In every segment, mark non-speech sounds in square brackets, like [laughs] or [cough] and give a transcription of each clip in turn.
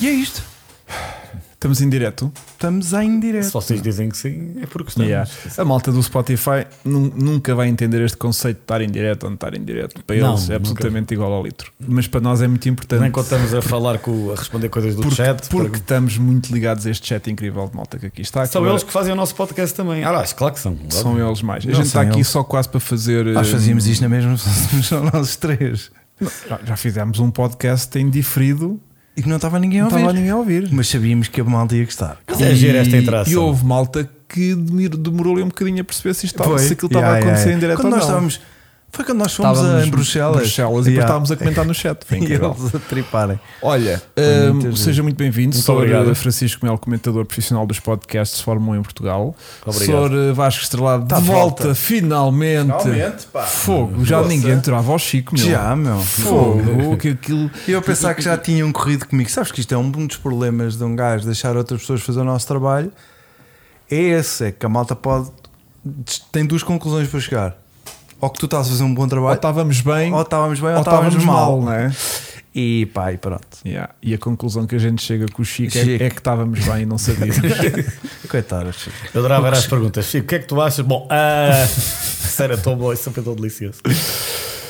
E é isto. Estamos em direto. Estamos em Se direto. vocês dizem que sim, é porque estamos. Yeah. A malta do Spotify nun- nunca vai entender este conceito de estar em direto ou não estar em direto. Para Não, eles é nunca. absolutamente igual ao litro. Mas para nós é muito importante Nem quando estamos a falar com, a responder coisas do porque, chat. porque porque estamos muito ligados a este chat incrível de malta que aqui está. que São agora eles que fazem o nosso podcast também. Ah, acho claro que são. são eles mais. A Não gente está são aqui eles. só quase para fazer. Nós eh, fazíamos isto na mesma, [laughs] só somos só nós três. Já, já fizemos um podcast em diferido, E que não estava ninguém a não estava ouvir. ninguém a ouvir. Mas sabíamos que a malta ia gostar. Mas é giro esta E, interação. e houve malta que demir- demorou-lhe um bocadinho a perceber se, isto estava, se aquilo estava Yeah, a acontecer yeah. em direto Quando ou não. nós estávamos. Foi quando nós fomos Estávamos a, em Bruxelas. Bruxelas e depois Yeah. estávamos a comentar no [laughs] chat. Foi E incrível. eles a triparem. Olha, muito hum, giro. seja muito bem-vindo. Muito Sou obrigado. eh, Francisco Mel, comentador profissional dos podcasts Fórmula 1 em Portugal. Obrigado. Sou eh, Vasco Estrelado Tá de de volta, volta. finalmente. Finalmente, pá. Fogo, já Nossa. ninguém durava ao Chico, meu. Já, meu. [laughs] Fogo, que aquilo. E eu pensar que já tinham corrido comigo. Sabes que isto é um dos problemas de um gajo deixar outras pessoas fazer o nosso trabalho. É esse, é que a malta pode. Tem duas conclusões para chegar. Ou que tu estás a fazer um bom Ou trabalho, estávamos bem, ou estávamos bem, ou ou estávamos mal. né? não é? E pá, e pronto. Yeah. E a conclusão que a gente chega com o Chico, é- Chico. É, que estávamos bem e [laughs] não sabíamos. Coitado, Chico. Eu adorava era as perguntas. Chico, o que é que tu achas? Bom, ah, sério, tão bom, isso foi tão delicioso.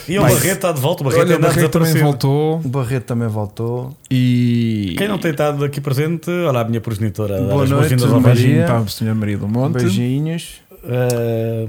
E o Mas- Barreto está de volta, o Barreto Olha, ainda o Barreto também desaparecido. voltou O Barreto também voltou. e. Quem não tem estado aqui presente, olha a minha progenitora. Boa dar as noite, boas-vindas ao Um Maria. Vasco. beijinho para a senhora Maria do Então, Monte. Beijinhos. Ah,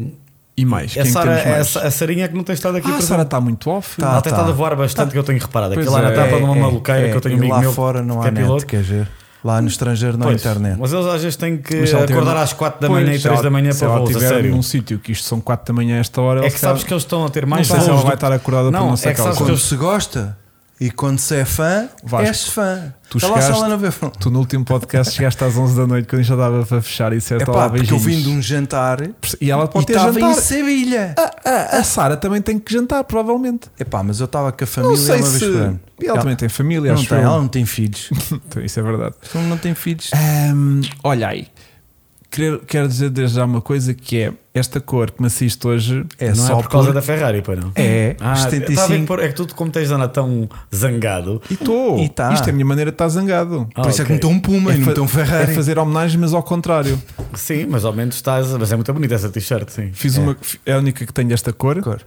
E mais, a, quem Sara, temos mais? a- a Sarinha é que não tem estado aqui Ah, a presente. Sara está muito off. é? Tá. Ela tem estado a voar bastante, que eu tenho reparado. Aquilo Pois lá na é, tapa de uma É, maluqueira é, que eu tenho e um amigo lá meu. fora não que há é piloto. net, quer ver? Lá nos estrangeiro não há Pois, internet. Mas eles às vezes têm que Mas se ela tiver- acordar às 4 da manhã Pois, e se 3 ela- da manhã se para ela voos, a estiver sério. num sítio que isto são 4 da manhã a esta hora, É ela que se calhar- sabes que eles estão a ter não mais sei se ela voos vai do- estar acordada para Não, nossa é que causa. sabes que Quando eles- se gosta e quando se é fã, Vasco, és fã. tu Está lá se chegaste- ela não vê fã. Tu no último podcast chegaste às 11 da noite quando isto já dava para fechar e disseste É "Olá, pá, porque eu beijinhos." vim de um jantar e E ela pode ter estava em jantar. Ah. Sevilha. A, a- a Sara também tem que jantar, provavelmente. É pá, mas eu estava com a Não família sei uma se. vez por ano. E ela também tem família, não acho tem, eu. ela não tem filhos. [laughs] Então, Isso é verdade. Ela não tem filhos. Ahm, olha aí. Quero, quero dizer desde já uma coisa que é esta cor que me assiste hoje É Não só é por causa por- da Ferrari, pois não? É, Ah, estava a ver 75. por- é que tu, como tens de andar tão zangado, E estou. E tá. Isto é a minha maneira de estar zangado. Ah, Por isso é que ok. não tem um Puma e fa- não tem um Ferrari. é fazer homenagens, mas ao contrário. sim, mas ao menos estás. Mas é muito bonita essa t-shirt, sim. Fiz uma. É a única que tem desta cor. Cor.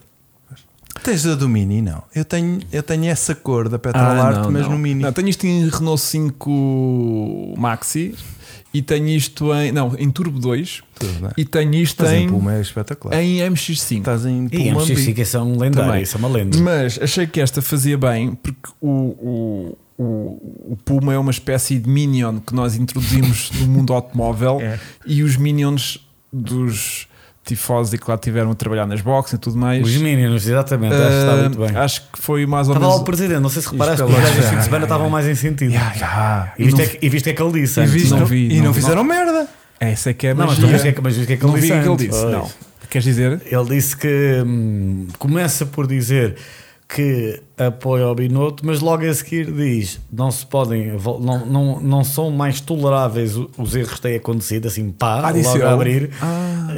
Tens a do Mini, não. Eu tenho, eu tenho essa cor da Ah, Petrol Art, mas no Mini. Não, tenho isto em Renault 5 Maxi e tenho isto em. Não, em Turbo 2 Tudo é? bem. e tenho isto Estás em em, Puma, Tá, é espetacular. em MX5. Estás em E é Puma. ambos bi. são lendária, um Também. isso é uma lenda. Mas achei que esta fazia bem porque o, o, o, o Puma é uma espécie de Minion que nós introduzimos no mundo automóvel [laughs] É. e os Minions dos tifosos e que lá tiveram a trabalhar nas boxes e tudo mais. Os Minions, exatamente, acho que está ah, muito bem. acho que foi mais ou Estava lá menos. o presidente, não sei se reparaste, pela porque os gajos Ferrari. de semana estavam mais em sentido. Ah, E viste, é que, e viste é que ele disse. e antes, viste- não vi, e não não- fizeram merda. É, isso é que é Não, mas magia. tu viste é que, mas viste que é que ele Não vi disse. o que ele antes, disse. pois. Não. Queres dizer? Ele disse que hum, começa por dizer que apoia o Binotto, mas logo a seguir diz não se podem, vo- não, não, não são mais toleráveis o- os erros que têm acontecido, assim pá, Ah, disse logo ele? a abrir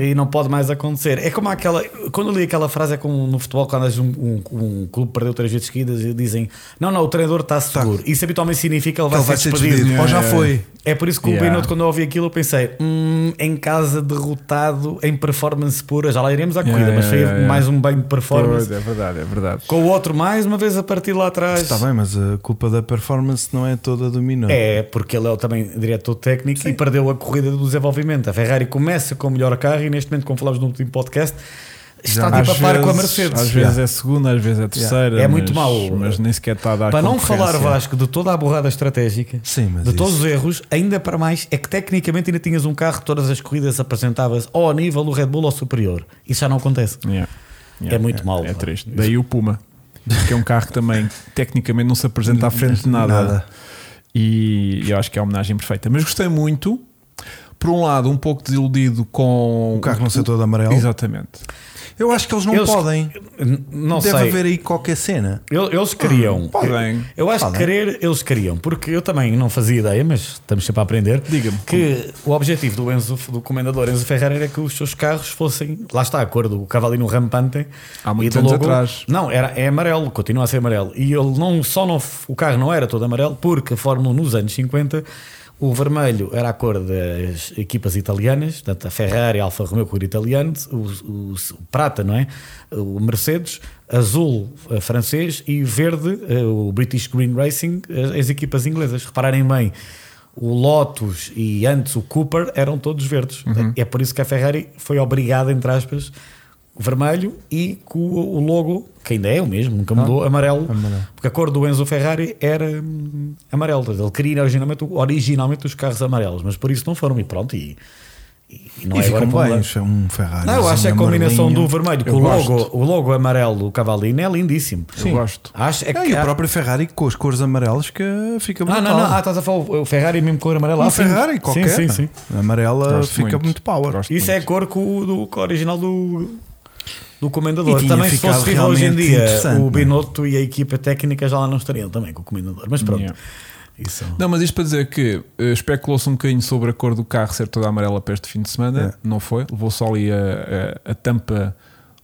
e não pode mais acontecer. É como aquela, quando eu li aquela frase é como no futebol, quando às vezes um, um- um clube perdeu três vezes seguidas e dizem não, não, o treinador está seguro. Isso habitualmente significa que ele vai, Ele vai ser ser despedido. despedido. Ou já foi. É por isso que Yeah. o Binotto, quando eu ouvi aquilo, eu pensei "Hum, em casa derrotado, em performance pura, já lá iremos à corrida, Yeah, mas foi yeah, yeah. mais um banho de performance. Pois, é verdade, é verdade. Com o outro, mais uma vez a partir lá atrás. Está Tá bem, mas a culpa da performance não é toda do Mino. É, porque ele é o também diretor técnico e perdeu a corrida do desenvolvimento. A Ferrari começa com o melhor carro e neste momento, como falámos no último podcast, está Às tipo a par com a vezes- Mercedes. Às vezes é segunda, às vezes é terceira. É muito mas, mau. Mas nem sequer está a dar Para não falar, concorrência. Vasco, de toda a borrada estratégica, Sim, mas de isso- todos os erros, ainda para mais, é que tecnicamente ainda tinhas um carro que todas as corridas apresentavas ou ao nível do Red Bull ou superior. Isso já não acontece. Yeah. É muito mau, É não é? triste. Daí o Puma, que é um carro que também tecnicamente não se apresenta à frente de nada. Nada. E eu acho que é a homenagem perfeita. Mas gostei muito por um lado, um pouco desiludido com O carro não ser todo amarelo. Exatamente. Eu acho que eles não Eles- podem. N- Não Deve sei. haver aí qualquer cena. Eu- Eles queriam. Podem. Eu acho Ah, que não. querer, eles queriam, porque eu também não fazia ideia, mas estamos sempre a aprender. Diga-me. Que o objetivo do Enzo, do comendador Enzo Ferreira, era que os seus carros fossem. Lá está a cor do Cavalino Rampante. Há e muitos do anos logo- atrás. Não, era, é amarelo, continua a ser amarelo. E ele não, só não, f- o carro não era todo amarelo, porque a Fórmula 1 nos anos 50. O vermelho era a cor das equipas italianas, portanto a Ferrari, a Alfa Romeo, cor italiana, o, o- o prata, não é? O Mercedes, azul eh, francês e verde, eh, o British Green Racing, eh, as, as equipas inglesas. Repararem bem, o Lotus e antes o Cooper eram todos verdes. Uhum. É por isso que a Ferrari foi obrigada, entre aspas, vermelho e com o o logo, que ainda é o mesmo, nunca Ah, mudou, amarelo, porque a cor do Enzo Ferrari era hum, amarelo. Portanto, Ele queria originalmente, originalmente os carros amarelos, mas por isso não foram e pronto. E, e- e não e é ficam agora que bem. mudaram. Isso é Um Ferrari. Não, eu acho que é a combinação do vermelho com Eu o logo, gosto. o logo amarelo do Cavalino é lindíssimo. Eu gosto. Acho é É, que e o próprio Ferrari com as cores amarelas que fica Ah, brutal. não, não, ah, estás a falar o o Ferrari mesmo cor amarela. Um Ah, sim. Ferrari qualquer. Sim, sim, sim. Amarela Gosto fica muito. muito, power. Gosto Isso é a muito. cor que o, do, que o original do, do Comendador. E tinha Também se ficado fosse vivo hoje em realmente dia, interessante, o não é? Binotto e a equipa técnica já lá não estariam também com o Comendador. Mas pronto. Yeah. Isso. Não, mas isto para dizer que eh, especulou-se um bocadinho sobre a cor do carro ser toda amarela para este fim de semana. É. Não foi. Levou só ali a, a- a tampa,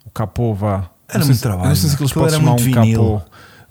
o capô vá. Era não sei muito se- trabalho, Não sei se eles aquilo podem era chamar um muito vinil. capô.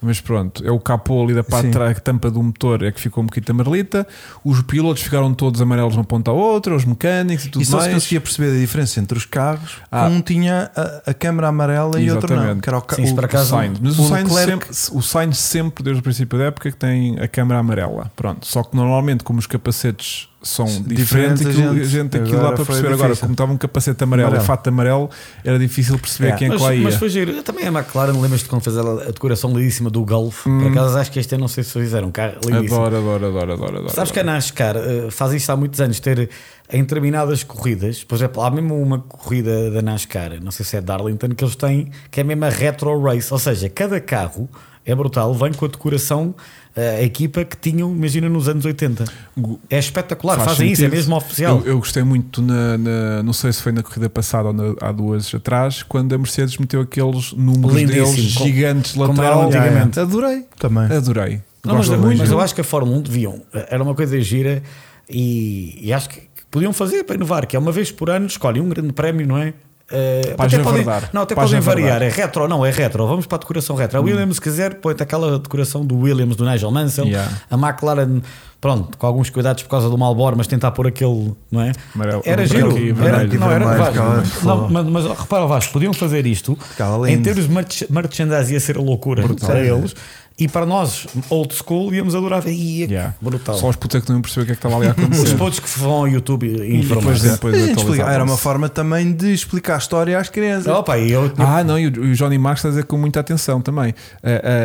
Mas pronto, é o capô ali da parte Sim. de trás, a tampa do motor é que ficou um bocadinho amarelita. Os pilotos ficaram todos amarelos uma ponta à outra, os mecânicos e tudo E só se mais. conseguia perceber a diferença entre os carros. Ah. Um tinha a, a câmara amarela e outro não. Exatamente. Que era o, ca- Sim, isso o- para cá- acaso, Sainz. Mas o, o Sainz Leclerc- sempre, o Sainz sempre, desde o princípio da época, que tem a câmara amarela. Pronto. Só que normalmente, como os capacetes são diferentes, Diferentes, aquilo, a a gente- gente, aquilo dá agora para foi perceber. Agora, difícil. como estava um capacete amarelo, Amarelo. e fato amarelo, era difícil perceber É, quem é que Mas, lá ia. mas foi giro. Também é a McLaren, lembras-te quando fez ela a decoração lindíssima do Golf? Hum. Por acaso acho que este ano não sei se fizeram. um Carro É lindíssimo. Adoro, adoro, adoro, adoro, adoro. Sabes que a NASCAR eh, faz isto há muitos anos, ter em determinadas corridas, por exemplo, há mesmo uma corrida da NASCAR, não sei se é Darlington, que eles têm, que é mesmo a retro race, ou seja, cada carro é brutal, vem com a decoração eh, a equipa que tinham, imagina, nos anos 80. Gu- É espetacular, Faz fazem isso, é sentido. mesmo oficial. Eu, eu gostei muito, na, na- não sei se foi na corrida passada ou na- há duas atrás, quando a Mercedes meteu aqueles números Lindíssimo, deles com- gigantes como lateral. eram antigamente. Adorei também. Adorei. Não, mas, é Gosto mas muito. eu acho que a Fórmula 1 deviam. Era uma coisa gira e, e acho que que podiam fazer para inovar, que é uma vez por ano escolhem um grande prémio, não é? Eh, Página até podem, verdade. não, até Página podem variar. verdade. Hum. É retro ou não? É retro. Vamos para a decoração retro. A Williams, se quiser, põe aquela decoração do Williams, do Nigel Mansell. Yeah. A McLaren, pronto, com alguns cuidados por causa do Malbor, mas tentar pôr aquele, não é? Amarelo- era branco giro. e Era, vermelho. não, era Vermelho, Vasco, aquela- não, mas, mas repara, Vasco, podiam fazer isto Ficava em lindo. termos merch merchandise ia ser loucura para eles. E para nós, old school, íamos adorar. Ia, Yeah. Brutal. Só os putos é que não iam perceber o que é que [laughs] estava ali a Os acontecer. putos que vão ao YouTube e informar depois se depois A gente explica- atualizavam-se. Era uma forma também de explicar a história às crianças. Opa, e eu tinha- Ah, é- não, e o, e o Johnny Marks está a dizer com muita atenção também.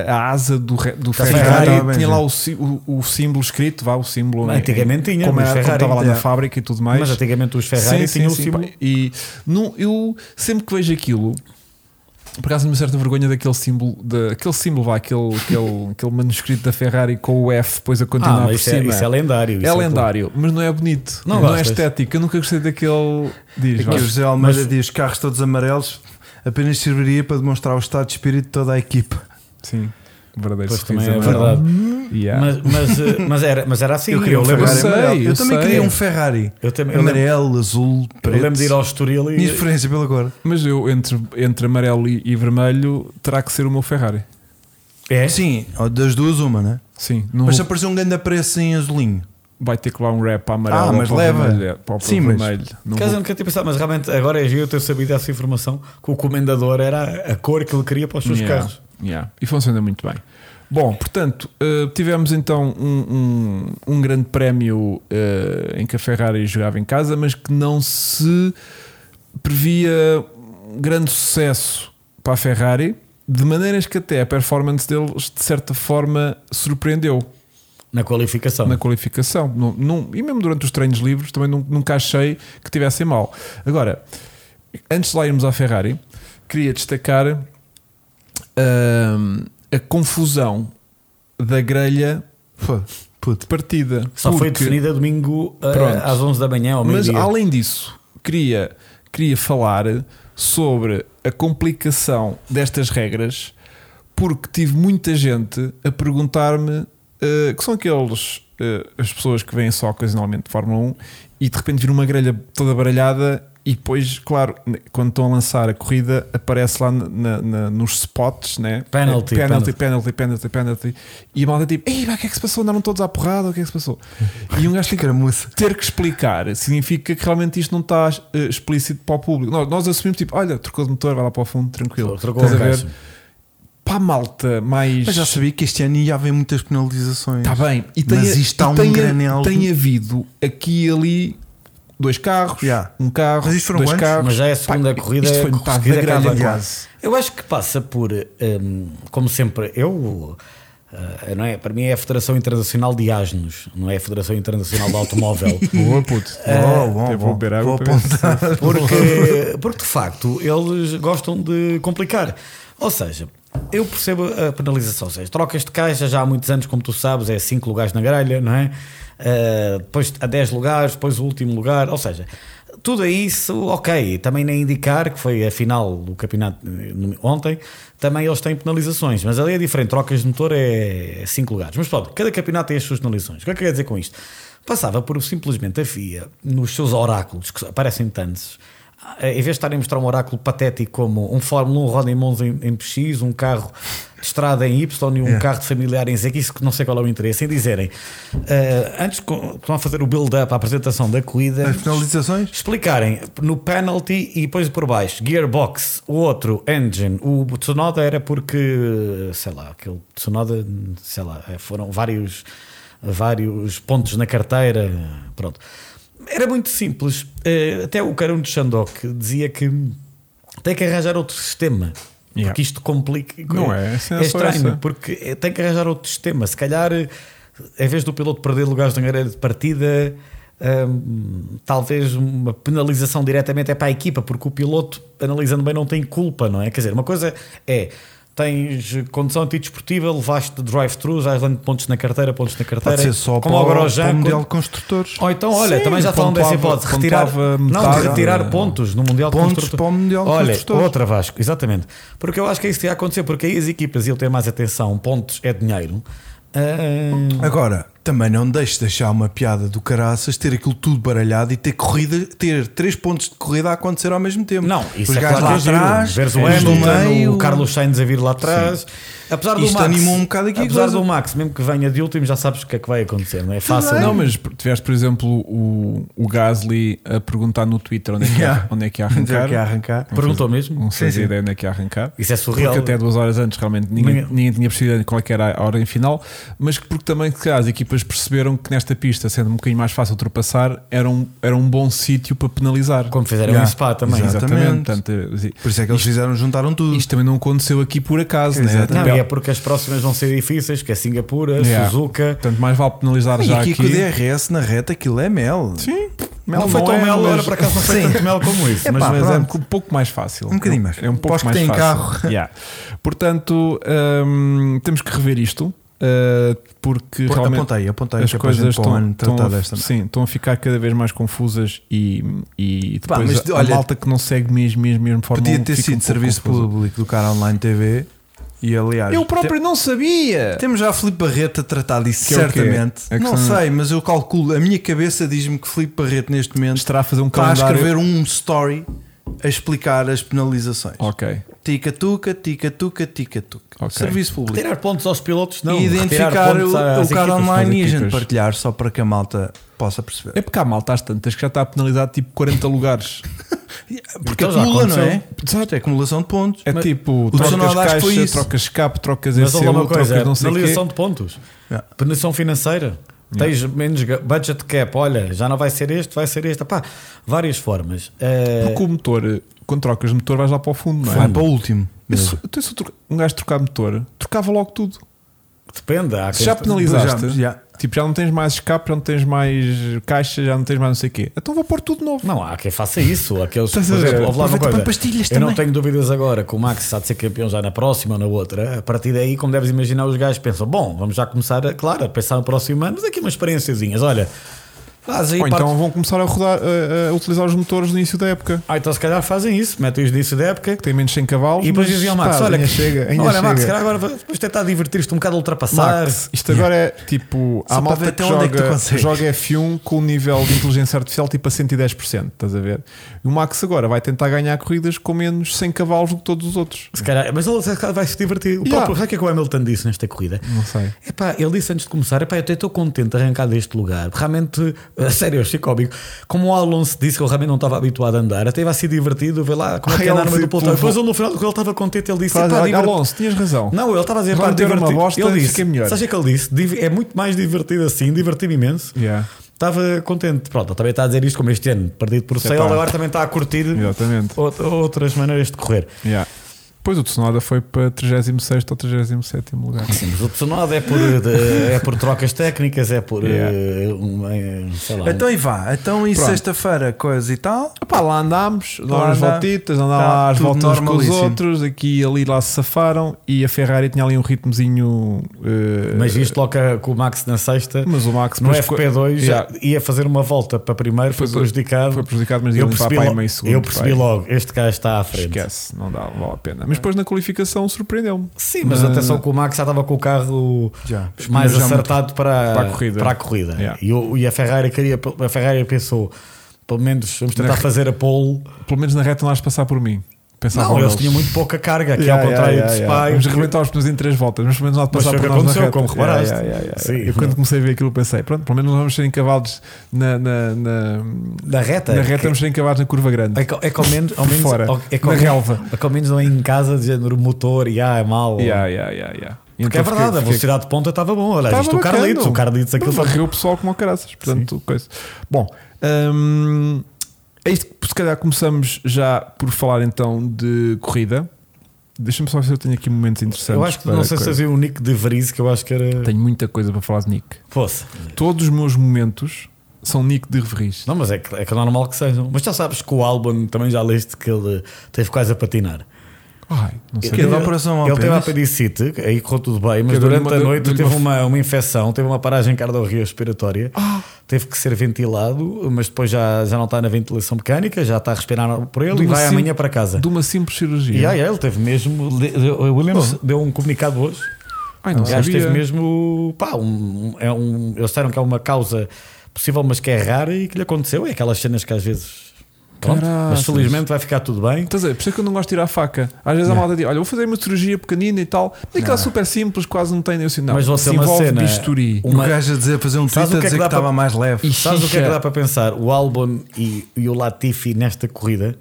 A, a- a asa do, re- do Ferrari, Ferrari, bem, tinha sim. lá o, sí- o- o símbolo escrito, vá, o símbolo. em- Antigamente em- tinha, como tá mas era, como Ferrari, estava lá na yeah. fábrica e tudo mais. Mas antigamente os Ferrari tinham o símbolo. pá. E não, eu sempre que vejo aquilo, por acaso tenho uma certa vergonha daquele símbolo, da- aquele símbolo, vá, aquele, aquele, [laughs] aquele manuscrito da Ferrari com o F depois a Ah, continuar mas por isso, é, cima. isso é lendário. É isso lendário, mas não é bonito. Não Não, é gostas? estético. Eu nunca gostei daquele. Diz, Aqui o vá. José Almeida Mas- diz: carros todos amarelos apenas serviria para demonstrar o estado de espírito de toda a equipa. Sim, verdadeiro Pois sorriso também é amarelo. Yeah. Mas, mas, eh, mas era, mas era assim. Eu queria um lembro- Ferrari sei, amarelo. Eu, eu também sei. queria um Ferrari eu também- eu lembro- amarelo, azul, eu preto. lembro de ir ao Estoril Tinha e. diferença pela cor. Mas eu, entre, entre amarelo e, e vermelho, terá que ser o meu Ferrari. É? Sim, ou das duas, uma, né? Sim, não Mas se aparecer um grande preço em azulinho, vai ter que lá um rap para amarelo. Ah, ou mas para o leva. Vermelho, é, para o para o Sim, mas- vermelho. Não Caso eu vou- nunca tinha pensado, mas realmente agora é giro eu ter sabido essa informação que o comendador era a cor que ele queria para os seus Yeah, carros. yeah. E funciona muito bem. Bom, portanto, eh, tivemos então um, um, um grande prémio eh, em que a Ferrari jogava em casa, mas que não se previa grande sucesso para a Ferrari, de maneiras que até a performance deles de certa forma surpreendeu. Na qualificação. na qualificação Não- não- e mesmo durante os treinos livres também nun- nunca achei que tivessem mal. Agora, antes de lá irmos à Ferrari, queria destacar hum, a confusão da grelha pô, de partida. Só foi porque- definida domingo eh, Pronto. às 11 da manhã, ao Mas meio-dia. além disso, queria, queria falar sobre a complicação destas regras, porque tive muita gente a perguntar-me eh, que são aqueles eh, as pessoas que vêm só ocasionalmente de Fórmula 1 e de repente vir uma grelha toda baralhada. E depois, claro, ne- quando estão a lançar a corrida, aparece lá na- na- nos spots, né? Penalty, penalty, penalty, penalty, penalty. E a malta tipo, ei, pá, o que é que se passou? Andaram todos à porrada, o que é que se passou? E um gajo tem que Caramuça. ter que explicar significa que realmente isto não está eh, explícito para o público. Nós, nós assumimos tipo, olha, trocou de motor, vai lá para o fundo, tranquilo. Trocou um Estás o a ver? caixa. Para a malta, mais. Mas já sabia que este ano ia haver muitas penalizações. Está bem. E tem, Mas isto há e um tem, granel de- tem havido aqui e ali dois carros, Yeah. um carro, Mas isto foram dois quantos? carros. Mas já é a segunda Pá, corrida, Isto foi um a metade corrida da grelha acaba já. quase. Eu acho que passa por, hum, como sempre, eu. ah, não é? Para mim é a Federação Internacional de Asnos, não é a Federação Internacional [laughs] de Automóvel. Boa, puto. Bom, bom, Eu bom. vou beber água eh, Vou para ver se- [laughs] apontar. porque, porque de facto eles gostam de complicar. Ou seja, eu percebo a penalização. Ou seja, trocas de caixa já há muitos anos, como tu sabes, é 5 lugares na grelha, não é? Ah, depois a 10 lugares, depois o último lugar. Ou seja, tudo isso, ok. Também nem indicar que foi a final do campeonato eh, no- ontem, também eles têm penalizações. Mas ali é diferente, trocas de motor é 5 lugares. Mas pronto, cada campeonato tem as suas penalizações. O que é que eu quero dizer com isto? Passava por simplesmente a FIA, nos seus oráculos, que aparecem tantos, em vez de estarem a mostrar um oráculo patético como um Fórmula 1 roda em Monza em, em PX, um carro de estrada em Y e um carro de familiar em Z, que isso que não sei qual é o interesse, em dizerem, ah, antes que estão a fazer o build-up, a apresentação da corrida, As penalizações? explicarem no penalty e depois por baixo gearbox, o outro engine, o Tsunoda era porque sei lá, aquele Tsunoda, sei lá, é, foram vários vários pontos na carteira, pronto. Era muito simples. Eh, Até o Caruno de Xandoc dizia que tem que arranjar outro sistema. Yeah. Porque isto complica. Não é, é essa é só estranho, essa. porque eh, tem que arranjar outro sistema. Se calhar, eh, em vez do piloto perder lugares na grelha de partida, hum, talvez uma penalização diretamente é para a equipa, porque o piloto, analisando bem, não tem culpa, não é? Quer dizer, uma coisa é. Tens condição antidesportiva, levaste drive-thru, já levando pontos na carteira, pontos na carteira. Pode ser só Como para, agora o- já, para o modelo quando- de construtores. ou então, olha, Sim, também já falam dessa pontuava- hipótese, retirar, pontuava não, metade, de retirar eh, pontos no Mundial de um pontos Construtores. para o Mundial de Olha, Construtores. outra Vasco, exatamente. Porque eu acho que é isso que ia acontecer, porque aí as equipas iam ter mais atenção, pontos é dinheiro. Ah, Agora, também não deixes de deixar uma piada do caraças ter aquilo tudo baralhado e ter corrida, ter três pontos de corrida a acontecer ao mesmo tempo. não, isso Os é gajos claro lá que é giro. atrás, Veres o os do Hamilton, meio, o Carlos Sainz a vir lá atrás. Apesar do Isto Max, animou um bocado aqui a apesar coisa. do Max, mesmo que venha de último, já sabes o que é que vai acontecer, não é fácil. Não, mas tiveste, por exemplo, o, o Gasly a perguntar no Twitter onde é que, [laughs] Yeah. ia, onde é que ia [laughs] Onde é arrancar. que ia arrancar? Perguntou mesmo? Não sei Sim, se sim. ideia onde é que ia arrancar. Isso é surreal. Porque até duas horas antes realmente ninguém, Ninguém- ninguém tinha percebido qual é que era a ordem final, mas que porque também se calhar, as equipas perceberam que nesta pista, sendo um bocadinho mais fácil ultrapassar, era um, era um bom sítio para penalizar. Como fizeram Yeah. em Spa também. Exato. Exatamente. Exatamente. Portanto, Por isso é que eles fizeram, juntaram tudo. isto também não aconteceu aqui por acaso, né? Exato. Não, Até- e é porque as próximas vão ser difíceis, que é Singapura, Yeah. Suzuka. Portanto, mais vale penalizar e já aqui, aqui. com o DRS na reta, aquilo é mel. Sim, Não, mel foi tão é, mel, mas- era para acaso não foi tanto mel como [laughs] isso. É mas, pá, mas é um pronto. pouco- pouco mais fácil. Um bocadinho mais. É um pouco Para os que mais têm fácil. carro. [laughs] Yeah. Portanto, hum, temos que rever isto. uh, porque Pô, realmente apontei, apontei as que é para a coisas gente para o estão, ano estão, tratar a, desta merda. sim, estão a ficar cada vez mais confusas e, e Pá, depois mas, a, olha, a malta que não segue mesmo, mesmo, mesmo forma Podia um ter fica um sido pouco serviço confusa. público do cara online TV e aliás. Eu próprio não sabia. te- Temos já Filipe Barreto a tratar disso, Que é o quê? certamente. É que não são- sei, mas eu calculo, a minha cabeça diz-me que Filipe Barreto neste momento Estará a fazer um está a calendário. escrever um story a explicar as penalizações. Ok. Tica-tuca, tica-tuca, tica-tuca. Ok. Serviço público. Retirar pontos aos pilotos, não. e Retirar identificar pontos o, o às cara equipas. online e a equipas. gente partilhar só para que a malta possa perceber. É porque há malta às tantas que já está penalizado tipo 40 lugares. Porque Então já acumula, não é? aconteceu. Isto é acumulação de pontos. É Mas- tipo, o trocas Tsunoda acho que foi caixa, isso. trocas escape, trocas Mas olha uma ECU, coisa, trocas não sei o quê. penalização de pontos, Yeah. penalização financeira. Tens menos ga- budget cap, olha, já não vai ser este, vai ser este. Pá, várias formas. Eh, Porque o motor, quando trocas de motor, vais lá para o fundo, não é? Vai para o último. Eu sou- então, se eu troca- um gajo trocar motor, trocava logo tudo. Depende, há Se quem já te- penalizaste, Vejamos, já. tipo, já não tens mais escape, já não tens mais caixa, já não tens mais não sei o quê. Então vou pôr tudo novo. Não, há quem faça isso. [laughs] Aqueles, por Estás a ver? exemplo, houve lá uma Aproveita coisa. para pastilhas eu não também. tenho dúvidas agora que o Max há de ser campeão já na próxima ou na outra. A partir daí, como deves imaginar, os gajos pensam: bom, vamos já começar, a, claro, a pensar no próximo ano, mas aqui umas experiênciazinhas. Olha, faz aí Ou parte- então vão começar a rodar, a, a utilizar os motores do início da época, Ah, então se calhar fazem isso, metem os disso da época. que têm menos 100 cavalos. E depois mas, diziam ao Max: pá, olha, ainda que- [laughs] chega, ainda olha chega. Max, se calhar agora depois tentar divertir-te um bocado a ultrapassar. Max, isto agora é tipo. Só Há para ver malta que até onde é que tu joga, consegues. joga F1 com o nível de inteligência artificial tipo a 110%, estás a ver? E o Max agora vai tentar ganhar corridas com menos 100 cavalos do que todos os outros. Se calhar, mas ele se calhar vai se divertir. O Yeah. próprio, sabe o que é que o Hamilton disse nesta corrida? Não sei. Epá, ele disse antes de começar: epá, eu até estou contente de arrancar deste lugar. Realmente, a [laughs] sério, eu achei cómico. Como o Alonso disse que ele realmente não estava habituado a andar, até vai ser divertido ver lá como é que Ai, é andar no Alonso, meio do pelotão. tu- Depois, ele, no final do que ele estava contente, ele é disse: Faz- ah, epá, divertido. Alonso, tinhas razão. Não, ele estava a dizer: Vamos pá, ter uma divertido. bosta, ele disse: fica melhor. Sabe o que é que ele disse? Div- É muito mais divertido assim, diverti-me imenso. Yeah, Estava contente. Pronto, ele também está a dizer isto como este ano, perdido por Epá. Seil, agora também está a curtir exatamente. out- outras maneiras de correr. Yeah. Pois o Tsunoda foi para 36 ou 37 lugar. Sim, mas o Tsunoda é por, de- é por trocas técnicas, é por. Yeah. eh, uma, eh, sei lá. Então e vá, então e Pronto. sexta-feira, coisa e tal. Opá, lá andámos, Lá lá as andá- voltitas, andá tá lá as tudo voltas com os normalíssimo. outros, aqui e ali lá se safaram e a Ferrari tinha ali um ritmozinho. eh, mas isto logo com o Max na sexta, mas o Max no depois ficou- FP2, já Yeah, ia fazer uma volta para primeiro, foi Pois é, prejudicado. foi prejudicado, mas ia eu limpar percebi, para aí logo, meio segundo, eu percebi vai. logo, este gajo está à frente. Esquece, não dá, vale a pena. Mas depois na qualificação surpreendeu-me. Ah, Sim, mas Na- atenção que o Max já estava com o carro Já. mais Já muito- acertado para, é para a corrida. para a corrida. Yeah. E, o- e a, Ferrari queria, a Ferrari pensou, pelo menos vamos tentar Na- fazer a pole. Pelo menos na reta não has de passar por mim. Pensavam Não, eles tinham muito pouca carga, que é? Yeah, é ao contrário yeah, de yeah, Spa. yeah. Vamos rebentar os pneus em três voltas, mas pelo menos não há de Mas passar foi o por que nós na aconteceu, reta. como reparaste. Sim. Eu quando comecei a ver aquilo pensei, pronto, pelo menos nós vamos ser encavados na, na, na, Da reta? na reta, Que- vamos ser encavados na curva grande. É que, é que ao menos, ao [laughs] Por menos, fora, ao- é que ao na menos- relva. é que ao menos não é em casa de género motor e ah, é mal. Yeah, yeah, yeah, yeah. E Porque então é verdade, fiquei- a velocidade de ponta estava bom. Olha, Tava isto o bacana. Carlitos, o Carlitos é aquilo Varreu estava. o pessoal como caraças. Portanto, coisa. Bom, hum, é isto que se calhar começamos já por falar então de corrida. Deixa-me só ver se eu tenho aqui momentos interessantes. Eu acho que para não sei se coisa. fazia o Nick de Vries, que eu acho que era. Tenho muita coisa para falar de Nick. Poça. Todos os meus momentos são Nick de Reveris. Não, mas é que, é que é normal que sejam. Mas já sabes que o álbum também já leste que ele teve quase a patinar. Ai, não sei. Que é da operação ele teve a apenas? apendicite, aí correu tudo bem, mas Que deu-lhe durante uma- a noite deu-lhe teve uma- uma, uma infecção, teve uma paragem cardiorrespiratória, teve que ser ventilado, mas depois já, já não está na ventilação mecânica, já está a respirar por ele De e uma vai sim- amanhã para casa. De uma simples cirurgia. E aí ele teve mesmo. de- de- O Williams deu um comunicado hoje. Ai, não O gajo sabia. teve mesmo. Pá, um, é um, eles disseram que é uma causa possível, mas que é rara e que lhe aconteceu. É aquelas cenas que às vezes. Pronto, mas Caraças. felizmente vai ficar tudo bem. Estás a ver? Por isso é que eu não gosto de tirar a faca. Às vezes a malta diz: Olha, vou fazer uma cirurgia pequenina e tal. Tem aquela super simples, quase não tem nem o sinal. Mas vou se ser uma envolve cena- bisturi. O Uma- gajo a dizer, fazer um tweet a Sabes o dizer que que, é que dá estava para- mais leve. Sabes o que é que Xixa. dá para pensar? O Albon e, e o Latifi nesta corrida,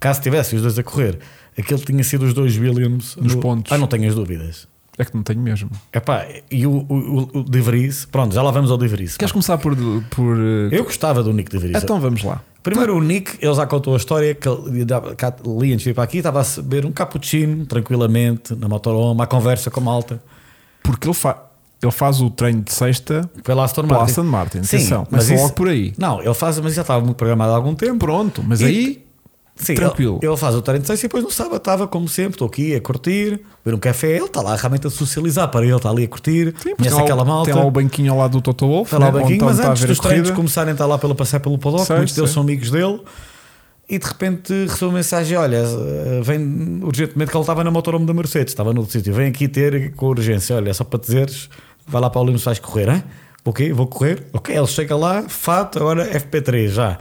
caso tivessem os dois a correr, aquele tinha sido os dois Williams Nos no- pontos. Ah, não tenho as dúvidas. É que não tenho mesmo. Epá, e o, o, o De Vries, pronto, já lá vamos ao De Vries. Queres começar por. por eh, Eu gostava do Nick De Vries. Então vamos lá. Primeiro, o Nick, ele já contou a história que ele dava- cá- li antes de ir para aqui, estava a beber um cappuccino tranquilamente na Motorhome, à conversa com a malta. Porque ele, fa... ele faz o treino de sexta Pela Aston para a Martin. Aston Martin. Sim, Atenção, mas começa isso- logo por aí. Não, ele faz, mas já estava muito programado há algum tempo. Pronto, mas E- aí. Sim, Tranquilo. Ele, ele faz o treino de sexta e depois no sábado estava, como sempre, estou aqui a curtir, beber um café. Ele está lá realmente a socializar para ele, está ali a curtir, Sim, porque conhece tem, lá, aquela o- malta. tem lá o banquinho ao lado do Toto Wolff. Está lá o né? banquinho, Onde mas está a antes ver a dos treinos corrida. começarem a estar lá pelo passeio pelo paddock, Sei, muitos deles sei. são amigos dele, e de repente recebeu uma mensagem: olha, eh, vem urgentemente que ele estava na motorhome da Mercedes, estava no sítio, vem aqui ter com urgência, olha, só para dizeres, vai lá para o Lemos, vais correr, hein? Ok, vou correr, ok, ele chega lá, fato, agora FP3 já.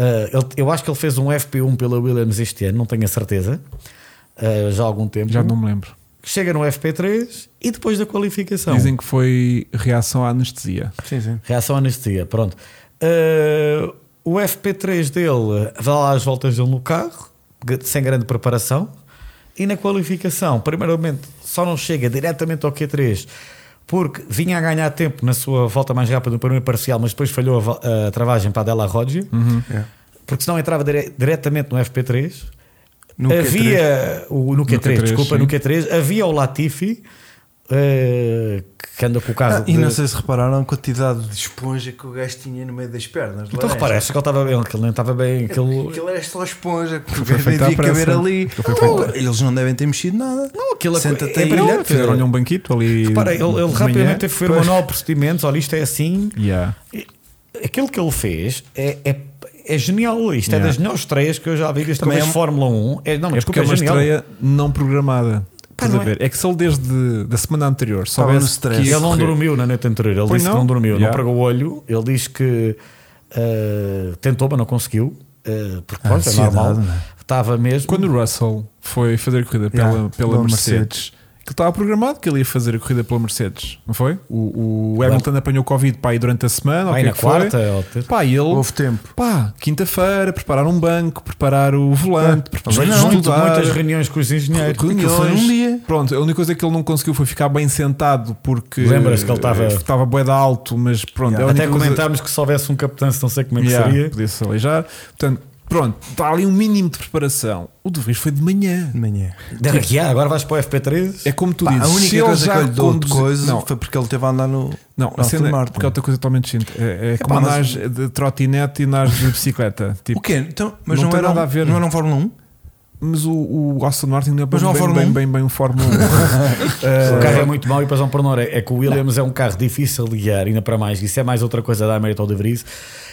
Eh, ele- eu acho que ele fez um FP1 pela Williams este ano, não tenho a certeza, eh, já há algum tempo. Já não me lembro. Chega no FP3 e depois da qualificação. Dizem que foi reação à anestesia. Sim, sim. Reação à anestesia, pronto. Eh, o FP3 dele vai lá às voltas dele no carro, g- sem grande preparação, e na qualificação, primeiramente, só não chega diretamente ao Q3 porque vinha a ganhar tempo na sua volta mais rápida no primeiro parcial, mas depois falhou a vo- a, travagem para a Della Roggia, Uhum. Hum. porque senão entrava dire- diretamente no FP3. No Q3. havia o, no Q3, Q3, desculpa, sim. no Q3, havia o Latifi. eh, que anda com o caso. Ah, e de- não sei se repararam a quantidade de esponja que o gajo tinha no meio das pernas. Então laranja. repara, acho que ele estava bem, que ele nem estava bem. Que ele, Aquilo era só esponja, que o foi gajo nem feito à devia caber pressa. ali. Aquilo foi Então, feito Eles não devem ter mexido nada. não, aquilo é Senta-te aí, brilhante. olha, Fizeram-lhe um banquito ali. É Repara, ele, ele de rapidamente manhã. teve que fazer um manual de procedimentos. Olha, isto é assim. Yeah. Aquilo que ele fez é, é, é genial. Isto é Yeah. das melhores estreias que eu já vi. Desde que eu Também é vejo um- Fórmula 1. É, não, É mas porque é desculpa, é uma genial. estreia não programada. Pá, Estás não a é? ver? É que se ele desde da semana anterior Estava no soubesse que stress. Ele ia não correr- dormiu na noite anterior. Ele Pois disse não? que não dormiu, Yeah. não pregou o olho. Ele diz que ah, tentou, mas não conseguiu. ah, porque A pronto, é ansiedade, normal. não é? Estava mesmo. Quando o Russell foi fazer a corrida pela, Yeah, pela pela Mercedes, que estava programado que ele ia fazer a corrida pela Mercedes, não foi? O, o Hamilton apanhou Covid pá, aí durante a semana, ou o Vai que é na que foi? quarta, ó, ter- Pá, e ele, Houve tempo. pá, quinta-feira, preparar um banco, preparar o volante, preparar É, Mas o não, muito- estudar, muitas reuniões com os engenheiros. reuniões. Aquilo foi um dia. Pronto, a única coisa é que ele não conseguiu foi ficar bem sentado porque Lembra-se que ele estava- estava bué de alto, mas pronto, Yeah. é a única Até coisa- comentámos que se houvesse um capitão, se não sei como é que Yeah, seria. Podia-se aleijar. Portanto, pronto, está ali um mínimo de preparação. O de vez foi de manhã. De manhã. Deve que há, agora vais para o FP3. É como tu Pá, dizes, a se única ele coisa já que eu lhe dou de conduzi- coisa Não, foi porque ele teve a andar no. não a Aston cena Martin. porque é outra coisa totalmente distinta. É, é como pá, mas- andares de trotinete e andares de bicicleta. Tipo, O quê? Então, mas Não não, tem era, nada um- a ver. não era um Fórmula 1? Mas o, o Aston Martin não é bem, Mas não é bem, Fórmula bem, 1? bem, bem um Fórmula 1. [laughs] O carro é muito mau e depois é um pormenor. É é que o Williams é um carro difícil de guiar, ainda para mais. Isso é mais outra coisa da América de Vries.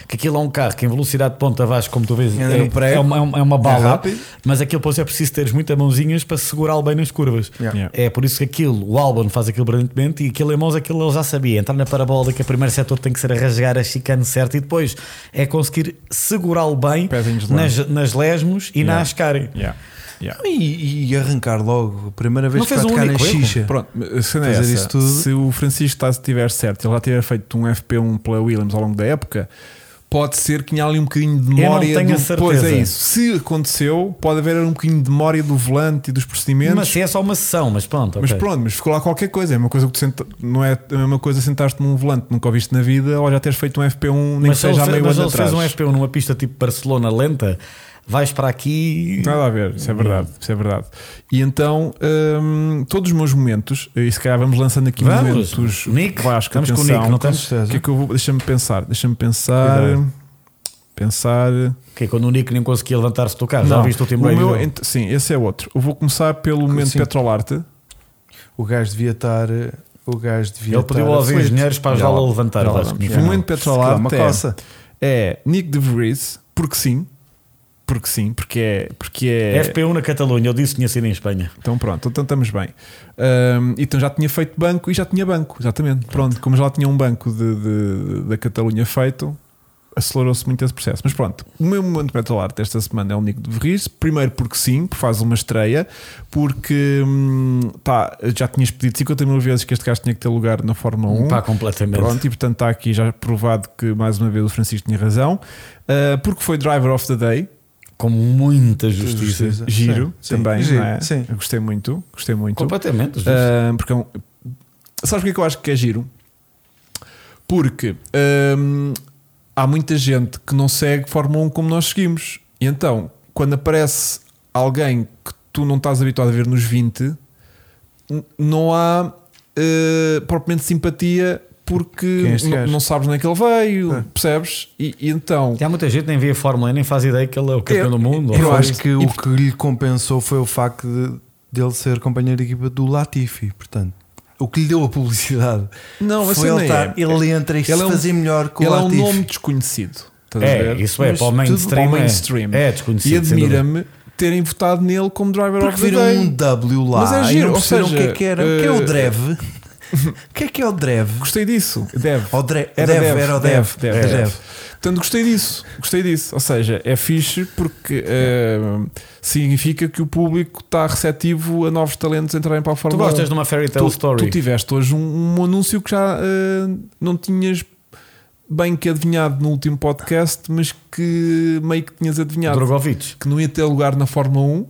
Que aquilo é um carro que em velocidade de ponta vais, como tu vês, Anda é, no prego, é uma, é uma- é uma bala. rápido. mas aquilo depois é preciso teres muitas mãozinhas para segurá-lo bem nas curvas. Yeah. Yeah. É por isso que aquilo, o Albon faz aquilo brilhantemente e aquilo em mãos, aquilo ele já sabia. Entrar na parabólica, primeiro setor tem que ser a rasgar a chicane certa e depois é conseguir segurá-lo bem Pezinhos de lado. nas, nas lesmos e na ascarem. Yeah, yeah. E, e arrancar logo, a primeira vez Não que fez vai um tocar na único erro. xixa. Pronto, a cena é Fazer essa. isso tudo. Se o Francisco Taz tiver certo, ele já tiver feito um FP1 pela Williams ao longo da época, pode ser que tenha ali um bocadinho de Eu não memória. tenho do... a Pois é certeza. isso. Se aconteceu, pode haver um bocadinho de memória do volante e dos procedimentos. Mas sim, é só uma sessão, mas pronto. Mas ok. pronto, mas ficou lá qualquer coisa. É uma coisa que tu senta... não é a mesma coisa sentar-te num volante, nunca ouviste na vida, ou já teres feito um FP1, nem que mas se ele, seja há fez, meio mas ano ele atrás. fez um FP1 numa pista tipo Barcelona lenta, vais para aqui. Nada a ver, isso é verdade, isso é verdade. E então, hum, todos os meus momentos, e se calhar vamos lançando aqui Vamos, momentos. Nick, Vasco, estamos com o atenção. Nick, não Com estamos? O certeza. que é que eu vou. Deixa-me pensar, deixa-me pensar. Cuidado. Pensar. Que é quando o Nick nem conseguia levantar-se do carro, Ah, já Não, viste o o último meu- vídeo? ent- Sim, esse é outro. Eu vou começar pelo momento sim. Petrolarte. O gajo devia estar. eh, O gajo devia Ele pediu estar aos aflito. engenheiros para Já ajudá-lo a lá- levantar. já lá Vasco. vamos. Não. O momento Petrolarte. Uma é- coça. é Nick de Vries, porque sim, porque sim, porque é. Porque é FP1 na Catalunha, eu disse que tinha sido em Espanha. Então pronto, então estamos bem. Ahm, então já tinha feito banco e já tinha banco, exatamente. Pronto, como já tinha um banco de, de- da Catalunha feito, acelerou-se muito esse processo. Mas pronto, o meu momento petrolar desta semana é o Nico de Verris. Primeiro porque sim, porque faz uma estreia, porque hum, pá, já tinhas pedido 50 mil vezes que este gajo tinha que ter lugar na Fórmula 1. Pá, completamente. Pronto, e portanto está aqui já provado que mais uma vez o Francisco tinha razão, Ah, porque foi Driver of the Day, Com muita justiça. Justiça. giro Sim, também, sim, não é? sim. Eu gostei muito, gostei muito. Completamente justo. Ah, porque é um- Sabes porque é que eu acho que é giro? Porque hum, há muita gente que não segue Fórmula 1 como nós seguimos. E então, quando aparece alguém que tu não estás habituado a ver nos 20, n- não há eh, propriamente simpatia Quem porque é este n- gajo? não sabes onde é que ele veio, É. percebes? E, e então. E Há muita gente que nem vê a Fórmula 1, nem faz ideia que ele é o campeão Eu- do mundo. Eu ou- acho que o que lhe compensou foi o facto de, dele ser companheiro de equipa do Latifi, portanto. O que lhe deu a publicidade Não, assim foi não ele, é. estar, ele entra e se Ele é um- fazer melhor com ele o é um Latifi. nome desconhecido. estás a É, ver? isso é, Mas para o tudo mainstream. para o é- mainstream. É, E desconhecido. sem dúvida. admira-me terem votado nele como driver Porque of the viram day. um W lá Mas é e giro, não ou perceberam o que é seja, que era. O que é eh, o [laughs] Dreve? O que é que é o Dreve? Gostei disso. Deve. O Dre- Era Deve, deve, era o deve, Deve. deve, Era deve. Deve. Portanto, gostei disso. Gostei disso. Ou seja, é fixe porque eh, significa que o público está receptivo a novos talentos entrarem para a Tu Fórmula 1. gostas de uma fairy tale tu, story? tu tiveste hoje um, um anúncio que já eh, não tinhas bem que adivinhado no último podcast, mas que meio que tinhas adivinhado Drogovic. que não ia ter lugar na Fórmula 1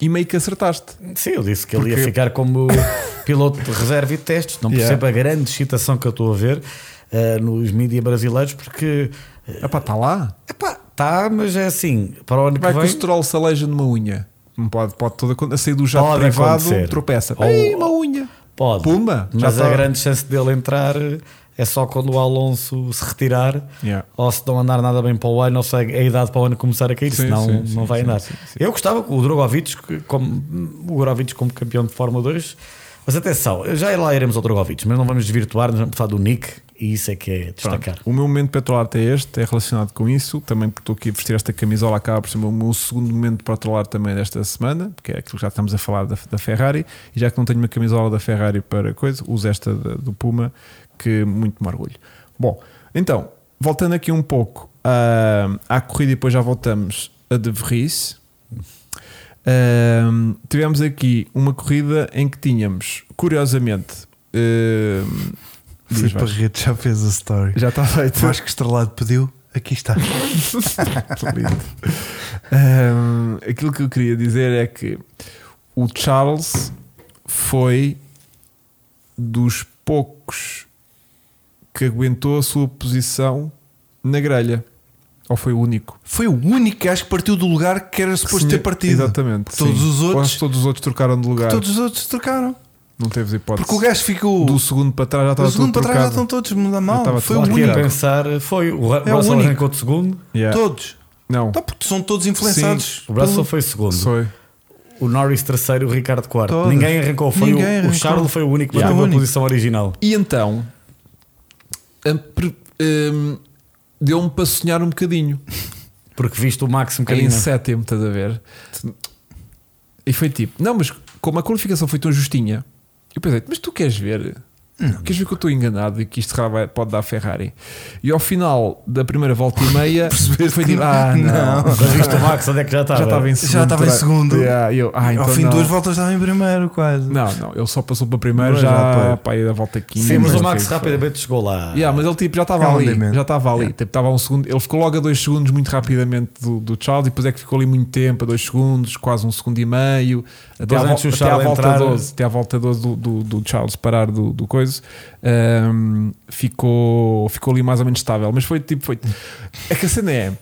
e meio que acertaste. Sim, eu disse que ele ia Porque- ficar [laughs] como piloto de reserva e de testes. Não Yeah. percebo a grande excitação que eu estou a ver eh, nos mídias brasileiros, porque Epá, está lá. epá, tá, mas é assim, para o ano que Vai É que o vem. Stroll se aleija numa unha. Não pode, pode toda a sair do jato Pode privado, acontecer. tropeça. Oh. Ou- Ei, uma unha. Pode. Pumba! já tá. Mas está. a grande chance dele entrar é só quando o Alonso se retirar Yeah. ou se não andar nada bem para o ano, ou se a idade para o ano começar a cair, Sim, senão sim, sim, não vai sim, andar. sim, sim. Eu gostava que o Drogovic, que como, o Drogovic como campeão de Fórmula 2, mas atenção, já lá iremos ao Drogovic, mas não vamos desvirtuar, nós vamos falar do Nick e isso é que é Pronto. destacar. O meu momento petrolarte é este, é relacionado com isso. Também porque estou aqui a vestir esta camisola, acaba por ser o meu segundo momento petrolarte também desta semana, porque é aquilo que já estamos a falar da, da Ferrari. E já que não tenho uma camisola da Ferrari para coisa, uso esta da- do Puma, que muito me orgulho. Bom, então, voltando aqui um pouco ah, à corrida e depois já voltamos a De Vries. Ahm, tivemos aqui uma corrida em que tínhamos, curiosamente, ahm, diz, Filipe vai. Barreto já fez a story. já está feito. Acho que estrelado pediu, aqui está. Lindo. [laughs] Ahm, aquilo que eu queria dizer é que o Charles foi dos poucos que aguentou a sua posição na grelha. Ou foi o único? Foi o único que acho que partiu do lugar que era suposto ter Senhor- partido. Exatamente. Todos sim. os Quase outros- todos os outros trocaram de lugar. Todos os outros trocaram. Não teve hipótese. Porque o gajo ficou. do segundo para trás já estava Do segundo tudo para trás já estão trocado. todos mudando Eu mal. estava Foi o todo Aqui a único. tirado. pensar, foi o Ra- É o Russell único. arrancou de segundo, Yeah. Todos. Não. Tá, puto, são todos influenciados. o Russell pelo- foi segundo, Foi. o Norris terceiro, o Ricardo quarto. Todos. Ninguém arrancou, foi Ninguém o, arrancou. o Charles foi o único que Yeah. O manteve a único. posição original. E então a pre- ahm, deu-me para sonhar um bocadinho. Porque visto o Max um em bocadinho. sétimo, estás a ver? E foi tipo, não, mas como a qualificação foi tão justinha, eu pensei, mas tu queres ver? Queres ver que eu estou enganado e que isto será- vai- pode dar Ferrari? E ao final da primeira volta e [laughs] meia, foi tipo, ah, não. Mas visto o Max, onde é que já estava? Já estava em Já segundo. estava em tra- segundo. Yeah, e eu, ah, então Ao fim não. de duas voltas estava em primeiro, quase. Não, não, ele só passou para primeiro Mas já, já pá. para aí da volta 15. Sim, mas não o sei Max o que foi. rapidamente chegou lá. Yeah, mas ele tipo, É já estava um ali, andamento. já estava ali, tipo, estava a um segundo, ele ficou logo a dois segundos muito rapidamente do, do Charles e depois é que ficou ali muito tempo, a dois segundos, quase um segundo e meio, até, Depois à, vol- antes do até à Charles volta entrar- 12, até à volta 12 do, do, do Charles parar do, do coisa, ahm, ficou, ficou ali mais ou menos estável, mas foi tipo, foi, é que a cena é,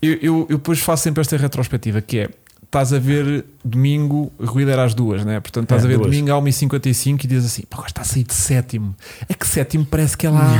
eu, eu, eu depois faço sempre esta retrospectiva que é, estás a ver domingo, a corrida era às duas, né? Portanto, estás É, a ver duas. domingo à 1h55 e dizes assim, pá, agora está a sair de sétimo. É que sétimo parece que [laughs] é lá,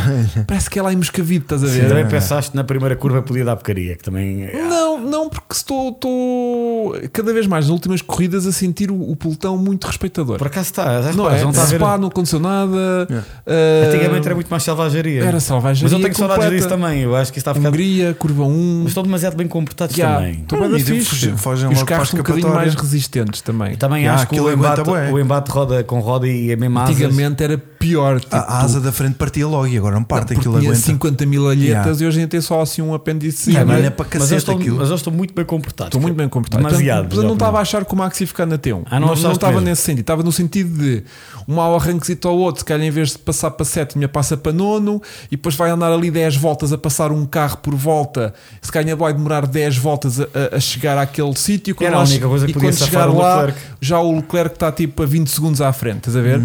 parece que é lá em Moscavide, estás a Sim, também ver? pensaste que na primeira curva podia dar porcaria, que também. é- Não, não, porque estou, estou cada vez mais nas últimas corridas a sentir o, o pelotão muito respeitador. Por acaso está, já Não reparas, é? não está a ver. É. Spa não aconteceu nada. ah, Antigamente era muito mais selvageria. era selvageria Mas eu tenho saudades completa. disso também. Eu acho que isso está a ficar. ah, Hungria, curva 1. Mas estão demasiado bem comportados Yeah, também. estou bem da E fixe. fogem- fogem E os logo carros para um a bocadinho escapatória. mais resistentes também. Também Yeah, acho que aquilo o aguenta embate, bué. o embate roda com roda e é a mesma asa. Antigamente era pior. Tipo, A a asa da frente partia logo e agora não parte porque aquilo tinha aguenta. 50 mil alhetas Yeah. e hoje em dia tem só assim um apêndice. Yeah, né? mano, é para mas cacete eles estão, aquilo. mas eles estão muito bem comportados. Estou muito bem comportado. Demasiado. Portanto, portanto, não já, estava a achar que o Maxi ficar na T1. Ah, não não, achaste estava mesmo? nesse sentido. Estava no sentido de um mau arranquezito ao outro. Se calhar, em vez de passar para sétimo, passa para nono e depois vai andar ali 10 voltas a passar um carro por volta. Se calhar, vai demorar 10 voltas a, a- a chegar àquele sítio. Quando Era a lá- única coisa que e podia quando safar chegar o lá, Leclerc. já o Leclerc está tipo a 20 segundos à frente. Estás a ver?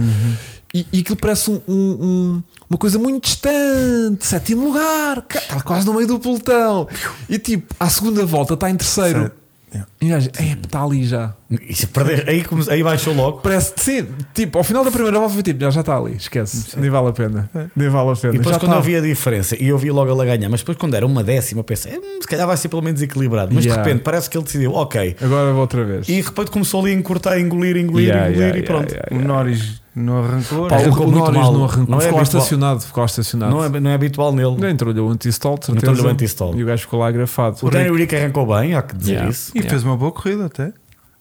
E, e aquilo parece um- um- um- uma coisa muito distante, sétimo lugar, ca- está quase no meio do pelotão. E tipo, à segunda volta está em terceiro. Certo. Yeah. E o gajo, é, está ali já. Isso, perder- aí, come- aí baixou logo. Parece que sim, tipo, ao final da primeira volta foi tipo, já, já está ali, esquece, nem vale a pena. É. Nem vale a pena. E depois, já tá. quando eu está. vi a diferença e eu vi logo ela ganhar, mas depois, quando era uma décima, eu pensei, "Hum, se calhar vai ser pelo menos equilibrado. Mas Yeah. de repente, parece que ele decidiu, ok. Agora vou outra vez. E de repente começou ali a encurtar, a engolir, engolir, Yeah, engolir yeah, e pronto. yeah, O Norris não arrancou. né? Pá, Arrancou o muito Norris mal. não arrancou, Não é ficou lá habitual. estacionado, ficou lá estacionado. Não, é, não é habitual nele. Não entrou-lhe o anti-stall, de certeza. entrou-lhe o anti-stall. E o gajo ficou lá agrafado. o Danny Rick arrancou bem, há que dizer Yeah. isso. E fez uma boa corrida até.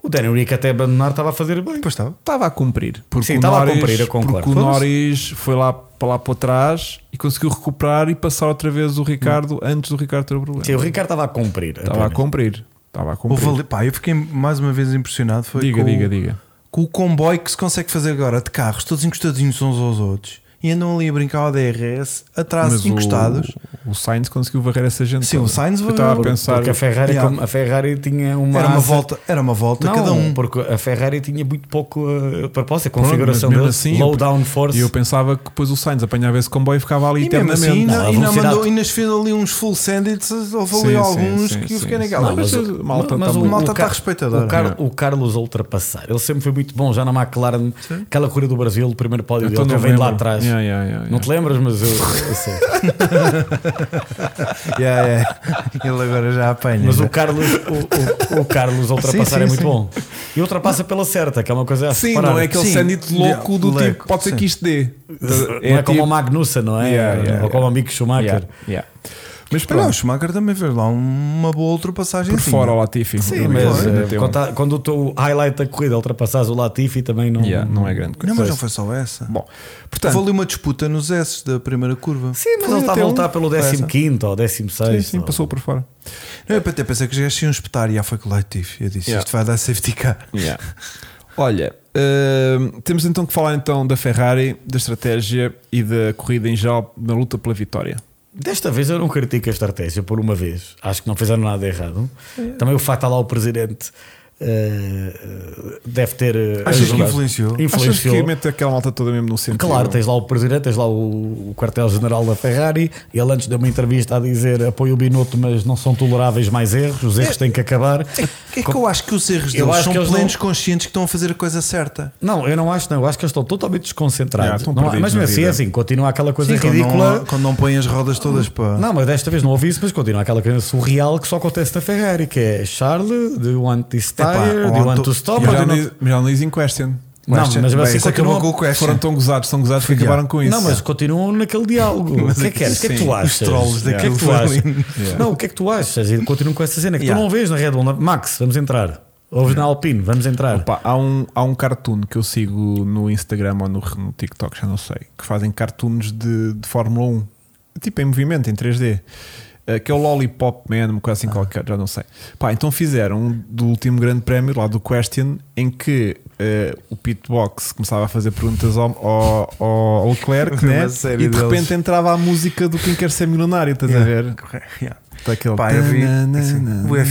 O Danny Rick até abandonar estava a fazer bem. Depois estava. Estava a cumprir. Porque Sim, o estava a Norris- cumprir, eu concordo. Porque o Foda-se. Norris foi lá para lá para trás e conseguiu recuperar e passar outra vez o Ricardo antes do Ricardo ter o problema. Hum. Sim, o Ricardo estava a cumprir. Estava a apenas. cumprir. Estava a cumprir. Houve ali, pá, eu fiquei mais uma vez impressionado. Foi Diga, com, diga, diga. com o comboio que se consegue fazer agora de carros, todos encostadinhos uns aos outros, e andam ali a brincar ao DRS, atrás Mas o- encostados. O, O Sainz conseguiu varrer essa gente. Sim, toda. o Sainz Eu estava a varreu. pensar. Porque é a Ferrari, Yeah. como- a Ferrari tinha uma. Era uma asa- volta, era uma volta Não, cada um. porque a Ferrari tinha muito pouco uh, propósito, a Pronto, configuração mas mesmo dele, assim, eu- low down force. E eu pensava que depois o Sainz apanhava esse comboio e ficava ali E mesmo eternamente. assim, ainda, Não, a ainda, velocidade- mandou, ainda fez ali uns full sandits, houve Sim, ali sim, alguns sim, que eu sim, fiquei sim. naquela. Não, mas mas- o malta mas tá o muito- malta Car- está respeitador. O, Car- Yeah. o Carlos a ultrapassar. Ele sempre foi muito bom já na McLaren, aquela corrida do Brasil, o primeiro pódio Eu dele, tô que no vem de lá lembro. atrás. Yeah, yeah, yeah, Não yeah. te lembras, mas eu, eu [laughs] sei. [laughs] Yeah, yeah. Ele agora já apanha. né? Mas já. o Carlos, o, o- o Carlos a Sim, ultrapassar sim, é muito sim. bom. E ultrapassa pela certa, que é uma coisa a Sim, reparar. não é aquele Sim. sandito louco do Leco, tipo, pode ser sim. que isto dê. Não é como o Magnussen, não é? tipo- Yeah, yeah, Ou como o yeah. Mick Schumacher. Yeah, yeah. Mas Olha, o pronto, Schumacher também fez lá uma boa ultrapassagem. por fora o Latifi. Sim, Eu- mas eu- eh, eu- quando, tá- quando o teu highlight da corrida ultrapassares o Latifi também não. Yeah, não é grande coisa. Não, mas não foi só essa. Bom, portanto, Houve ali uma disputa nos S da primeira curva. Sim, mas Foi ele está a até um- voltar pelo 15 ou 16. sim, sim, ou- passou por fora. Não, eu até pensei que os gajos iam espetar e já foi com o Latifi. Eu disse: Yeah. isto vai dar safety car. [laughs] Olha, hum, temos então que falar então da Ferrari, da estratégia e da corrida em geral na luta pela vitória. Desta vez eu não critico a estratégia, por uma vez. Acho que não fizeram nada de errado. É. Também o facto de lá o presidente eh, deve ter. eh, Achas que ajudado. influenciou? Achas que é Influenciou. mete aquela malta toda mesmo no sentido? Claro, tens lá o presidente, tens lá o, o quartel-general da Ferrari. Ele antes deu uma entrevista a dizer apoio o Binotto, mas não são toleráveis mais erros, os erros têm que acabar. O que é que eu acho que os erros Eu deles acho são que eles plenos não- conscientes que estão a fazer a coisa certa? Não, eu não acho, não. Eu acho que eles estão totalmente Já, desconcentrados. estão Não há- perdidos mas na mesmo assim, vida. então é assim, continua aquela coisa é, quando ridícula. não, quando não põem as rodas todas para. Não, mas desta vez não ouvi isso, mas continua aquela coisa surreal que só acontece na Ferrari, que é Charles, do you want this tire, Epá, do you want ontem- to stop? Mas or do já you não not- diz- mas já não diz in question. Não, Question. mas Bem, assim é isso acabou continua- com o question. Foram tão gozados, tão gozados que acabaram com isso. Não, mas continuam naquele diálogo. [laughs] o que é que é? O que é que sim, tu os achas? trolls O que é que daquilo tu foi achas? [laughs] lindo. Yeah. Não, o que é que tu achas? E continuam com essa cena que Yeah. tu não vês na Red Bull. na- Max, vamos entrar. Ouves na Alpine, vamos entrar. Pá, há, um, há um cartoon que eu sigo no Instagram ou no, no TikTok, já não sei, que fazem cartoons de, de Fórmula 1, tipo em movimento, em 3D, eh, que é o Lollipop Man, uma Ah. coisa assim qualquer, já não sei. Pá, então fizeram um do último grande prémio lá do Question, em que eh, o Pitbox começava a fazer perguntas ao, ao, ao Leclerc, né? [laughs] Uma série e de deles. repente entrava a música do Quem Quer Ser Milionário, estás a ver? Yeah. Tá aquele Pá, eu vi. tananana, assim,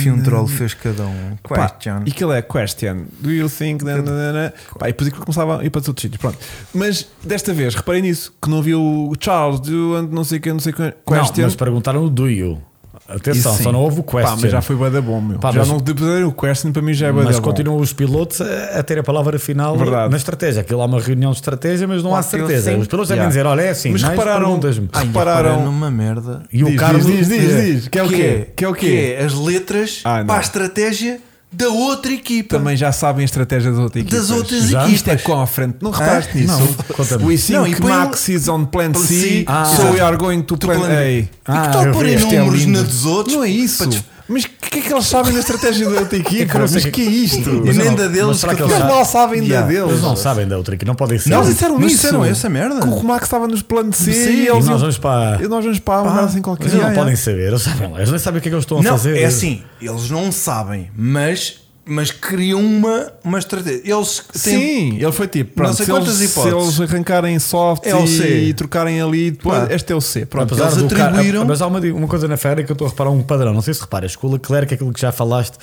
o F1 Troll fez cada um. Pá, Question. e aquilo é question. Do you think? na, na, na, na. Pá, e depois aquilo começava a ir para todos os sítios. Pronto. Mas desta vez, reparem nisso, que não viu o Charles, do you want não sei o que, não sei o que. Não, Question. mas perguntaram o do you. Atenção, Isso sim. só não houve o question. Pá, mas já foi bada bom, meu. Pá, já mas- não depois o question para mim já é bada Mas bom. continuam os pilotos a, a ter a palavra final Verdade. na estratégia. Aquilo há uma reunião de estratégia, mas não What há you certeza. think? Os pilotos devem Yeah. dizer: olha, é assim, Mas mais repararam- perguntas-me. Ai, repararam repararam- numa merda. E o Diz, Carlos diz, diz, diz, diz. Que é o quê? Que é o quê? as letras Ah, não. para a estratégia da outra equipa. Também já sabem a estratégia das outras equipas. Das outras já? equipas. Isto é confront. Não reparaste Ah, nisso? não. Conta-me. We Não, e think põe um Max is on plan Plan C, C. Ah, so exato. we are going to Tu plan plan B. A. e que Ah, tal eu pôr vi, em este é números lindo. na dos outros? Não é isso. Para des- Mas o que é que eles sabem da estratégia da [laughs] outra equipa? não sei Mas que- que é isto? E Mas nem não- da mas deles. será que é que eles Eles já- mal sabem ainda Yeah. deles. Eles não sabem da outra equipe, não podem ser. Não, eles disseram Mas isso. disseram essa merda. Que o Romac estava nos planos C Sim, e E eles nós iam- vamos para. e nós vamos para um Pá, lugar assim qualquer. Mas eles não podem saber, eles sabem lá, eles nem sabem o que é que eles estão a Não, fazer. é assim, eles não sabem, mas, mas criam uma, uma estratégia. Eles têm. Sim, ele foi tipo, pronto, Não sei se, quantas eles, se hipóteses. eles arrancarem soft É o C. e, e trocarem ali, depois, Claro. este é o C. Pronto, Apesar Eles do cara- atribuíram- mas há uma, uma coisa na Ferrari que eu estou a reparar um padrão, não sei se reparas, que o Leclerc, aquilo que já falaste,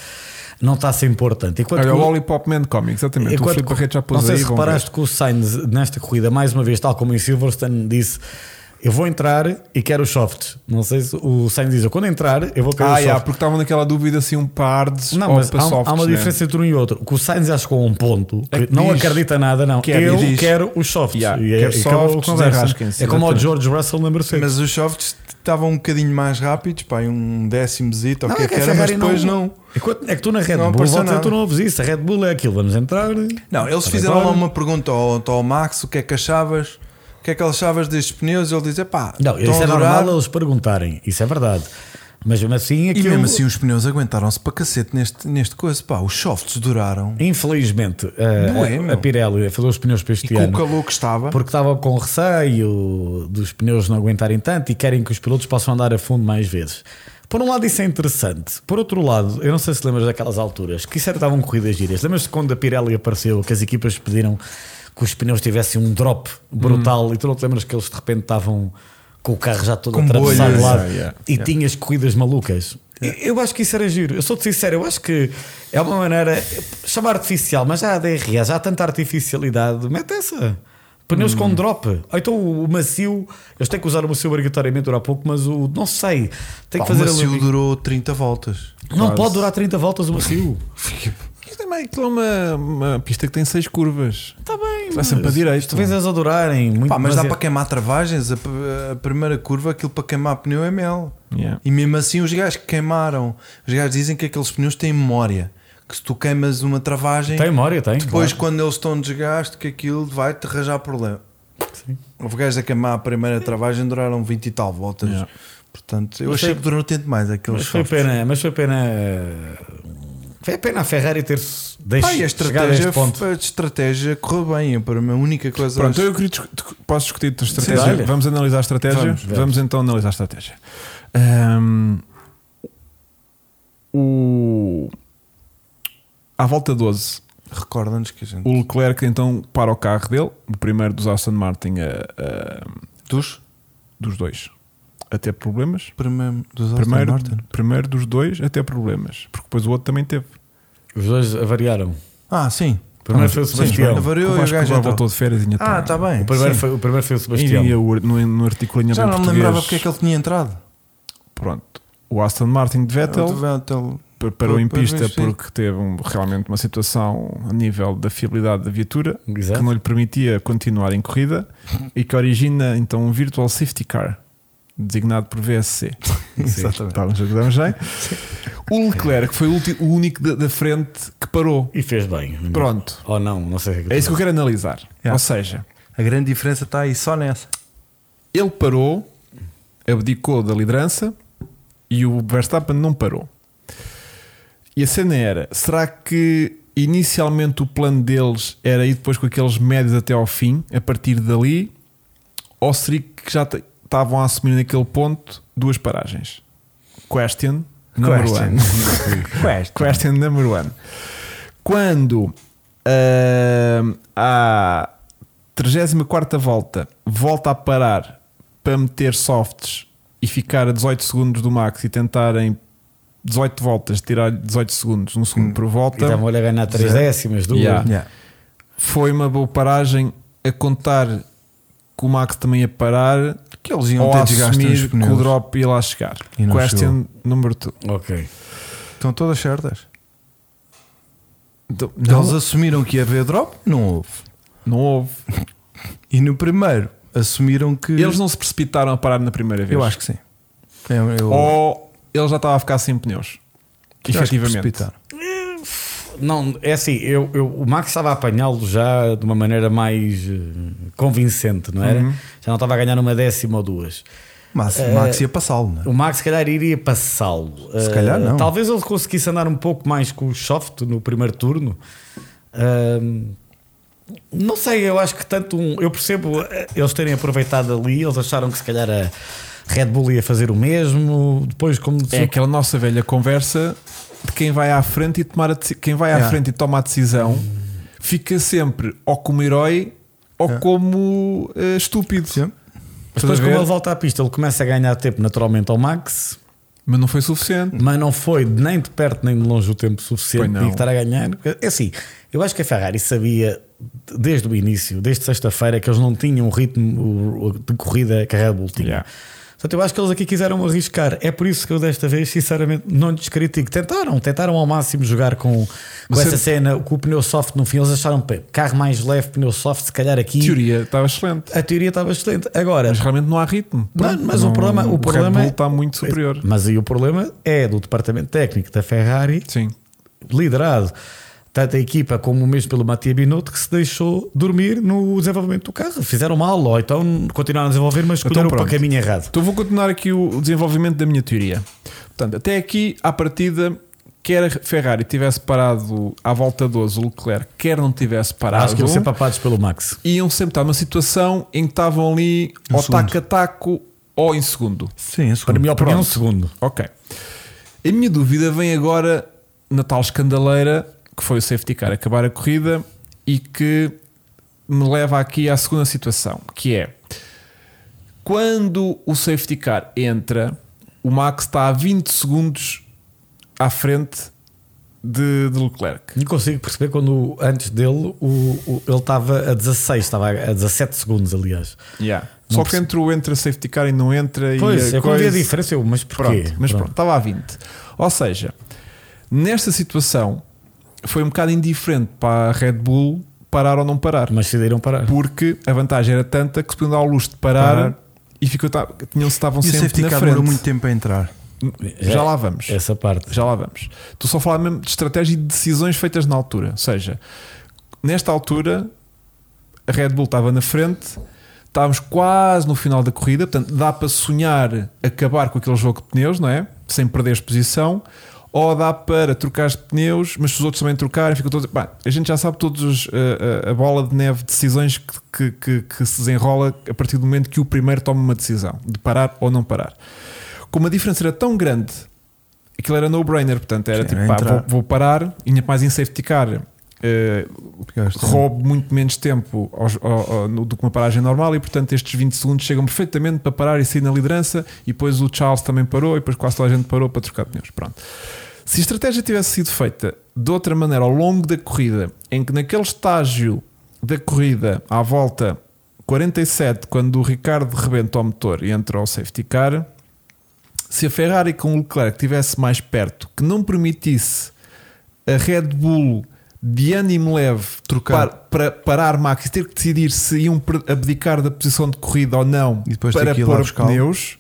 não está a ser importante. Enquanto Olha, que o o- Lollipop Man Comics, exatamente. o enquanto Filipe que- Barreto já não pôs sei aí. se vamos ver. reparaste que o Sainz, nesta corrida, mais uma vez, tal como em Silverstone, disse. Eu vou entrar e quero os softs. Não sei se o Sainz diz, eu quando entrar, eu vou querer Ah, os yeah, softs. porque estavam naquela dúvida assim, um par de Não, ou mas para há, um- softs, há uma né? [laughs] diferença entre um e outro. Que o Sainz já chegou a um ponto que, É que não diz, acredita nada, não. quer- eu e diz, quero os softs. yeah, e, é quero e acabou a softs, conversa. desenrasquem-se, É como o exatamente. George Russell na Mercedes. Mas os softs estavam um bocadinho mais rápidos, pá, aí um décimozito ou o Não, que é é que a era, mas Ferrari depois não. Enquanto- é que tu na Red Não Bull, apareceu Walter, nada. tu não ouves isso. A Red Bull é aquilo, vamos entrar. Não, eles Para fizeram entrar. lá uma pergunta ao, ao Max: o que é que achavas? O que é que achavas destes pneus? Ele diz: pá, Não, estão isso a é durar. normal eles perguntarem, isso é verdade. Mas mesmo assim, E aquilo, mesmo assim, os pneus aguentaram-se para cacete neste, neste coisa, pá, os softs duraram. infelizmente, a- Não é, a, meu. a Pirelli fez os pneus para este E com o ano. calor que estava. Porque estava com receio dos pneus não aguentarem tanto e querem que os pilotos possam andar a fundo mais vezes. Por um lado, isso é interessante. Por outro lado, eu não sei se lembras daquelas alturas que isso era, estavam corridas gírias. Lembras-te quando a Pirelli apareceu, que as equipas pediram que os pneus tivessem um drop brutal e tu não te lembras que eles de repente estavam com o carro já todo Hum. Com atravessado bolhas. Ah, lá Yeah, yeah, e yeah. tinhas corridas malucas. Eu acho que isso era giro. Eu sou-te sincero, eu acho que é uma maneira. chamar artificial, mas já há DRS, já há tanta artificialidade. Mete essa. Pneus Hum. com drop. Ou então o o macio. Eles têm que usar o macio obrigatoriamente durar pouco, mas o. Não sei. Tem que Pá, o fazer macio ali- durou 30 voltas. Não Quase. pode durar 30 voltas o [laughs] macio. Isto é meio que uma, uma pista que tem seis curvas. Tá Está bem. Vai sempre para a direita. Tu vês eles a é durarem muito Pá, mas dá é- para queimar travagens. A, p- a primeira curva, aquilo para queimar pneu é mel. Yeah. E mesmo assim, os gajos que queimaram, os gajos dizem que aqueles pneus têm memória. Que se tu queimas uma travagem, Tem memória, tem. depois claro. quando eles estão de desgaste, que aquilo vai-te arranjar problema. Sim. Houve gajos a queimar a primeira travagem, duraram 20 e tal voltas. Yeah. Portanto, eu Mas achei foi- que durou tanto mais Mas aqueles foi softs. pena, mas foi pena. eh, Foi pena a Ferrari ter se Pá, e a deixado chegar a estratégia, este ponto. a estratégia correu bem. Para mim, a única coisa. Pronto, eu queria discu- discu- posso discutir a tua estratégia. dá-lhe. vamos analisar a estratégia. Vamos, Vamos, vamos. então analisar a estratégia. Ahm, o, à volta 12, Recorda-nos que a gente. o Leclerc então para o carro dele, o primeiro dos Aston Martin a- a- Dos? dos dois, a ter problemas. Primeiro, dos Aston Primeiro, Martin. primeiro dos dois a ter problemas, porque depois o outro também teve. Os dois avariaram. Ah, sim. Primeiro foi o sim, Sebastião. claro. Variou e o o Vasco gajo agora entrou. voltou de férias e ainda tá Ah, está- está bem. O primeiro, sim. foi, o primeiro foi o E Sebastião. eu, no, no artigo ainda Já bem não me português, lembrava porque é que ele tinha entrado. Pronto. O Aston Martin de Vettel O Vettel. par- parou em Pois, pista sim. porque teve um- realmente uma situação a nível da fiabilidade da viatura Exato. que não lhe permitia continuar em corrida e que origina então um virtual safety car designado por VSC. Exatamente. Estávamos a estávamos bem. O Leclerc foi o, ulti- o único da, da frente que parou. E fez bem. Pronto. Ou não, não sei o que É isso que eu quero analisar. Yeah. Ou seja, A grande diferença está aí só nessa. ele parou, abdicou da liderança e o Verstappen não parou. E a cena era: será que inicialmente o plano deles era ir depois com aqueles médios até ao fim, a partir dali? Ou seria que já t- estavam a assumir naquele ponto duas paragens? Question number one. [laughs] Question number one. Quando ahm, à 34 volta volta a parar para meter softs e ficar a 18 segundos do max e tentarem 18 voltas, tirar 18 segundos, um Hum. segundo por E volta, estavam-lhe a ganhar 3 décimas, duas. Yeah. Yeah. foi uma boa paragem a contar que o Max também ia parar Que eles iam ou a ter desgaste nos assumir que pneus. o drop ia lá chegar. E não Question número 2. Ok. Estão todas certas. Então, Eles não, assumiram que ia haver drop, não houve. não houve. E no primeiro, assumiram que. Eles não se precipitaram a parar na primeira vez. Eu acho que sim. Eu, eu- Ou ele já estava a ficar sem pneus. eu acho que Efetivamente. precipitaram. Não, é assim, eu, eu- o Max estava a apanhá-lo já de uma maneira mais eh, convincente, não era? Uhum. Já não estava a ganhar uma décima ou duas. Mas Max ia passá-lo, não é? O Max, se calhar, iria passá-lo. Se Eh, calhar não. Talvez ele conseguisse andar um pouco mais com o soft no primeiro turno. Ahm, não sei, eu acho que tanto um. Eu percebo eh, eles terem aproveitado ali, eles acharam que se calhar a Red Bull ia fazer o mesmo. Depois, como É aquela nossa velha conversa de quem vai à frente e tomar a deci- quem vai à Yeah. frente e toma a decisão fica sempre ou como herói ou como eh, estúpido. Sim. Estás depois a como ver? ele volta à pista, ele começa a ganhar tempo naturalmente ao Max, Mas não foi suficiente. mas não foi nem de perto nem de longe o tempo suficiente Pois não. de estar a ganhar. É assim, eu acho que a Ferrari sabia desde o início, desde sexta-feira, que eles não tinham o ritmo de corrida que a Red Bull tinha. Yeah. Portanto, eu acho que eles aqui quiseram arriscar. É por isso que eu desta vez, sinceramente, não lhes critico. Tentaram, tentaram ao máximo jogar com, com Você- essa cena, com o pneu soft no fim. Eles acharam pá, carro mais leve, pneu soft, se calhar aqui. Teoria estava excelente. A teoria estava excelente. Agora, Mas realmente não há ritmo. Mas- mas o não- problema- o Red problema Bull é- está muito superior. mas aí o problema é do departamento técnico da Ferrari, Sim. liderado tanto a equipa como mesmo pelo Matia Binotto, que se deixou dormir no desenvolvimento do carro. Fizeram mal, ou então continuaram a desenvolver, mas Então escolheram para o pronto. caminho errado. Então vou continuar aqui o desenvolvimento da minha teoria. Portanto, até aqui, à partida, quer a Ferrari tivesse parado à volta 12 o Leclerc, quer não tivesse parado, Acho que eles sempre tá- apados pelo Max. iam sempre estar numa situação em que estavam ali Um ou segundo. taco a taco ou em segundo. Sim, a Para segunda. mim, opinião, um Pronto. segundo. Ok. A minha dúvida vem agora na tal escandaleira que foi o safety car acabar a corrida e que me leva aqui à segunda situação, que é Quando o safety car entra, o Max está a 20 segundos à frente de, de Leclerc. Não consigo perceber quando antes dele o, o- ele estava a 16, estava a 17 segundos, aliás. Não Só que perce- entre o entra safety car e não entra Pois, é e a eu quando vi a coisa- diferença, eu, mas porquê? Pronto, mas pronto, estava a 20. Ou seja, nesta situação foi um bocado indiferente para a Red Bull parar ou não parar, Mas decidiram parar. porque a vantagem era tanta que se podiam dar ao luxo de parar, Parar. e ficou, tá- tinham, estavam E o sempre safety na car frente. demorou É. muito tempo a entrar. Já lá vamos. Essa parte. Já lá vamos. Estou só a falar mesmo de estratégia e de decisões feitas na altura. Ou seja, nesta altura, a Red Bull estava na frente, estávamos quase no final da corrida, portanto, dá para sonhar acabar com aquele jogo de pneus, não é? Sem perder a exposição. Ou dá para trocar de pneus, mas se os outros também trocarem, ficam todos. Pá, a gente já sabe todos os- eh, a, a- a bola de neve de decisões que, que- que- que se desenrola a partir do momento que o primeiro toma uma decisão, de parar ou não parar. Como a diferença era tão grande, aquilo era no-brainer, portanto, era Sim, tipo, era pá, entrar. vou, vou parar, e ainda mais em safety car. eh, Pegaste- roubo muito menos tempo aos- ao- ao- no- do que uma paragem normal e portanto estes 20 segundos chegam perfeitamente para parar e sair na liderança e depois o Charles também parou e depois quase toda a gente parou para trocar pneus pronto se a estratégia tivesse sido feita de outra maneira ao longo da corrida em que naquele estágio da corrida à volta 47 quando o Ricardo rebenta o motor e entra ao safety car se a Ferrari com o Leclerc estivesse mais perto, que não permitisse a Red Bull de ânimo leve Trocar. par- para, parar Max e ter que decidir se iam per- abdicar da posição de corrida ou não E depois ter para que ir lá pôr buscá-lo. pneus,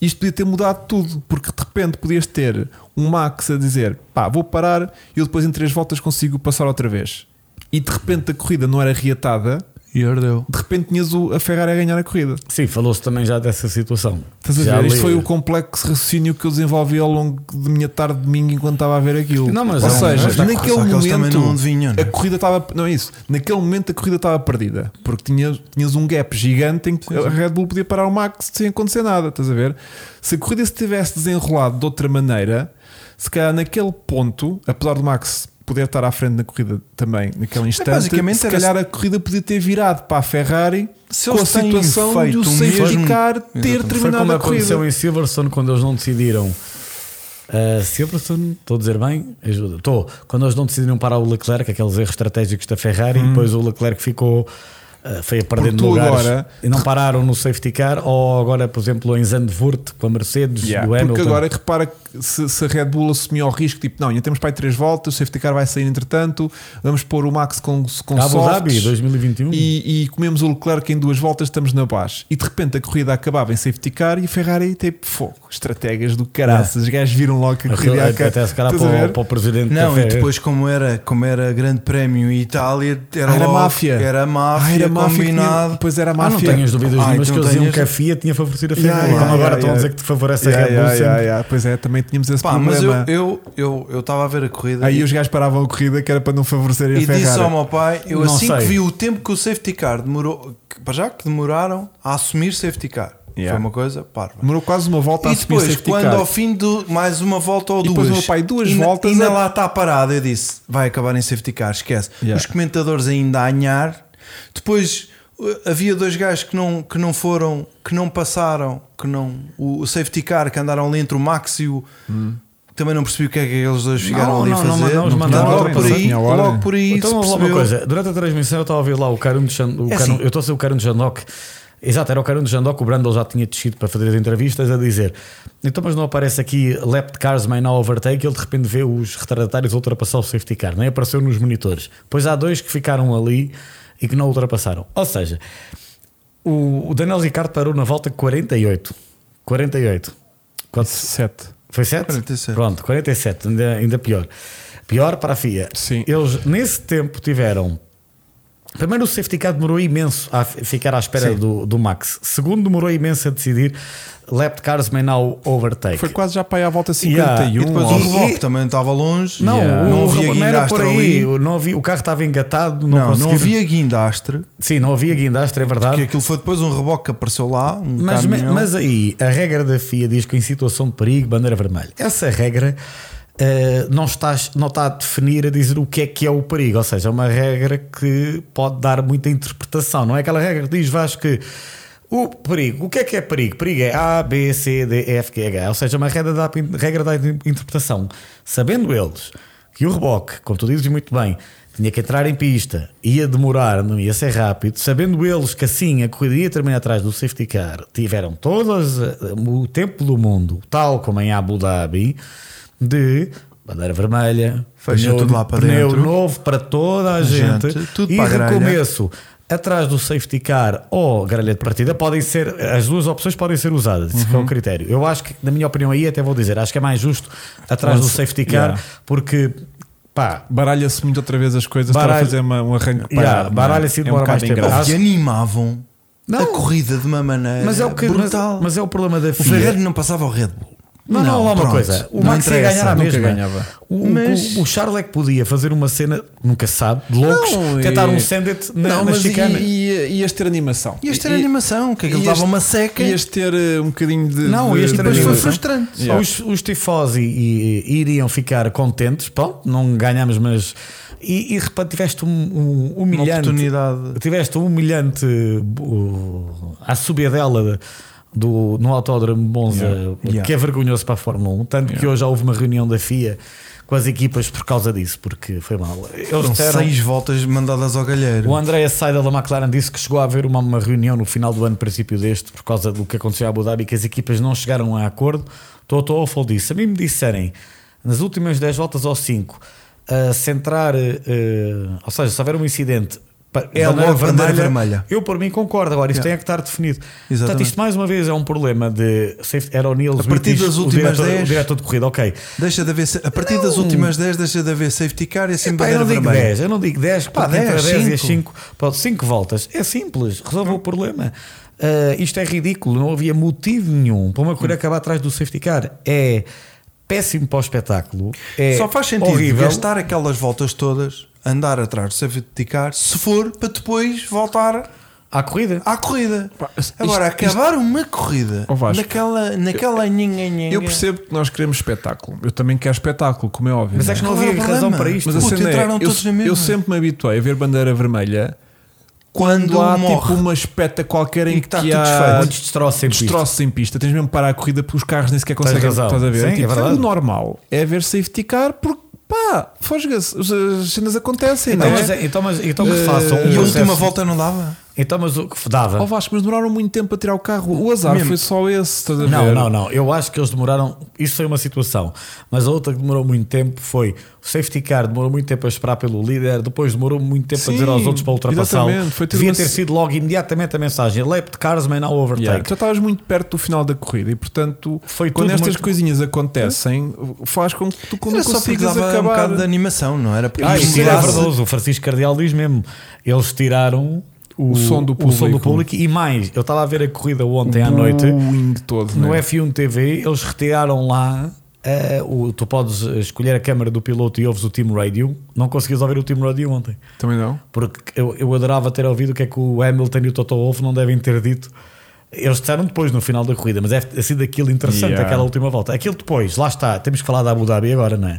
isto podia ter mudado tudo, porque de repente podias ter um Max a dizer pá, vou parar e eu depois em três voltas consigo passar outra vez. E de repente a corrida não era reatada, E ardeu. de repente tinhas o- a Ferrari a ganhar a corrida. Sim, falou-se também já dessa situação. Estás a Já ver? Isto li- foi o complexo raciocínio que eu desenvolvi ao longo da minha tarde de domingo enquanto estava a ver aquilo. Não, mas Ou é um- seja, mas está- naquele Só que tá eles também momento não adivinham, né? a corrida estava. Não é isso. Naquele momento a corrida estava perdida. Porque tinhas, tinhas um gap gigante em que a Red Bull podia parar o Max sem acontecer nada. Estás a ver? Se a corrida se tivesse desenrolado de outra maneira, se calhar naquele ponto, apesar do Max poder estar à frente na corrida também naquele instante, basicamente se era- calhar a corrida podia ter virado para a Ferrari Se com a eles têm situação de feito o o safety mesmo- car ter Exatamente. Foi Foi terminado como a corrida. aconteceu em Silverstone quando eles não decidiram. Ah, Silverstone, estou a dizer bem? Ajuda. Estou. Quando eles não decidiram parar o Leclerc, aqueles erros estratégicos da Hum. Ferrari, e depois o Leclerc ficou. ah, foi a perder Porque tu lugares agora- e não pararam no safety car, ou agora, por exemplo, em Zandvoort com a Mercedes Yeah, do Hamilton. Porque agora repara que se, se a Red Bull assumiu o risco, tipo, não, ainda temos para aí 3 voltas, o safety car vai sair entretanto, vamos pôr o Max com, com Abu softs Dhabi 2021. e, e comemos o Leclerc em duas voltas, estamos na paz. E de repente a corrida acabava em safety car e a Ferrari tipo fogo. Estratégias do caraças, os gajos viram logo que a corrida ia acabar. Até se calhar Estás a para, o- ver? para o presidente da Não, e Ferrari. depois, como era, como era Grande Prémio e Itália, era, Ah, era logo- máfia. Era máfia, Ah, era máfia que combinado. tinha- pois era Ah, não máfia. tenho as dúvidas, Ah, mas então que eles diziam tenhas- que a Fiat tinha favorecido a Ferrari. Yeah, yeah, como agora yeah, estão a dizer yeah. que te favorece a Yeah, Red Bull. yeah, sempre. yeah, yeah. Pois é, também tínhamos esse Pá, mas eu problema. eu eu eu estava a ver a corrida Aí e, os gajos paravam a corrida que era para não favorecerem a Ferrari. disse ao meu pai: eu Não assim que sei. vi o tempo que o safety car demorou, que- para já que demoraram a assumir safety car, Yeah. foi uma coisa parva. Demorou quase uma volta a E assumir depois, safety quando car. ao fim de mais uma volta ou E duas, depois o meu pai, duas ainda- voltas é ainda a- lá está parado. Eu disse: vai acabar em safety car, esquece. Yeah. Os comentadores ainda a anhar. Depois uh, havia dois gajos que não, que não foram, que não passaram, que não. O, o safety car que andaram ali entre o Max e o. Também não percebi o que é que eles dois ficaram Hum. ali Não, a não, não, fazer. não, eles mandaram logo, ordem, por não aí, tinha ordem. logo por aí, Então, se vamos lá uma percebeu. coisa. Durante a transmissão eu estava a ouvir lá o Caruno de Xan- o É Caruno- assim. Eu estou a ser o Caruno de Xandoc. Exato, era o Caruno de Xandoc. O Brandel já tinha descido para fazer as entrevistas a dizer então, mas não aparece aqui lap de cars may now overtake. Ele de repente vê os retardatários ultrapassar o safety car, nem apareceu nos monitores. Pois há dois que ficaram ali e que não ultrapassaram. Ou seja, o, o Daniel Ricardo parou na volta 48. 48. Quanto- Sete. Foi 7? 47. Pronto, 47, ainda, ainda pior. Pior para a FIA. Sim. Eles nesse tempo tiveram. Primeiro, o safety car demorou imenso a fi- ficar à espera do, do Max. Segundo, demorou imenso a decidir. Lap de cars may now overtake. Foi quase já para aí à volta Yeah. 51. E depois ou- o E- reboque e- também estava longe. Um Não, Yeah. o, Não havia não era por guindastre aí. ali. o- Não havia, o carro estava engatado. Não, Não, não conseguia- havia guindastre. Sim, não havia guindastre, é Que verdade. aquilo foi depois um reboque que apareceu lá. Um Mas, caminhão. mas aí, a regra da FIA diz que em situação de perigo, bandeira vermelha. Essa regra eh, não, está, não está a definir, a dizer o que é que é o perigo. Ou seja, é uma regra que pode dar muita interpretação. Não é aquela regra que diz, Vasco, que O perigo, o que é que é perigo? Perigo é A, B, C, D, E, F, G, H, ou seja, é uma regra da, regra da interpretação. Sabendo eles que o reboque, como tu dizes muito bem, tinha que entrar em pista, ia demorar, não ia ser rápido, sabendo eles que assim a corrida ia terminar atrás do safety car, tiveram todas eh, o tempo do mundo, tal como em Abu Dhabi, de bandeira vermelha, Fecha tudo lá para pneu dentro. novo para toda a gente, Gente, tudo e para a grelha. recomeço atrás do safety car ou grelha de partida podem ser as duas opções podem ser usadas isso Uhum. é o critério eu acho que na minha opinião aí até vou dizer acho que é mais justo atrás do Once- safety car Yeah. porque pá Baralha-se muito outra vez as coisas Baralha- para fazer uma, um arranque Yeah, parado, não é? baralha-se e É um demora bocado mais tempo. ingrato. E animavam Não. a corrida de uma maneira mas é o que mas, brutal. mas é o problema da o FIA Ferrari não passava ao Red Bull. Não, não, lá uma pronto, coisa. O não Max ia interessa. ganhar à nunca mesma. ganhava. O, Mas- o, o Charles é que podia fazer uma cena, nunca se sabe, de loucos, Não, tentar e- um send-it na, não, na mas chicana. E, e, e ias ter animação. Ias ter E- animação, que aquilo ias- dava uma seca. Ias ter eh, um bocadinho de. Não, de, ias ter de Depois foi animação. animação. frustrante. Yeah. Os, os tifosi i- i- iriam ficar contentes, pronto, não ganhamos, mas. E, e de repente tiveste um, um Uma humilhante. oportunidade. Tiveste um humilhante uh, à subida dela do, no Autódromo de Monza, Yeah. que Yeah. é vergonhoso para a Fórmula 1. Tanto que hoje já houve uma reunião da FIA com as equipas por causa disso, porque foi mal. Eles Foram disseram, seis voltas mandadas ao galheiro. o André Seidel da McLaren disse que chegou a haver uma, uma reunião no final do ano, princípio deste, por causa do que aconteceu a Abu Dhabi, que as equipas não chegaram a acordo. Toto Awful disse: se a mim me disserem, nas últimas 10 voltas ou 5, a centrar, eh, eh, ou seja, se houver um incidente. pa- É bandeira logo bandeira vermelha. Eu, por mim, concordo. Agora, isto tem é que estar definido. Portanto, Exatamente. isto mais uma vez é um problema de. safety- Era o Neil A Smith, partir diz, das o últimas diretor, 10. o diretor de corrida, ok. Deixa de haver, sa- a partir das últimas 10, deixa de haver safety car e assim Epá, bandeira eu não digo vermelha. 10, eu não digo 10, pá, 10, 10, 10 e as 5. 5, 5 voltas. É simples, resolve o problema. Ah, isto é ridículo, não havia motivo nenhum para uma corrida acabar atrás do safety car. É péssimo para o espetáculo. É Só faz sentido horrível. gastar aquelas voltas todas, andar atrás do safety car, se for para depois voltar à corrida. à corrida. Pá, isto- Agora, isto- acabar uma corrida Ó Vasco, naquela, naquela nhinha Eu percebo que nós queremos espetáculo. Eu também quero espetáculo, como é óbvio. Mas não é é? que não Qual era havia o razão problema? para isto. Mas a Puto, cena é, entraram todos na eu, mesma. eu sempre me habituei a ver bandeira vermelha quando, um quando há morre. tipo uma espeta qualquer em E que que tá que tudo há desfeito. Muitos destroços em pista. destroços em pista. Tens mesmo que parar a corrida porque os carros nem sequer Tens conseguem. razão. Estás a ver? Sim, É tipo, é verdade. o normal é ver safety car porque pá, fosga-se. As- As cenas acontecem, Então, não mas, é? então, mas, então que Eh, façam. um E a última processo- volta não dava? Então, mas o que dava. Ó Vasco, mas demoraram muito tempo a tirar o carro. O azar Mesmo. foi só esse. Estás a Não, ver? não, não. Eu acho que eles demoraram. Isso foi uma situação. Mas a outra que demorou muito tempo foi o safety car demorou muito tempo a esperar pelo líder, depois demorou muito tempo a Sim, dizer aos outros para ultrapassar. exatamente. Foi ter Devia uma- ter sido logo imediatamente a mensagem: lap de cars, man, now overtake. Yeah, Já estavas muito perto do final da corrida e, portanto, Foi quando tudo estas muito- coisinhas acontecem, faz com que tu quando Era só porque consigas dava um acabar. bocado de animação, não era? Porque Ah, eles isso é mudassem. verdoso. O Francisco Cardeal diz mesmo: eles tiraram. O, O som do o som do público. público e mais, eu estava a ver a corrida ontem à O noite é- booing todo, no né? F1 TV eles retiraram lá eh, o, tu podes escolher a câmara do piloto e ouves o Team Radio não conseguias ouvir o Team Radio ontem Também não. porque eu, eu adorava ter ouvido o que é que o Hamilton e o Toto Wolff não devem ter dito eles disseram depois no final da corrida mas deve ter sido aquilo interessante Yeah. aquela última volta aquilo depois, lá está, temos que falar da Abu Dhabi agora não é?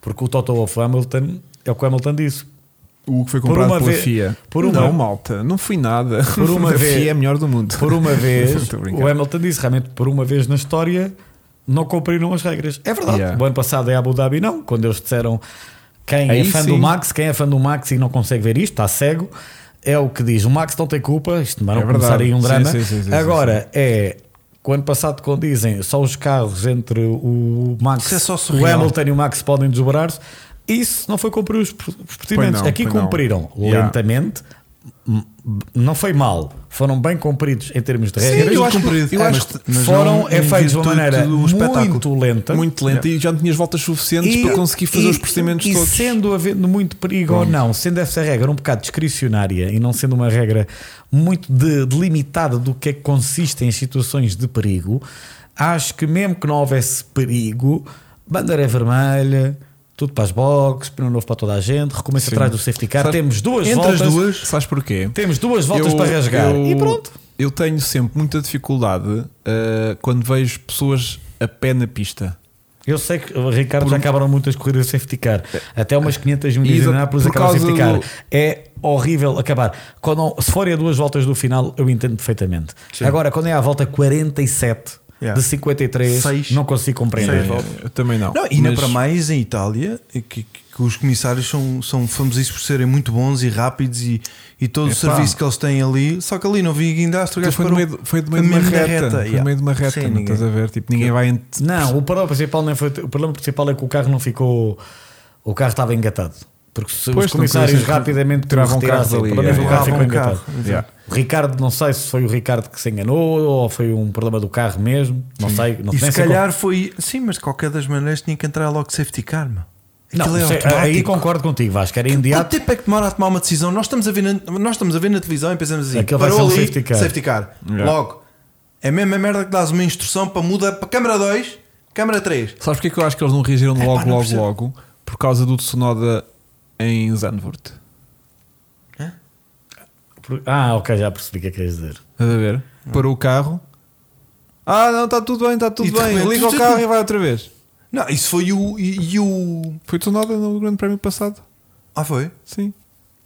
porque o Toto Wolff o Hamilton é o que o Hamilton disse O que foi Por comprado uma pela vez- FIA. por uma- Não, malta, não fui nada. Por uma a vez- FIA é a melhor do mundo. por [laughs] uma [laughs] vez, Tô a brincar. o Hamilton disse realmente por uma vez na história não cumpriram as regras. É verdade. Yeah. O ano passado é Abu Dhabi, não, quando eles disseram quem é Aí fã sim. do Max, quem é fã do Max e não consegue ver isto, está cego. É o que diz, o Max não tem culpa, isto não É é começar verdade. aí um Sim, drama. sim, sim, sim, Agora é o ano passado quando dizem só os carros entre o Max, Isso é só o surreal. Hamilton e o Max podem desdobrar-se. Isso não foi cumprir os pro- os procedimentos. não, Aqui pois não. cumpriram Yeah. lentamente, M- não foi mal, foram bem cumpridos em termos é de regras. eu acho que- Cumprido. eu acho que- mas foram não é em feitos de uma virtude maneira do muito espetáculo. lenta. Muito lento e já não tinhas voltas suficientes para conseguir fazer os procedimentos e todos. sendo havendo muito perigo ou não, sendo essa regra um bocado discricionária e não sendo uma regra muito de- delimitada do que é que consiste em situações de perigo, acho que mesmo que não houvesse perigo, bandeira é vermelha, tudo para as boxes, pneu novo para toda a gente, recomeça Sim. atrás do safety car, Sabe- temos duas Entre voltas, as duas, sabes porquê? temos duas voltas Eu- para rasgar eu- e pronto. Eu eh, tenho sempre muita dificuldade ah, quando vejo pessoas a pé na pista. Eu sei que, uh, Ricardo, já acabaram muitas corridas sem safety car. É. Até umas 500 milhas de Exato, Indianapolis por acabam sem safety car. causa É horrível acabar. Quando, se forem a duas voltas do final, eu entendo perfeitamente. Sim. Agora, quando é à volta 47 Yeah. de 53, Seis. não consigo compreender. Seis voltas. Eh, Eu também não. Não, ainda Mas- para mais em Itália, que, que- que os comissários são, são famosíssimos por serem muito bons e rápidos e, e todo o Epá. serviço que eles têm ali. Só que ali não vi guindastro, o Aquilo gajo Tipo, foi, parou. no Foi meio, de- foi de meio de uma mesmo na reta. reta, Foi yeah. no meio de uma reta, Sim, não ninguém- estás a ver? Tipo, ninguém vai. ent- Não, o problema principal nem foi. O problema principal é que o carro não ficou. O carro estava engatado. Porque se Pois, os não comissários querias- rapidamente tiravam o retirassem, carros ali, pelo menos é, o é. carro ficou Tiravam o engatado. carro. Yeah. O Ricardo, não sei se foi o Ricardo que se enganou ou foi um problema do carro mesmo. Não sei. Não E nem se sei calhar foi. Sim, mas de qualquer das maneiras tinha que entrar logo de safety car, mano. qual- Aquilo Não, é sei, automático. aí concordo contigo, Vasco. Era imediato. Quanto tempo é que demora a tomar uma decisão? Nós estamos a ver na, nós estamos a ver na televisão e pensamos assim: Aquele vai parou ser um ali, safety car. Yeah. Logo, é mesmo a merda que dás uma instrução para muda para câmara 2, câmara 3. Sabes porque é que eu acho que eles não reagiram pá, logo, não logo, percebo. logo? Por causa do Tsunoda em Zandvoort. Ah, ok, já percebi o que é que queres dizer. Estás a ver? Hum. Parou o carro. Ah, não, está tudo bem, está tudo E de bem. repente- Liga o carro e vai outra vez. Não, isso foi o. E, e o Foi Tsunoda no Grande Prémio passado. ah, foi? Sim.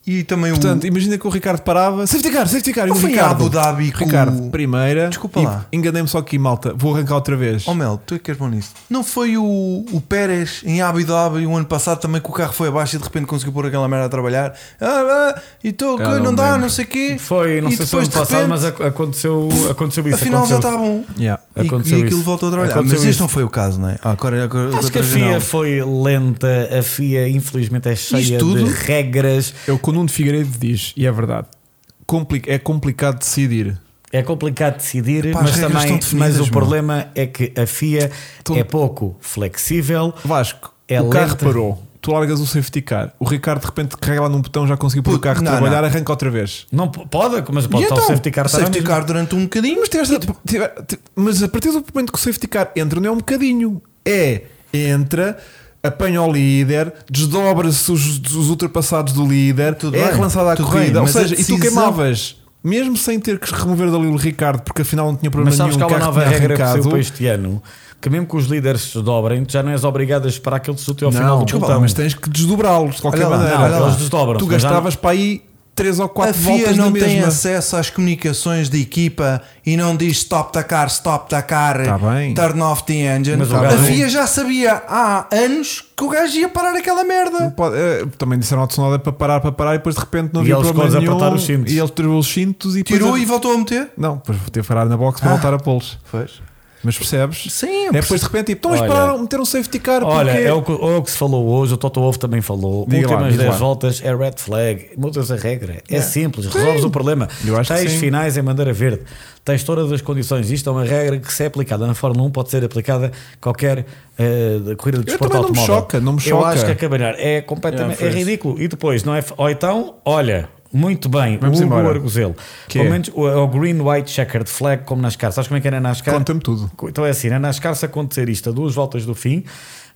E também Portanto, o. imagina que o Ricardo parava. Safety car, safety car. E Não o Hum. foi em Ricardo. Abu Dhabi com Ricardo, o- primeira. Desculpa E lá. Enganei-me só aqui, malta. Vou arrancar outra vez. Oh Mel, tu é que és bom nisso. Não foi o, o Pérez em Abu Dhabi o ano passado também que o carro foi abaixo e de repente conseguiu pôr aquela merda a trabalhar? Ah, ah, e estou, Ah, não, não me dá, lembro. não sei o quê. Foi, não e sei se foi ano depois, de passado, repente, mas ac- aconteceu, aconteceu isso. Afinal já aconteceu. está bom. Yeah. E, e Aconteceu aquilo isso. voltou a trabalhar. Aconteceu Mas este isso. não foi o caso, não é? Ah, agora, agora, Acho que a agora FIA não. foi lenta, a FIA infelizmente é cheia tudo? de regras. É o que o Nuno Figueiredo diz, e é verdade. Compli- é complicado decidir. É complicado decidir, Epá, as mas regras também estão definidas, mas o meu. Então- problema é que a FIA Estão- é pouco flexível. Vasco, É o carro lento. parou. Tu largas o safety car. O Ricardo de repente carrega lá num botão, já conseguiu pôr o Puto, carro a não, trabalhar, não. arranca outra vez. Não p- pode, mas E pode estar então, o safety car estar safety mesmo. car durante um bocadinho. Mas, tiveste- tive- ti- mas a partir do momento que o safety car entra, não é um bocadinho. É, entra, apanha o líder, desdobra-se os, os ultrapassados do líder, Tudo é bem, relançada a tudo corrida. bem, Ou mas a seja, e tu decisão- queimavas, mesmo sem ter que remover dali o Ricardo, porque afinal não tinha problema Mas sabes que nenhum. há o uma carro nova tinha regra que saiu arrancado. para este ano que mesmo que os líderes se dobrem, tu já não és obrigado a esperar que eles chutem ao final do desculpa, pelotão. mas tens que desdobrá-los de qualquer Olha lá, maneira. não, olha lá. eles desdobram-se, Tu mas já gastavas para aí 3 ou A 4 FIA voltas não na tem mesma. acesso às comunicações da equipa e não diz stop the car, stop the car, Tá bem. turn off the engine. Mas o a gajo- FIA já sabia há anos que o gajo ia parar aquela Não merda. pode- eh, também disseram ao Tsunoda para parar, para parar e depois de repente não E havia eles problema quase nenhum. apertaram os cintos. E ele tirou os cintos e depois- é. Tirou e voltou a meter? Não, depois vou ter que parar na box para Ah. voltar a pô-los. Pois. Mas percebes? Sim, É depois de repente tipo, então eles Olha. pararam, meteram um safety car. Olha, porque- é o, que, é o que se falou hoje, o Toto Wolff também falou. Diga lá, Últimas diga 10 lá. voltas é red flag. Mudas a regra. É, É. simples, resolves o problema. Eu acho que Tens sim. finais em bandeira verde. Tens todas as condições. Isto é uma regra que, se é aplicada na Fórmula 1, pode ser aplicada a qualquer eh, de corrida de Eu desporto também não me automóvel. choca, não me Eu choca. acho que acabar é Yeah, completamente é foi isso. ridículo. E depois, não é? Ou então, olha. Muito bem, Vamos Hugo embora. Arguzelo. Que Pelo é? menos o, é o Green White Checkered Flag, como nas caras. Sabes como é que era nas caras? Conta-me tudo. Então é assim, na NASCAR se acontecer isto a duas voltas do fim, o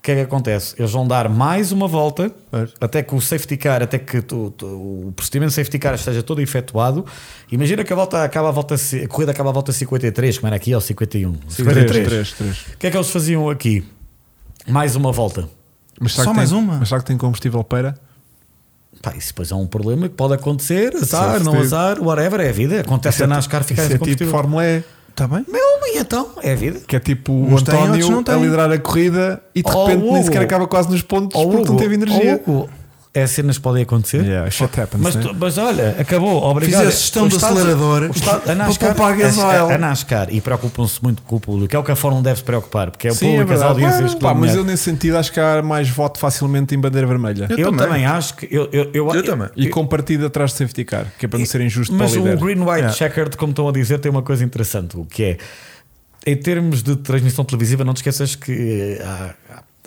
que é que acontece? Eles vão dar mais uma volta Pois. até que o safety car, até que tu- tu- o procedimento de safety car esteja todo efetuado. Imagina que a volta acaba a volta ci- a corrida acaba a volta 53, como era aqui, ou 51. 3, 3. O que é que eles faziam aqui? Mais uma volta. Mas será Só que mais tem- uma? Mas será que tem combustível para? Pá, isso depois é um problema que pode acontecer, azar, Certo. não azar, whatever, é a vida. Acontece Isso é a NASCAR Isso ficar é tipo combustível. Fórmula E. Está bem? Meu, e então, é a vida. Que é tipo o Uns têm, outros António não têm. a liderar a corrida e de Oh, repente nem Hugo. sequer acaba quase nos pontos Ó, porque não Hugo, teve ó, energia. Hugo, é cenas que podem acontecer. Yeah, shit happens, Mas, né? tu- mas olha, acabou, obrigado. Fizeste gestão O do Estado- acelerador o Estado- para a NASCAR, poupar gasoil. a, a NASCAR, e preocupam-se muito com o público, é o que a Fórmula deve se preocupar, porque é o Sim, é público, as verdade. audiências Pá, que dão mas eu dinheiro. nesse sentido acho que há mais voto facilmente em bandeira vermelha. é? eu, também. acho que. Eu, eu, eu, Eu também. E com partida atrás de safety car, que é para não ser injusto Mas para o o líder. É. Green White Yeah. Checkered, como estão a dizer, tem uma coisa interessante, o que é em termos de transmissão televisiva, não te esqueças que eh, há,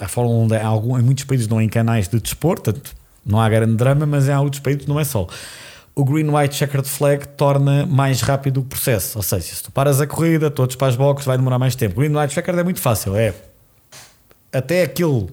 há, há Fórmula 1 de- há algum- em muitos países não há em canais de desporto, portanto, não há grande drama, mas em outros países não é só. O Green White Checkered Flag torna mais rápido o processo, ou seja, se tu paras a corrida, todos para as boxes, vai demorar mais tempo. Green White Checkered é muito fácil, é até aquilo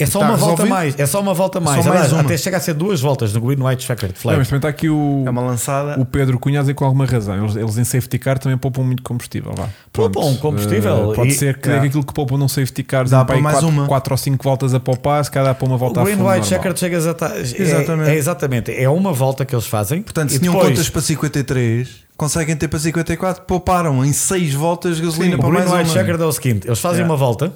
É só Tá uma volta resolvido? mais. É só uma volta mais. mais Aliás, uma. Até chega a ser duas voltas no Green White Checkered Não, Flag. mas também está aqui o, É uma lançada. o Pedro Cunha a dizer com alguma razão. Eles, eles em safety car também poupam muito combustível. Vá. Pronto. Poupam combustível Eh, pode e- ser que Yeah. aquilo que poupam num safety car Dá dão para aí mais quatro- uma. quatro ou cinco voltas a poupar, se calhar dá para uma O volta a Green Tá fundo White normal. Checkered chegas a. ta- é- Exatamente. É, exatamente. É uma volta que eles fazem. Portanto, e se tinham depois- contas para 53, conseguem ter para 54, pouparam em 6 voltas de gasolina O para Green mais uma. White Checkered é o seguinte: eles fazem Yeah. uma volta,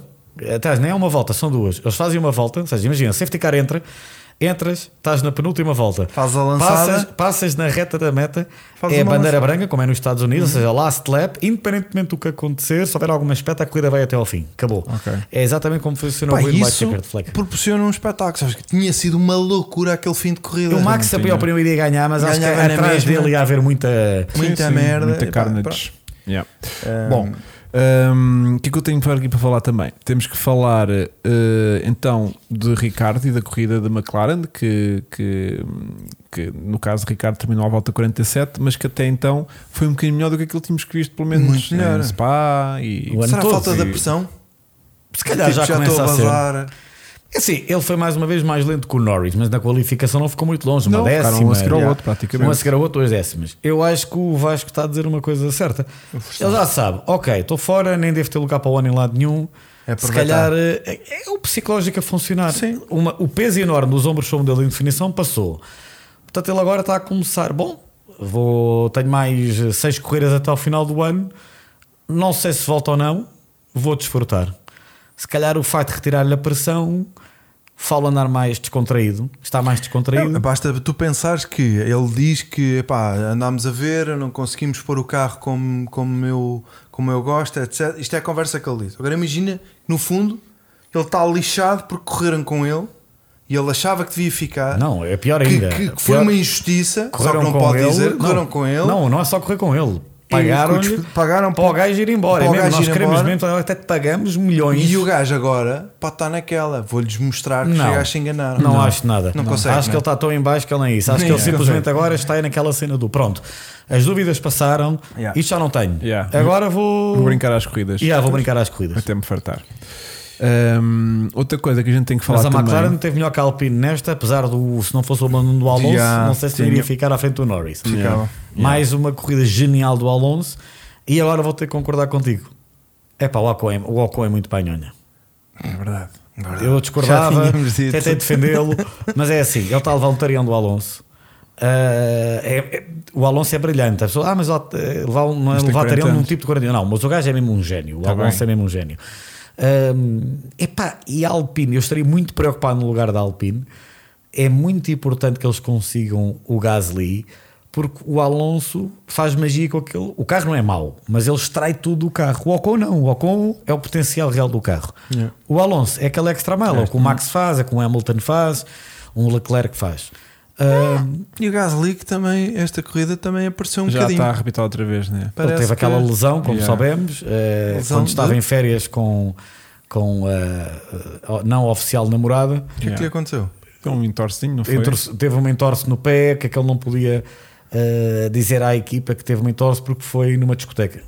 atrás nem é uma volta, são duas. Eles fazem uma volta, ou seja, imagina, safety car entra, entras, estás na penúltima volta, Fazes a lançada. passas, passas na reta da meta, Fazes é a uma bandeira lançada. Uhum. branca, como é nos Estados Unidos, ou seja, last lap, independentemente do que acontecer, se houver alguma espeta, a corrida vai até ao fim, acabou. Ok. É exatamente como funciona Pá, o Green White isso Checkered Flag. proporciona um espetáculo. Sabes que tinha sido uma loucura aquele fim de corrida. O Max não sabia o tinha. primeiro iria ganhar, mas acho que é Ganhava na atrás mesma. dele ia haver muita. Sim, muita sim, merda. Muita Epá, carnage. Yeah. pronto. Bom, Ahm, Hum, o que é que eu tenho para aqui para falar também? Temos que falar eh, então de Ricardo e da corrida da McLaren, que, que, que, no caso Ricardo terminou à volta 47, mas que até então foi um bocadinho melhor do que aquilo que tínhamos visto, pelo menos né? Muito em melhor. Spa e O ano será a todo, falta e- da pressão? Se calhar Tipo, já, começa estou a a ser. vazar. É sim, ele foi mais uma vez mais lento que o Norris, mas na qualificação não ficou muito longe, uma Não, décima. ficaram um a seguir ao já. outro, praticamente. Um a seguir ao outro, dois décimas. Eu acho que o Vasco está a dizer uma coisa certa. Ele já sabe, ok, estou fora, nem devo ter lugar para o ano em lado nenhum. É Se aproveitar. calhar eh, é, é o psicológico a funcionar. Uma- o peso enorme dos ombros sobre dele em definição passou. Portanto, ele agora está a começar. Bom, vou, tenho mais eh, seis corridas até ao final do ano. Não sei se volta ou não. Vou desfrutar. Se calhar o facto de retirar-lhe a pressão fala andar mais descontraído. Está mais descontraído. Não, basta tu pensares que ele diz que epá, andámos a ver, não conseguimos pôr o carro como, como, eu, como eu gosto, etc. Isto é a conversa que ele diz. Agora imagina que no fundo ele está lixado porque correram com ele e ele achava que devia ficar. Não, é pior que, ainda. que- que É foi pior. uma injustiça, só que Correram não com pode ele. dizer, não, correram com ele. Não, não é só correr com ele. E Pagaram, o que os- pagaram para o gajo ir para embora. É o mesmo, gajo nós ir queremos embora. mesmo, então até te pagamos milhões. E o gajo agora pode estar naquela. Vou-lhes mostrar que os não, gajos se enganaram. não, acho nada. Não consegue, acho que não é? ele está tão em baixo que ele nem isso. Acho Nem é. que ele isso simplesmente consegue. agora está aí naquela cena do pronto. As dúvidas passaram, Yeah. isto já não tenho. Yeah. Agora vou. Vou brincar às corridas. Yeah, vou brincar às corridas. Até me fartar. Hum, outra coisa que a gente tem que falar Mas a também. McLaren teve melhor que a Alpine nesta, apesar do se não fosse o abandono do Alonso, Yeah, não sei se tinha. iria ficar à frente do Norris. Ficava. Mais uma corrida genial do Alonso. E agora vou ter que concordar contigo. É pá, o Ocon é, o Ocon é muito panhonha. É verdade. é verdade. Eu discordava, Já tínhamos dito. tentei defendê-lo, mas é assim: ele está a levar um tarião do Alonso. Ah, é- é- o Alonso é brilhante. A pessoa, ah, mas ele, eh, levar, um- não é Mas tem levar 40 tarião num anos. tipo de 40 Não, mas o gajo é mesmo um gênio. O Tá Alonso bem. é mesmo um gênio. Ahm, epá, e a Alpine, eu estaria muito preocupado no lugar da Alpine. É muito importante que eles consigam o Gasly, porque o Alonso faz magia com aquele. O carro não é mau, mas ele extrai tudo do carro. O Ocon não, o Ocon é o potencial real do carro. Yeah. O Alonso é aquele extra mile, é o que o Max faz, é o que o Hamilton faz, um Leclerc faz. Ahm, E o Gasly que também, esta corrida também apareceu um já bocadinho. está tá. a repitar outra vez, né? Parece ele teve aquela que- lesão, como Yeah. sabemos, eh, Lesão quando estava de- em férias com, com a a não oficial namorada. O que é que Yeah. lhe aconteceu? Tem um entorcinho, não foi? Entorce- teve uma entorse no pé que aquele não podia eh, dizer à equipa que teve uma entorse porque foi numa discoteca.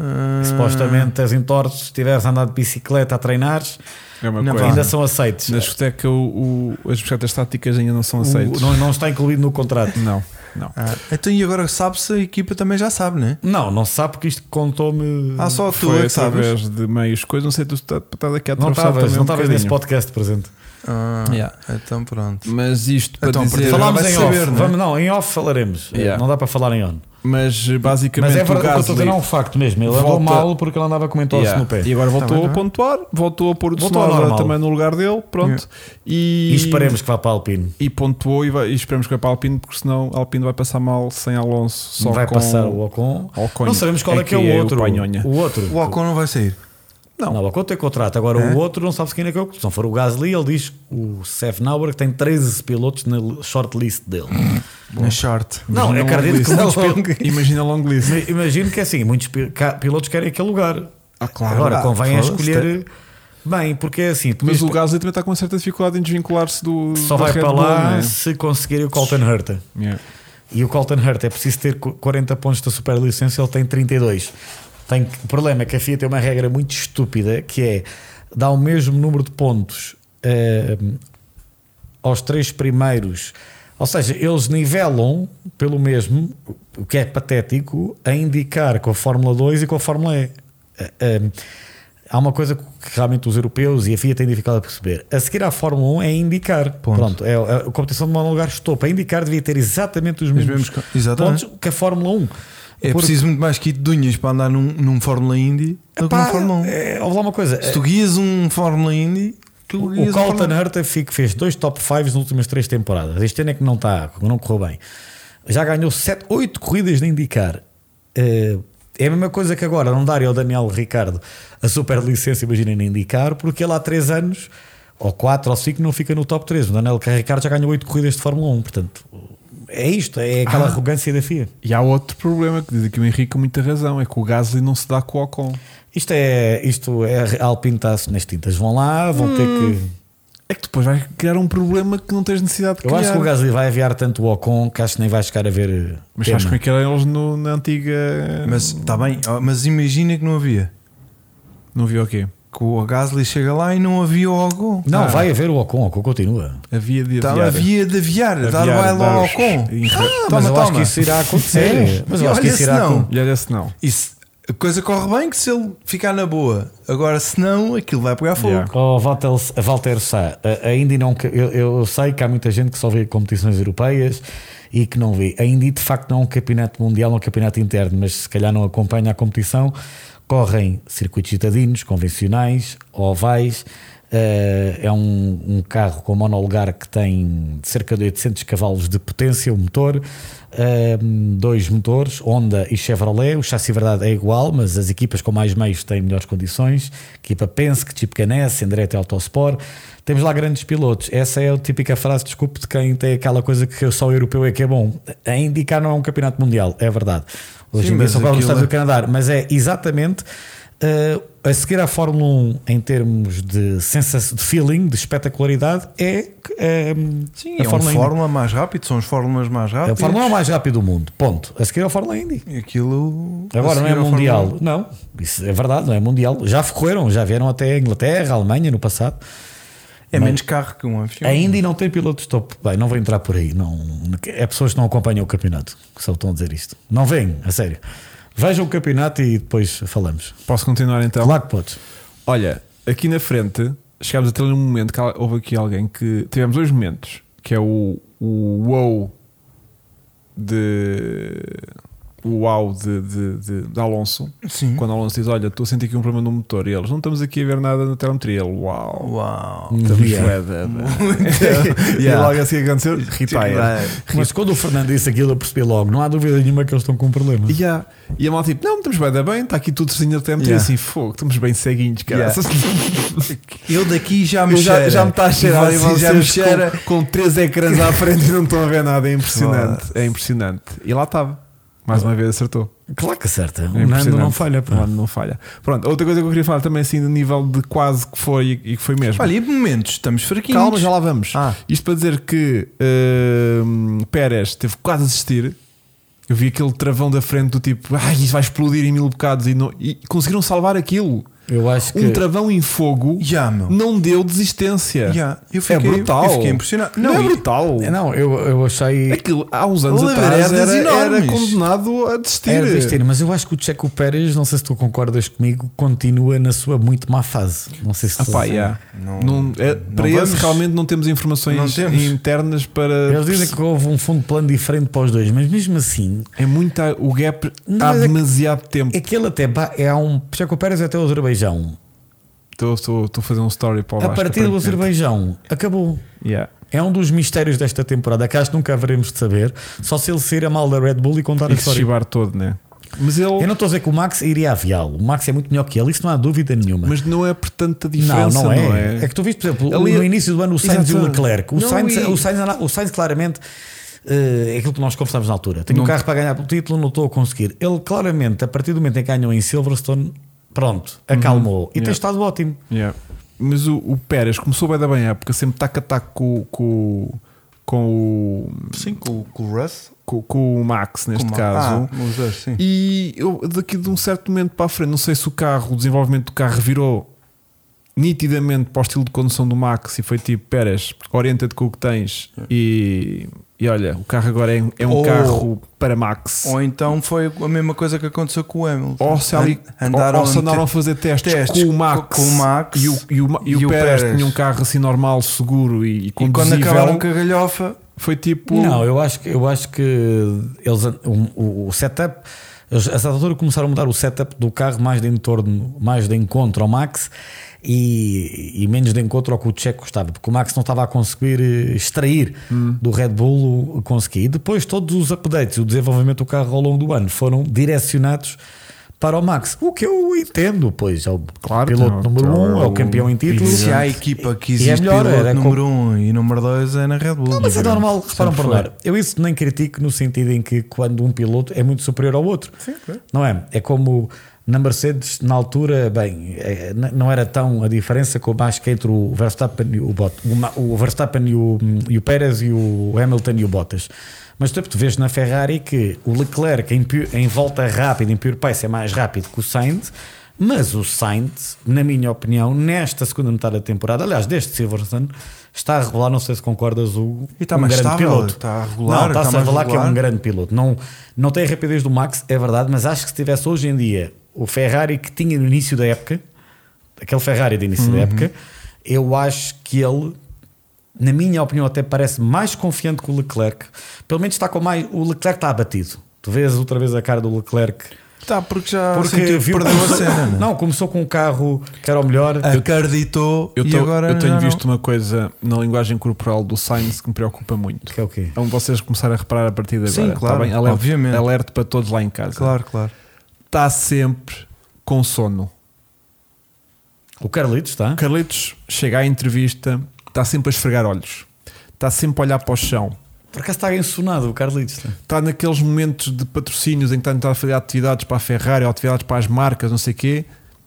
Ah, Supostamente as entorses, se tiveres andado de bicicleta a treinares, É uma Não, coisa. Claro. ainda são aceites. Na discoteca, o, o- as bicicletas táticas ainda não são aceitas. O- não, não está incluído no contrato. Não, não. ah, então e agora sabe-se, a equipa também já sabe, né? Não, não se sabe porque isto contou-me. Ah, só tu é Foi que sabes. através de meios coisas, não sei tu estás tá daqui a não atravessar estavas também não um estavas bocadinho. nesse podcast presente. Ah, Yeah. Então pronto. Mas isto para Então, para dizer, falar- Falámos vai em saber, off. não é? Vamos, não, em off falaremos. Eh, Yeah. Não dá para falar em on. mas basicamente Mas é o verdade, o que Gasly eu estou a dizer é um facto mesmo. Ele volta- andou mal porque ele andava com entorse Yeah. no pé. e agora voltou bem, a tá pontuar, voltou a pôr o Voltou ao Tsunoda normal. também no lugar dele, pronto. E, E esperemos que vá para a Alpine. E pontuou e, vai- e esperemos que vá para a Alpine, porque senão a Alpine vai passar mal sem Alonso. Só vai com passar o Ocon. Ocon. Não sabemos qual é, que é o outro. panhonha. o outro. O Ocon não vai sair. Não, o Ocon tem contrato. Agora o outro não sabe quem é que é o. Se não for o Gasly, ele diz o Sevenauer que tem 13 pilotos na shortlist dele. Na short. não, eu acredito que muitos pilotos. Imagina a long list. Imagino que é assim, muitos pi- ca- pilotos querem aquele lugar. Ah, claro. Agora Ah, convém é foda-se. escolher bem, porque é assim, tu Mas vês- o Gasly também está com uma certa dificuldade em desvincular-se do. só da vai Red para Bull, lá não é? se conseguir o Colton Herta. Yeah. E o Colton Hurt é preciso ter qu- 40 pontos da superlicença, ele tem 32. Tem que- o problema é que a FIA tem uma regra muito estúpida que é dá o mesmo número de pontos eh, aos três primeiros, ou seja, eles nivelam pelo mesmo, o que é patético, a indicar com a Fórmula 2 e com a Fórmula E. Eh, eh, há uma coisa que realmente os europeus e a FIA têm dificuldade a perceber. A seguir à Fórmula 1 é indicar. Ponto. Pronto, é a a competição de monologar estou. Para indicar devia ter exatamente os mesmos, mesmos co- exatamente. pontos que a Fórmula 1. É Porque- preciso muito mais kit de unhas para andar num, num Fórmula Indy do que Pá, num Fórmula 1. é, ouve lá uma coisa. Se tu guias um Fórmula Indy, tu O guias um Colton né? Fórmula- Herta fica- fez dois top 5 nas últimas três temporadas. Este ano é que não está, não correu bem. Já ganhou 7, 8 corridas de indicar. Eh, É a mesma coisa que agora não darem ao Daniel Ricardo a super licença, imaginem, na indicar, porque ele há 3 anos, ou 4 ou 5, não fica no top 3. O Daniel Ricardo já ganhou 8 corridas de Fórmula 1, portanto. É isto, é aquela arrogância da FIA. E há outro problema que diz aqui o Henrique com muita razão: é que o Gasly não se dá com o Ocon. Isto é, isto é alpintaço nas tintas. Vão lá, vão ter que. É que depois vai criar um problema que não tens necessidade de Eu criar. acho que o Gasly vai aviar tanto o Ocon que acho que nem vai chegar a ver. eh, Mas tema. sabes como é que eram eles no- na antiga. Mas está bem, ó, mas imagina que não havia. Não vi o quê? Que o Gasly chega lá e não havia o Ocon. Não, Ah. vai haver o Ocon, o Ocon continua. Havia de Tá Então aviar. havia de aviar, dar Aviar, baile dar ao Ah, os- Ocon. em- mas Toma, eu acho toma. que isso irá acontecer. [laughs] É. Mas E eu acho que olha isso se irá não. acontecer. E olha se não. E se- a coisa corre bem que se ele ficar na boa. Agora, se não, aquilo vai pegar fogo. Yeah. Oh, Walter, Walter Sá, a- a Indy não. ca- Eu, eu sei que há muita gente que só vê competições europeias e que não vê. A Indy de facto não é um campeonato mundial, é um campeonato interno, mas se calhar não acompanha a competição. Correm circuitos citadinos, convencionais, ovais. eh, é um, um carro com monolugar que tem cerca de 800 cavalos de potência, o motor, eh, dois motores, Honda e Chevrolet. O chassi, verdade, é igual, mas as equipas com mais meios têm melhores condições. Equipa Penske, Chip Ganassi, Andretti Autosport. Temos lá grandes pilotos. Essa é a típica frase, desculpe, de quem tem aquela coisa que só o europeu é que é bom. A indicar não é um campeonato mundial, é verdade. Hoje Sim, em dia mas só corre nos aquilo Estados é- do Canadá, mas é exatamente eh, a seguir à Fórmula 1 em termos de sensação, de feeling, de espetacularidade, é eh, Sim, é uma fórmula mais rápida, são as fórmulas mais Indy. A rápidas. Fórmula 1 é o mais rápido do mundo, ponto. A seguir à Fórmula Indy. E Aquilo. a Agora não é seguir ao mundial. Fórmula um. Não, isso é verdade, não é mundial. Já correram, já vieram até a Inglaterra, a Alemanha no passado. 1. É menos carro que um A F1. Indy não tem pilotos top. Bem, não vou entrar por aí. Não, é pessoas que não acompanham o campeonato que só estão a dizer isto. Não vêm, a sério. Vejam o campeonato e depois falamos. Posso continuar então? Claro que podes. Olha, aqui na frente chegámos até num um momento que houve aqui alguém que. Tivemos dois momentos, que é o, o wow de. O wow de, de, de, de Alonso. Sim. Quando Alonso diz: Olha, estou a sentir aqui um problema no motor. E eles: Não estamos aqui a ver nada na telemetria. Ele: Uau. Uau. Estamos bué Yeah. da- [laughs] da- E Yeah. logo assim aconteceu: é. Retire. Mas quando o Fernando disse aquilo, eu percebi logo. Não há dúvida nenhuma que eles estão com um problema. Yeah. E a malta tipo, não, estamos bem, da bem, está aqui tudo certinho até meter Yeah. assim, fogo, estamos bem ceguinhos, cara. [laughs] Eu daqui já me Eu já, cheira. já me está a cheirar E e vocês vocês já me cheira. Com, com três ecrãs à frente e não estão a ver nada, é impressionante. É impressionante. E lá estava. Mais uma vez acertou. Claro que acerta. É o Nando não impressionante. falha. pá. O Nando não falha. Pronto, outra coisa que eu queria falar também, assim, do nível de quase que foi e e que foi mesmo. Olha, e de momentos, estamos fraquinhos. Calma, já lá vamos. Ah. Isto para dizer que hum, Pérez teve quase a desistir. Eu vi aquele travão da frente do tipo, ai, isto vai explodir em mil bocados e, não- e conseguiram salvar aquilo. Eu acho que. Um travão em fogo Já, meu. não deu desistência. Já. Eu fiquei- é brutal. eu fiquei impressionado. Não, Não, e- é brutal. Não, eu, eu achei. Aquilo há uns anos atrás Labaredas era, era enormes. condenado a desistir. Era É, destino, mas eu acho que o Checo Pérez, não sei se tu concordas comigo, continua na sua muito má fase. Não sei se Ah, tu- pá, yeah. Não- Não- é- não para esse vamos- realmente não temos informações Não temos. internas para. Eles dizem que houve um fundo de plano diferente para os dois, mas mesmo assim, É muito. O gap Não, há mas é que- demasiado tempo. aquele até ba- é um. Checo Pérez até o Azerbaijão. Estou, estou, estou a fazer um story para o A Vasco, partir do aparentemente. Azerbaijão, acabou. Yeah. É um dos mistérios desta temporada que acho que nunca haveremos de saber, só se ele sair a mal da Red Bull e contar E a que se história. chibar todo, né? Mas ele. Eu não estou a dizer que o Max iria aviá-lo. O Max é muito melhor que ele, isso não há dúvida nenhuma. Mas não é por tanta não, diferença, não é. é? é. que tu viste, por exemplo, Ali- no início do ano o Sainz e o Exato. Leclerc. O, Não, Sainz, e- o, Sainz, anda- o Sainz claramente eh, é aquilo que nós conversámos na altura. Tenho um carro para ganhar pelo título, não estou a conseguir. Ele claramente, a partir do momento em que ganhou em Silverstone, pronto, acalmou. E Uhum. Yeah. tem estado ótimo. Yeah. Mas o, o Pérez começou bem da bem a época, sempre tac a tac com, com, com o. Sim, com, com o Russ. Com, com o Max, neste com o- caso. Ah, os dois, sim. E eu, daqui de um certo momento para a frente, não sei se o carro, o desenvolvimento do carro virou nitidamente para o estilo de condução do Max e foi tipo: Peras, orienta-te com o que tens É. e, e olha, o carro agora é, é um Ou- carro para Max. Ou então foi a mesma coisa que aconteceu com o Hamilton. Ou se, ali, An- andaram ou, ou se a meter- andaram a fazer testes, testes com, o Max, com o Max e o, e o, Ma- e o e o Pérez, Pérez. tinha um carro assim normal, seguro e, e E quando conduzível. acabaram com a galhofa, Foi tipo. Não, eu acho que, eu acho que eles, um- o, o setup, eles, a certa altura começaram a mudar o setup do carro mais de entorno, mais de encontro ao Max e, e menos de encontro ao que o Checo gostava, porque o Max não estava a conseguir eh, extrair do Red Bull o conseguir. E depois todos os updates, o desenvolvimento do carro ao longo do ano foram direcionados para o Max, o que eu entendo, pois é o Claro, piloto não, número então, um, é o campeão em e título. se há a equipa que E é existe melhor, piloto era com- número 1 um, e número 2 é na Red Bull. Não, mas é digamos. normal, reparam Sempre por foi. lá. Eu isso nem critico no sentido em que quando um piloto é muito superior ao outro. Não é? É como na Mercedes, na altura, bem, é, n- não era tão a diferença como acho que entre o Verstappen e o Bottas. O, Ma- o Verstappen e o, e o Pérez e o Hamilton e o Bottas. Mas tipo, tu vês na Ferrari que o Leclerc em, pu- em volta rápida, em pure pace, é mais rápido que o Sainz. Mas o Sainz, na minha opinião, nesta segunda metade da temporada, aliás, desde Silverstone, está a revelar, não sei se concordas, Hugo, E está um mais grande estável, piloto. está regular, não, está-se está a mais falar que é um regular. grande piloto. Não, não tem a rapidez do Max, é verdade, mas acho que se tivesse hoje em dia o Ferrari que tinha no início da época, aquele Ferrari de início Uhum. da época, eu acho que ele, na minha opinião, até parece mais confiante que o Leclerc. Pelo menos está com mais. O Leclerc está abatido. Tu vês outra vez a cara do Leclerc. Tá, porque já Porque sentiu que viu perdeu a cena. Ah. né? Não, começou com um carro que era o melhor. Acreditou Eu, e tô- agora. eu tenho já não. visto uma coisa na linguagem corporal do Sainz que me preocupa muito. Que é o quê? É onde vocês começarem a reparar a partir de agora. Sim, tá claro, bem? Alerta, obviamente. alerta para todos lá em casa. Claro, claro. Está sempre com sono. O Carlitos tá? está. Carlitos chega à entrevista, está sempre a esfregar olhos, está sempre a olhar para o chão. Por acaso está ensonado o Carlitos. Tá? Está naqueles momentos de patrocínios em que está a tentar fazer atividades para a Ferrari ou atividades para as marcas, não sei o quê.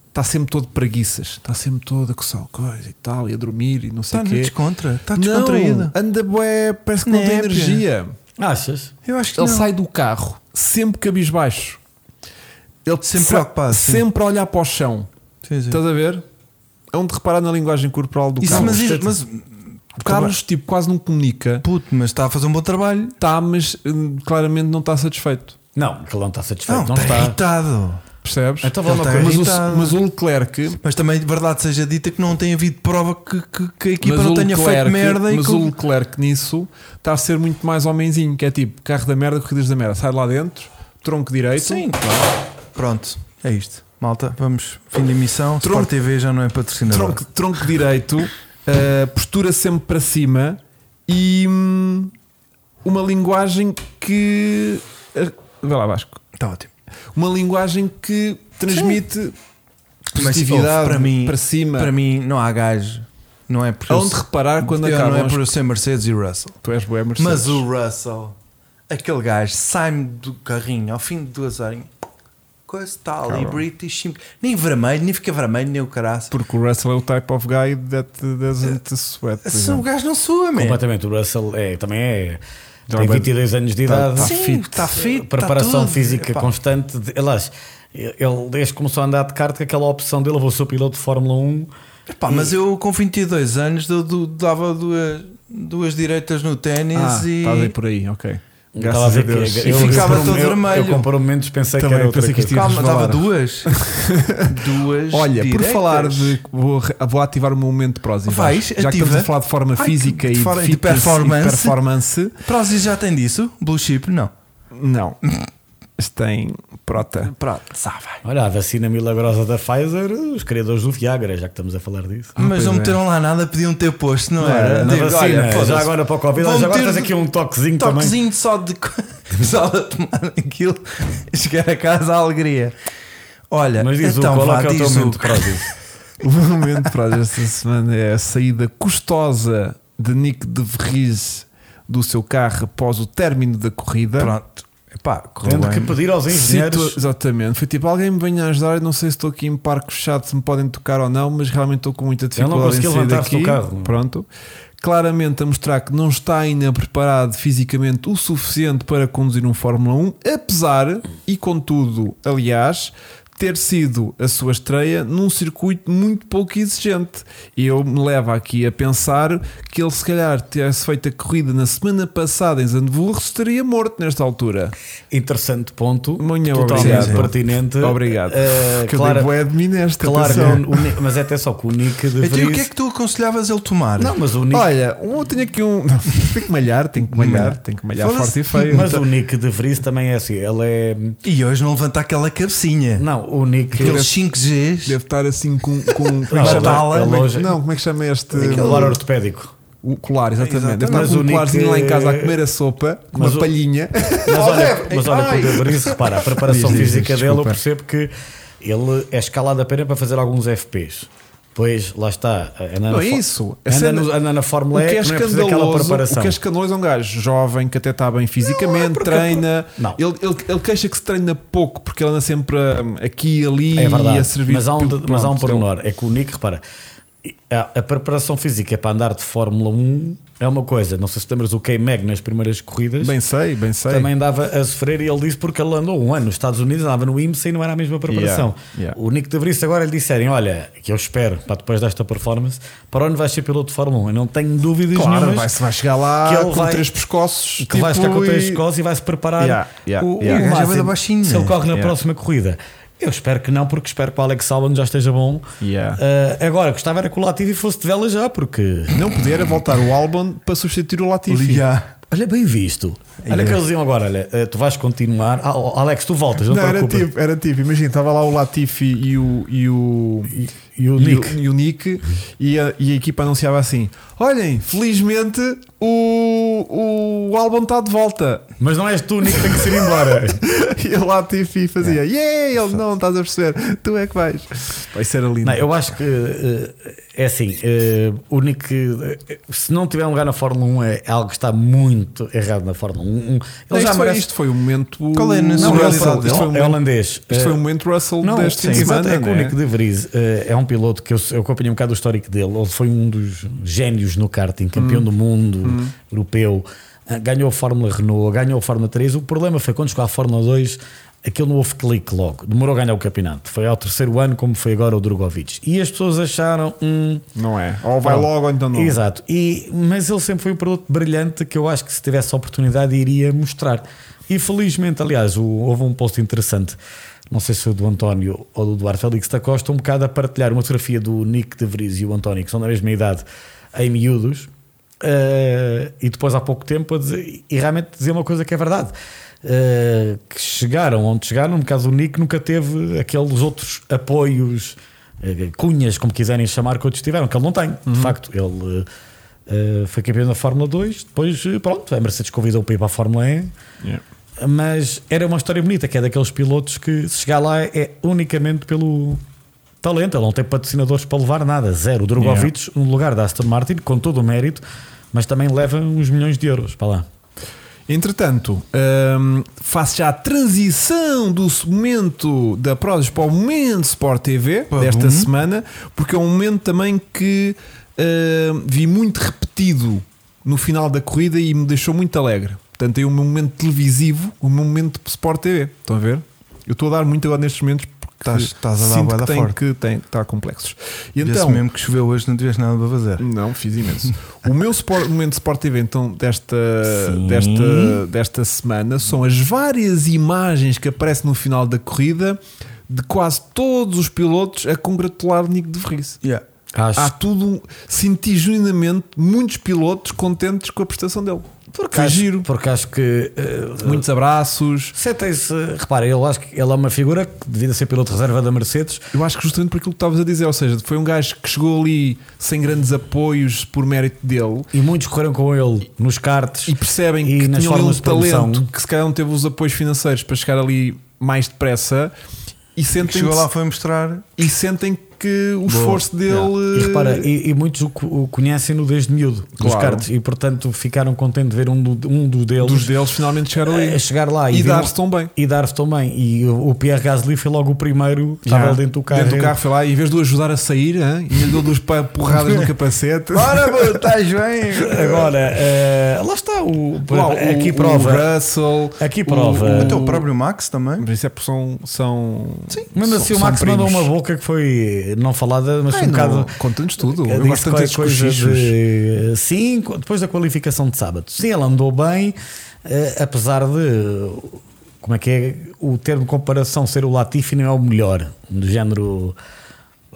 Está sempre todo de preguiças, está sempre todo a coçar coisa e tal, e a dormir e não sei Está o quê. Tá descontra, está Não, descontraída. anda bué, parece que não tem Népia. energia. Achas? Eu acho que Ele não. sai do carro sempre cabisbaixo. Ele Sempre sa- preocupado, sim. sempre a olhar para o chão. Sim, sim. Estás a ver? É onde reparar na linguagem corporal do Isso, Carlos. mas, isso- mas O Carlos tipo, quase não comunica. puto, mas está a fazer um bom trabalho. Está, mas hum, claramente não está satisfeito. Não, que ele não está satisfeito. Não, Não, está está. irritado. Percebes? Então vá Ele uma tá coisa. mas, o, irritado. mas o Leclerc. Mas também, de verdade seja dita, que não tem havido prova que, que- que a equipa mas não o tenha feito Leclerc- merda e mas que. o Leclerc nisso está a ser muito mais homenzinho, que é tipo carro da merda, corridas da merda, sai lá dentro, tronco direito, Sim, claro. Pronto, é isto. Malta, vamos, fim de emissão. Tronco- Sport TV já não é patrocinador. tronco, tronco direito, uh, postura sempre para cima e hum, uma linguagem que. uh, Vai lá, Vasco. Está Tá ótimo. Uma linguagem que transmite positividade ouve, para, para mim- cima. Para mim, não há gajo. Não é por eu Onde ser- reparar quando eu acabam Não é as- por eu ser Mercedes e Russell. Tu és boé, Mercedes. Mas o Russell, aquele gajo, sai-me do carrinho ao fim de duas horas. Coisa tal, e Cabrão. British. Nem vermelho, nem fica vermelho, nem o caraço. Porque o Russell é o type of guy that Eh, doesn't sweat. por Se o exemplo. gajo não sua, man. Completamente. O Russell é, também é. Já Tem vai- 22 anos de tá- idade. tá Sim, fit. tá fit, tá Preparação tudo. física Epá. constante. De- Aliás, ele desde que começou a andar de kart, que aquela opção dele, eu vou ser piloto de Fórmula 1. Pá, mas eu com 22 anos eu du- dava duas, duas direitas no ténis Ah, e. tá estás aí por aí, ok. Estava a Graças a ver que- é Deus. E ficava por- todo eu- vermelho. Eu, por momentos, pensei Também que era outra pensei que isto coisa. ia- Calma, dava resvalar. duas. [laughs] duas. Olha, por direitas. falar de. Vou, re- vou ativar o meu momento de prós e Vais, Já que ativa. estamos a falar de forma Ai, física de e fora- de fitness e performance. performance, Prozis já tem disso? Blue chip? Não. não. Isto tem prota. Pronto, sá, vai. Olha, a vacina milagrosa da Pfizer, os criadores do Viagra, já que estamos a falar disso. Mas pois não é. meteram lá nada, podiam ter posto, não, era? Na Digo, vacina, Ah, olha, foda-se. já agora para o Covid, Vão já agora ter tens de- aqui um toquezinho, também. toquezinho só de co- [laughs] só de tomar aquilo, [laughs] chegar a casa à alegria. Olha, Mas diz então o qual vá, é que é o teu diz momento o para isso? O meu momento de prós esta semana é a saída custosa de Nick de Vries do seu carro após o término da corrida. Pronto, pá, correu Tendo que bem. pedir aos engenheiros. Situa- exatamente, foi tipo alguém me venha ajudar. Eu não sei se estou aqui em parque fechado, se me podem tocar ou não, mas realmente estou com muita não dificuldade em consegui sair levantar-se daqui. do carro. Pronto, claramente a mostrar que não está ainda preparado fisicamente o um, suficiente para conduzir um Fórmula 1, apesar e contudo, aliás, ter sido a sua estreia num circuito muito pouco exigente. E eu me levo aqui a pensar que ele, se calhar, tivesse feito a corrida na semana passada em Zandvoort, estaria morto nesta altura. Interessante ponto. Muito totalmente obrigado. pertinente. Obrigado. [laughs] Eh, que eu claro, dei bué de mim nesta claro atenção. que o Ni- mas é até só que o Nick de Então, e o que é Vries. que tu aconselhavas ele tomar? Não, mas o Nick. Olha, eu tenho aqui um. [laughs] Não, tem que malhar, tem que malhar, tem que malhar Foda-se. forte e feio. [laughs] mas o Nick de Vries também é assim. Ele é. E hoje não levanta aquela cabecinha. Não, o Nick. Aqueles 5Gs. Deve estar assim com. com como é que Não, chama? tala. Como é que- Loja. Não, como é que chama este. Aquele lar ortopédico. O colar, exatamente. Deve Mas estar com o um Nick- eh, colarzinho lá em casa a comer a sopa, com Mas uma o- palhinha. Mas olha, mas olha que Ai. o De Vries, repara, a Diz, preparação diz, diz, física dele, eu desculpa. percebo que ele é escalado apenas para fazer alguns FPs. Pois, lá está. eh, Anda Não, na, é fo- isso. A Anda, cena- no- anda na O Fórmula que, é E, que não é preciso aquela escandaloso, o preparação. que é escandaloso é um gajo jovem que até está bem fisicamente, treina. Não. Ele, ele, ele queixa que se treina pouco porque ele anda sempre hum, aqui e ali É e a verdade, servir. mas há um, pelo- mas há um pronto, pormenor. É que o Nick, repara, a, a preparação física para andar de Fórmula 1 é uma coisa. Não sei se te lembras o K-Mag nas primeiras corridas. então, Bem sei, bem sei. também andava a sofrer e ele disse porque ele andou um ano nos Estados Unidos, andava no IMSA e não era a mesma preparação. Yeah, yeah. O Nick de Vries agora lhe disserem: Olha, que eu espero para depois desta performance, para onde vais ser piloto de Fórmula 1? Eu não tenho dúvidas claro, nenhumas vai, vai chegar lá que ele com vai- três pescoços. tipo, que vai ficar com e- três escolas e vai se preparar Yeah, yeah, o, o O yeah. gajo é máximo. bué baixinho. se ele corre na Yeah. próxima corrida. Eu espero que não, porque espero que o Alex Albon já esteja bom. Yeah. Ah, agora, gostava era que o Latifi fosse de vela já, porque. Não podia era voltar o álbum para substituir o Latifi. Já. Olha, bem visto. Olha que eles diziam agora: olha, ah, tu vais continuar. Ah, oh, Alex, tu voltas, não, Não, te era preocupes. tipo, era tipo, imagina, estava lá o Latifi e o. E o E o e o- Nick. e o Nick, e a, e a equipa anunciava assim: Olhem, felizmente o, o álbum está de volta. [laughs] Mas não és tu, o Nick, que tem que ser embora. E o Latifi É. fazia: Yeah, ele não, estás a perceber, tu é que vais. Vai ser lindo. Não, eu acho que eh, é assim: eh, o Nick, eh, se não tiver um lugar na Fórmula 1, é algo que está muito errado na Fórmula 1. Ele Não, já isto, foi, merece. isto foi o momento. Qual é a Não, um nacionalidade isto foi- isto dele? foi o é momento- holandês. Isto Eh, foi o momento Russell não, deste fim de sim, exato, semana. é que o né? Nick de Vries eh, é um piloto que eu, eu acompanhei um bocado o histórico dele. Ele foi um dos génios no karting, campeão Hum. do mundo europeu, eh, ganhou a Fórmula Renault, ganhou a Fórmula 3. O problema foi quando chegou à Fórmula 2, aquilo não houve clique logo. Demorou a ganhar o campeonato. Foi ao terceiro ano, como foi agora o Drogovic. E as pessoas acharam um. Não é? Ou vai logo, ou então não. Exato. E, mas ele sempre foi um produto brilhante que eu acho que se tivesse a oportunidade iria mostrar. E felizmente, aliás, o- houve um post interessante, não sei se foi do António ou do Eduardo Félix da Costa, um bocado a partilhar uma fotografia do Nick de Vries e o António, que são da mesma idade, em miúdos, eh, e depois há pouco tempo a dizer, e realmente dizer uma coisa que é verdade. eh, que chegaram onde chegaram, no caso o Nick nunca teve aqueles outros apoios eh, cunhas, como quiserem chamar, que outros tiveram, que ele não tem, de facto. Ele eh, eh, foi campeão da Fórmula 2, depois, eh, pronto, a Mercedes convidou para ir para a Fórmula E, Yeah. mas era uma história bonita, que é daqueles pilotos que se chegar lá é unicamente pelo talento, ele não tem patrocinadores para levar nada, zero. O Drogovic, no lugar da Aston Martin, com todo o mérito, mas também leva uns milhões de euros para lá. Entretanto, hum, faço já a transição do momento da Prozis para o momento Sport TV desta semana, porque é um momento também que hum, vi muito repetido no final da corrida e me deixou muito alegre. Portanto, é o meu momento televisivo, o meu momento Sport TV. Estão a ver? Eu estou a dar muito agora nestes momentos porque Estás- estás a dar sinto bué que da tem forte. que tem, está complexos. E Então, então, mesmo que choveu hoje, não tiveste nada para fazer. não, fiz imenso. o meu sport, momento Sport TV, então, desta, Sim. desta, desta semana são as várias imagens que aparecem no final da corrida de quase todos os pilotos a congratular Nico de Vries. Acho Há tudo, um- senti genuinamente muitos pilotos contentes com a prestação dele. porque Foi acho, é giro. porque acho que eh, Muitos abraços. Sentem-se, repara, eu acho que ele é uma figura que devia ser piloto de reserva da Mercedes. Eu acho que justamente por aquilo que estavas a dizer, ou seja, foi um gajo que chegou ali sem grandes apoios por mérito dele. E muitos correram com ele nos karts e percebem E que nas tinham ali um formas de produção. talento que se calhar não teve os apoios financeiros para chegar ali mais depressa e E sentem, chegou lá, foi mostrar. e sentem que o esforço dele. eh, E repara, e, e muitos o, co- o conhecem-no desde miúdo, os Claro. cards, e portanto ficaram contentes de ver um, do, um do deles, dos deles finalmente chegar ali. a chegar lá é? e é, e, dar dar-se tão bem. e dar-se também. E o, o Pierre Gasly foi logo o primeiro, estava Já. ele dentro do carro. Dentro do carro, foi lá, e em vez de o ajudar a sair, hein, e lhe deu duas pa- porradas [laughs] no capacete. Bora, bro, [laughs] estás bem? [laughs] Agora, eh, lá está o, Lá, o- aqui o prova. Russell. Aqui prova. O, Até [laughs] o próprio Max também. Mas isso é porque são. são Sim, Mesmo assim, o Max mandou uma boca que foi não falada, mas foi um bocado. Conta-nos tudo. Eu Eu disse gosto tanto desses qualquer coisa cochichos. de 5 depois da qualificação de sábado. Sim, ele andou bem, eh, apesar de eh, como é que é o termo de comparação ser o Latifi não é o melhor, do género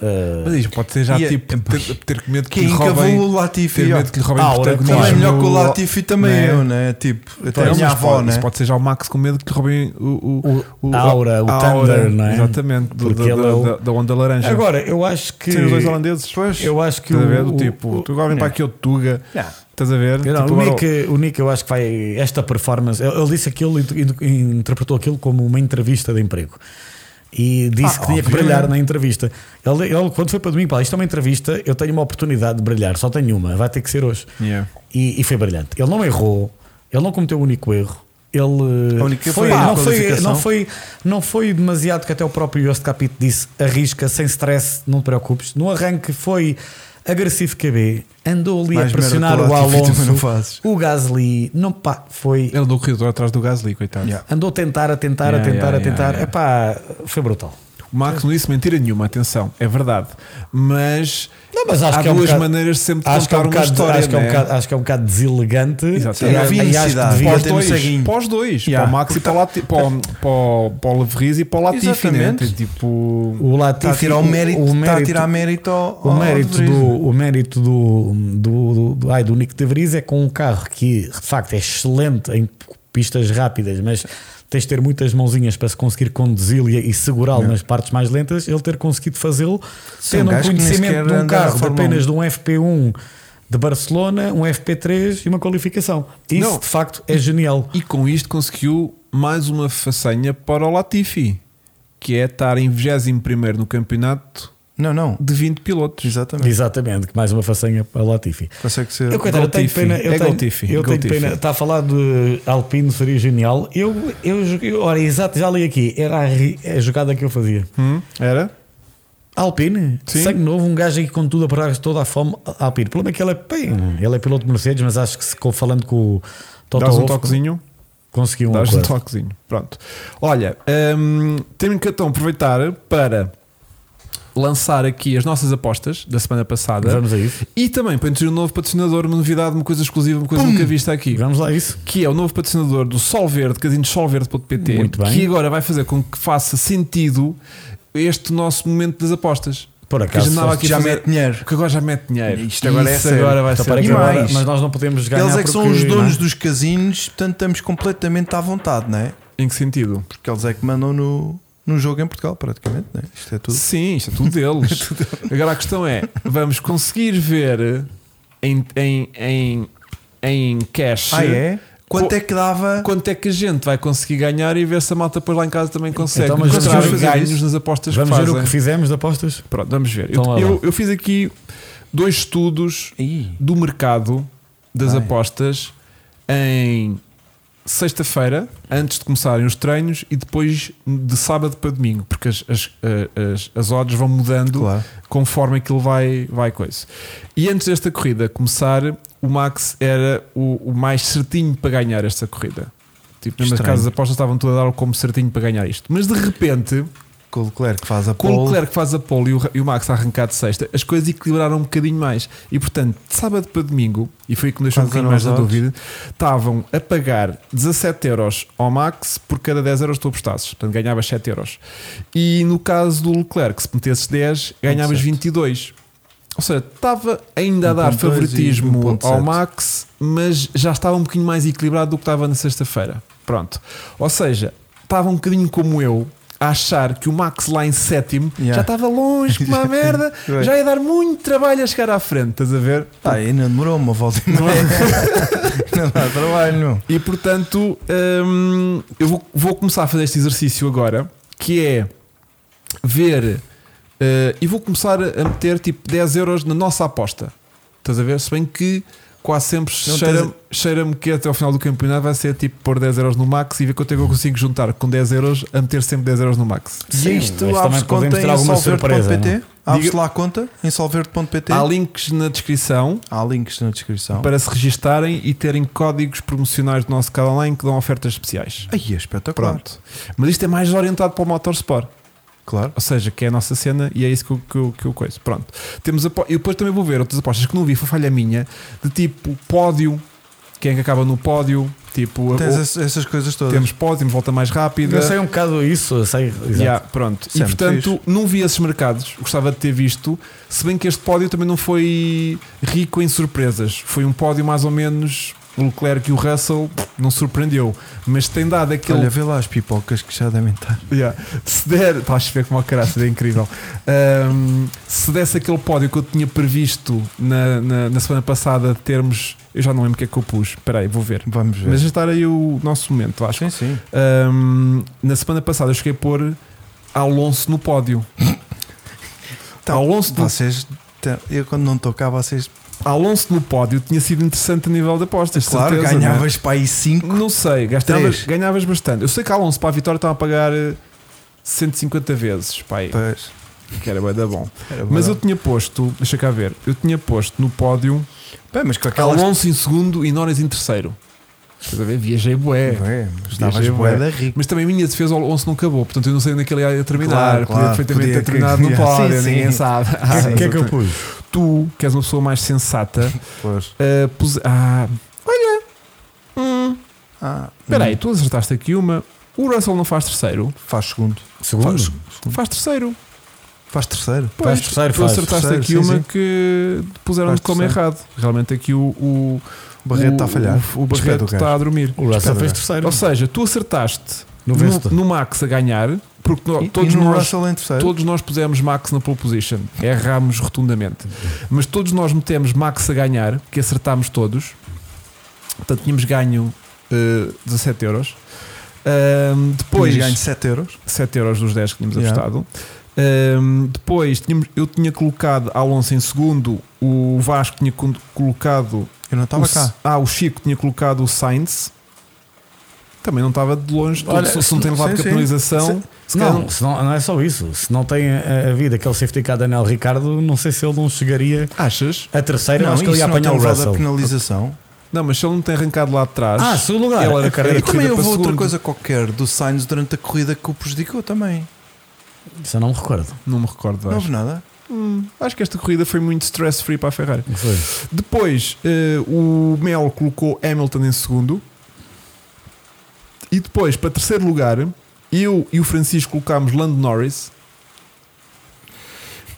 eh, Mas isto pode ser já E é- [laughs] tipo ter, ter que medo que Quem lhe roubem. encavou o Latifi? Ter ó. medo que lhe roubem Ah, ora, protagonismo. Também é Claro. melhor que o No- Latifi também né? eu, né? Tipo, até Não, a Então, mas minha avó, pode, né? isso pode ser já o Max com medo que lhe roubem o, O- a aura, o Thunder, não é? Exatamente, do, Porque da, ele é o- da, da onda laranja. Agora, eu acho que. Sim, os dois holandeses, pois. Eu acho que Estás a o- ver? o- Do tipo, o- tu agora vem não. para aqui o Tuga. Não. Estás a ver? Não, Tipo, o, agora- Nick, o Nick, eu acho que vai. Esta performance. Ele, ele disse aquilo e tu- e interpretou aquilo como uma entrevista de emprego. E disse Ah, que tinha que obviamente. brilhar na entrevista. Ele, ele, quando foi para domingo, pá, isto é uma entrevista, eu tenho uma oportunidade de brilhar, só tenho uma, vai ter que ser hoje. Yeah. E, e foi brilhante. Ele não errou, ele não cometeu o único erro. Ele A única foi, foi a não, foi, qualificação. não, foi, não foi demasiado que até o próprio Yost Capito disse arrisca, sem stress, não te preocupes. No arranque foi agressivo KB, andou ali Mais a pressionar merda que o o Latifi também não Alonso, fazes. o Gasly, não pá, foi. Ele do corredor atrás do Gasly, coitado. Yeah. Andou a tentar, a tentar, Yeah, a tentar, yeah, a tentar. yeah, Epá, foi brutal. O Max não disse mentira nenhuma, atenção, é verdade. Mas, Não, mas acho há que é um duas bocado- maneiras de sempre de Acho que, é contar um uma bocado, história. acho, que é um né? bocado, acho que é um bocado deselegante. Exatamente. E- Não havia e acho que necessidade. devia- Para os Bater no dois, ceguinho. para os dois, Yeah. para o Max e para o, Lati, para, o, para, o, para o Leveriz e para o Latifi, né? Exatamente. Tipo, o Está Tá a Latifi, tirar o mérito, o Está a mérito- tirar mérito ao, O ao mérito, De Vries. do, o mérito do, do, do, do- ai, do Nick de Vries é com um carro que de facto é excelente em pistas rápidas, mas tens de ter muitas mãozinhas para se conseguir conduzi-lo e, e segurá-lo nas partes mais lentas. Ele ter conseguido fazê-lo Sim, tendo um um gajo que nem conhecimento sequer de um anda na carro de Fórmula apenas de um FP1 de Barcelona, um FP3 e uma qualificação. Isso Não. de facto é genial. e com isto conseguiu mais uma façanha para o Latifi, que é estar em 21 no campeonato Não, não. de 20 pilotos. Exatamente. Exatamente, que mais uma façanha para o Latifi. Consegue ser. Eu, coitado, eu tenho Goltifi. pena. Eu É tenho, Goltifi, eu tenho Goltifi. pena. Está a falar de Alpine, seria genial. Eu, eu, joguei- olha, exato, já li aqui. Era a, ri- a jogada que eu fazia. Hum, era? Alpine, Sim. sangue novo, um gajo aí com tudo a parar toda a fome. Alpine, o problema é que ele é, Uhum. bem, ele é piloto de Mercedes, mas acho que se co- falando com o Toto Dás um Wolff, toquezinho? conseguiu um Dás um acordo. toquezinho. Pronto. Olha, hum, temos que então aproveitar para lançar aqui as nossas apostas da semana passada. Vamos a isso. E também para introduzir um novo patrocinador, uma novidade, uma coisa exclusiva, uma coisa nunca vista aqui. Vamos lá, isso. Que é o novo patrocinador do Sol Verde, casino solverde.pt, Muito bem. que agora vai fazer com que faça sentido este nosso momento das apostas. Por Que a gente acaso. andava foste- aqui a já fazer- mete dinheiro. Porque agora já mete dinheiro. Isto agora é Isso sério. agora vai Então, ser. para E que agora- mais? mas nós não podemos ganhar. Eles é que são porque- os não é? donos dos casinos, portanto estamos completamente à vontade, não é? Em que sentido? Porque eles é que mandam no, no jogo em Portugal, praticamente, não é? Isto é tudo. Sim, isto é tudo deles. Agora a questão é: vamos conseguir ver em, em, em, em cash Ah, é? Quanto é que dava? quanto é que a gente vai conseguir ganhar e ver se a malta depois lá em casa também consegue Então, mas mostrar vamos os fazer ganhos isso? nas apostas Vamos que ver fazem. o que fizemos de apostas? Pronto, vamos ver. Então, Eu, lá eu, vai. eu fiz aqui dois estudos Ih, do mercado das Ai. apostas em sexta-feira, antes de começarem os treinos, e depois de sábado para domingo, porque as, as, as, as odds vão mudando claro. conforme aquilo vai, vai coisa. E antes desta corrida começar, o Max era o, o mais certinho para ganhar esta corrida. Tipo, mesmo as Estranho. casas de apostas estavam todas a dar como certinho para ganhar isto. Mas de repente, Com o Leclerc que faz a com o pole. Leclerc que faz a pole e o, e o Max a arrancar de sexta, as coisas equilibraram um bocadinho mais. E portanto, de sábado para domingo, e foi o que me deixou um Quase bocadinho mais na eram os dúvida, estavam a pagar 17 euros ao Max por cada 10 euros que tu apostasses. Portanto, ganhavas 7 euros. E no caso do Leclerc, se metesses 10, ganhavas 22. Ou seja, estava ainda a dar 1.2 e favoritismo 1.7. ao Max, mas já estava um bocadinho mais equilibrado do que estava na sexta-feira. Pronto. Ou seja, estava um bocadinho como eu a achar que o Max lá em sétimo Yeah. já estava longe como uma merda, Bem. já ia dar muito trabalho a chegar à frente, estás a ver? Ah, ainda demorou uma volta e meia. Não dá trabalho, meu. E portanto, hum, eu vou, vou começar a fazer este exercício agora, que é ver eh, e vou começar a meter tipo 10 euros na nossa aposta. Estás a ver? Se bem que quase sempre Não cheira-me cheira-me que até ao final do campeonato vai ser tipo pôr 10 euros no max e ver quanto é que eu consigo juntar com 10 euros a meter sempre 10 euros no max. Sim, e isto mas abre-se também podemos conta ter em alguma solverde.pt. surpresa, é? Abre-se lá a conta em solverde.pt. Há links na descrição Há links na descrição. para se registarem e terem códigos promocionais do nosso canal online que dão ofertas especiais. Aí é espetacular. Pronto. Mas isto é mais orientado para o motorsport. Claro. Ou seja, que é a nossa cena e é isso que eu, que eu, que eu coiso. Pronto. Temos apo- e depois também vou ver outras apostas que não vi, foi falha minha, de tipo pódio, quem é que acaba no pódio, tipo, a- Tens ou- ess- essas coisas todas. temos pódio, temos volta mais rápida. Eu sei um bocado isso, eu sei. exato. Yeah, pronto. Sempre e portanto, não vi esses mercados, gostava de ter visto, se bem que este pódio também não foi rico em surpresas. Foi um pódio mais ou menos. O Leclerc e o Russell não surpreendeu, mas tem dado aquele Olha, vê lá as pipocas que já devem estar. Yeah. Se der, estás a ver como o caráter é incrível. Um, se desse aquele pódio que eu tinha previsto na, na, na semana passada, de termos. Eu já não lembro o que é que eu pus. Espera aí, vou ver. Vamos ver. Mas já estar aí o nosso momento, acho. sim, sim. Um, na semana passada eu cheguei a pôr Alonso no pódio. Então, Alonso, no, Vocês. te- Eu quando não estou cá, vocês. Alonso no pódio tinha sido interessante a nível de apostas. Claro, certeza, não é? ganhavas para aí 5. Não sei, gastavas, Três. ganhavas bastante. Eu sei que Alonso para a vitória estava a pagar eh, 150 vezes, pai, Pois. que era bué da bom. Era Mas eu verdade. tinha posto, deixa cá ver, eu tinha posto no pódio Bem, mas com aquelas. Alonso em segundo e Norris em terceiro. Estás a ver? Viajei bué. Ué, mas é? Estavas Viajei bué. boeda rico. Mas também a minha defesa o Alonso não acabou, portanto eu não sei onde é que ele ia terminar. Claro, claro, podia perfeitamente podia ter terminado que- no pódio, Sim, sim. ninguém [laughs] sabe. O que, é- o que é que eu Exatamente. pus? Tu, que és uma pessoa mais sensata, Pois. ah, pus- ah, olha, hum, Ah, espera aí, tu acertaste aqui uma. O Russell não faz terceiro, Faz segundo. Segundo? faz terceiro. Faz terceiro. Pois, Faz terceiro, tu faz acertaste terceiro, aqui sim, uma sim. que Faz puseram-te como terceiro. errado. Realmente aqui o, o Barreto o- está a falhar. O, o Espera Barreto do gajo. está a dormir. O Russell Espera, fez espera. terceiro. Ou seja, tu acertaste No no, vencedor. no Max a ganhar, porque no- E- todos, e no nós, Russell em terceiro. todos nós pusemos Max na pole position. Erramos rotundamente. Mas todos nós metemos Max a ganhar, que acertámos todos. Portanto, tínhamos ganho eh, 17 euros. Ahm, depois Depois ganho 7 euros. 7 euros dos 10 que tínhamos Yeah. apostado. Um, depois tínhamos- eu tinha colocado Alonso em segundo, o Vasco tinha con- colocado. Eu não estava o, cá. Ah, o Chico tinha colocado o Sainz. Também não estava de longe. todo. Olha, se, se não tem sim, levado sim. capitalização, se calhar Não, se não, não é só isso. Se não tem a, a vida aquele safety car Daniel Ricardo, não sei se ele não chegaria Achas? a terceira. não, acho que ele isso ia não apanhar tem o levado a Russell. penalização. Não, mas se ele não tem arrancado lá atrás. Ah, segundo lugar. Ele era a carreira E E corrida também para houve outra segundo. coisa qualquer do Sainz durante a corrida que o prejudicou também. Isso eu não me recordo. Não me recordo. Não Acho. houve nada. Hum, acho que esta corrida foi muito stress-free para a Ferrari. O que Foi. Depois eh, o Mel colocou Hamilton em segundo. E depois, para terceiro lugar, eu e o Francisco colocámos Lando Norris.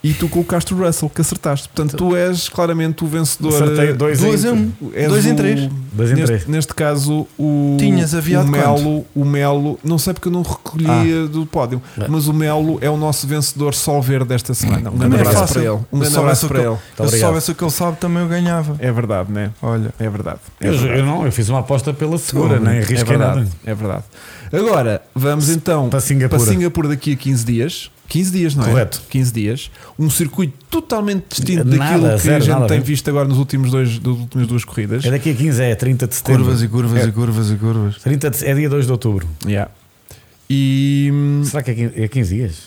E tu colocaste o Russell, que acertaste. Portanto, tu és claramente o vencedor. eh, Acertei dois é, Duas em, a um. És Dois em o- três. Dois em neste, três. neste caso, o, Tinhas aviado o Melo, o Melo, não sei porque eu não recolhi Ah. eh, do pódio, Bem. mas o Melo é o nosso vencedor sol verde desta semana. Um grande Também é abraço fácil. para ele. Um Se grande soubesse abraço o para que- ele. Muito Se eu obrigado. soubesse o que ele sabe, também eu ganhava. É verdade, não é? Olha, É verdade. É Eu, verdade. eu não, eu fiz uma aposta pela segura, nem é arrisquei verdade, nada. é verdade. Agora, vamos então Para Singapura. para Singapura daqui a 15 dias. 15 dias, não é? Correto. 15 dias. Um circuito totalmente distinto Nada, daquilo que a zero, gente nada a tem ver. visto agora nos últimos dois, das últimas duas corridas. É daqui a 15, é 30 de setembro. Curvas e curvas É. e curvas e curvas. 30 de- é dia 2 de outubro. Yeah. E hum, Será que é 15, é 15 dias?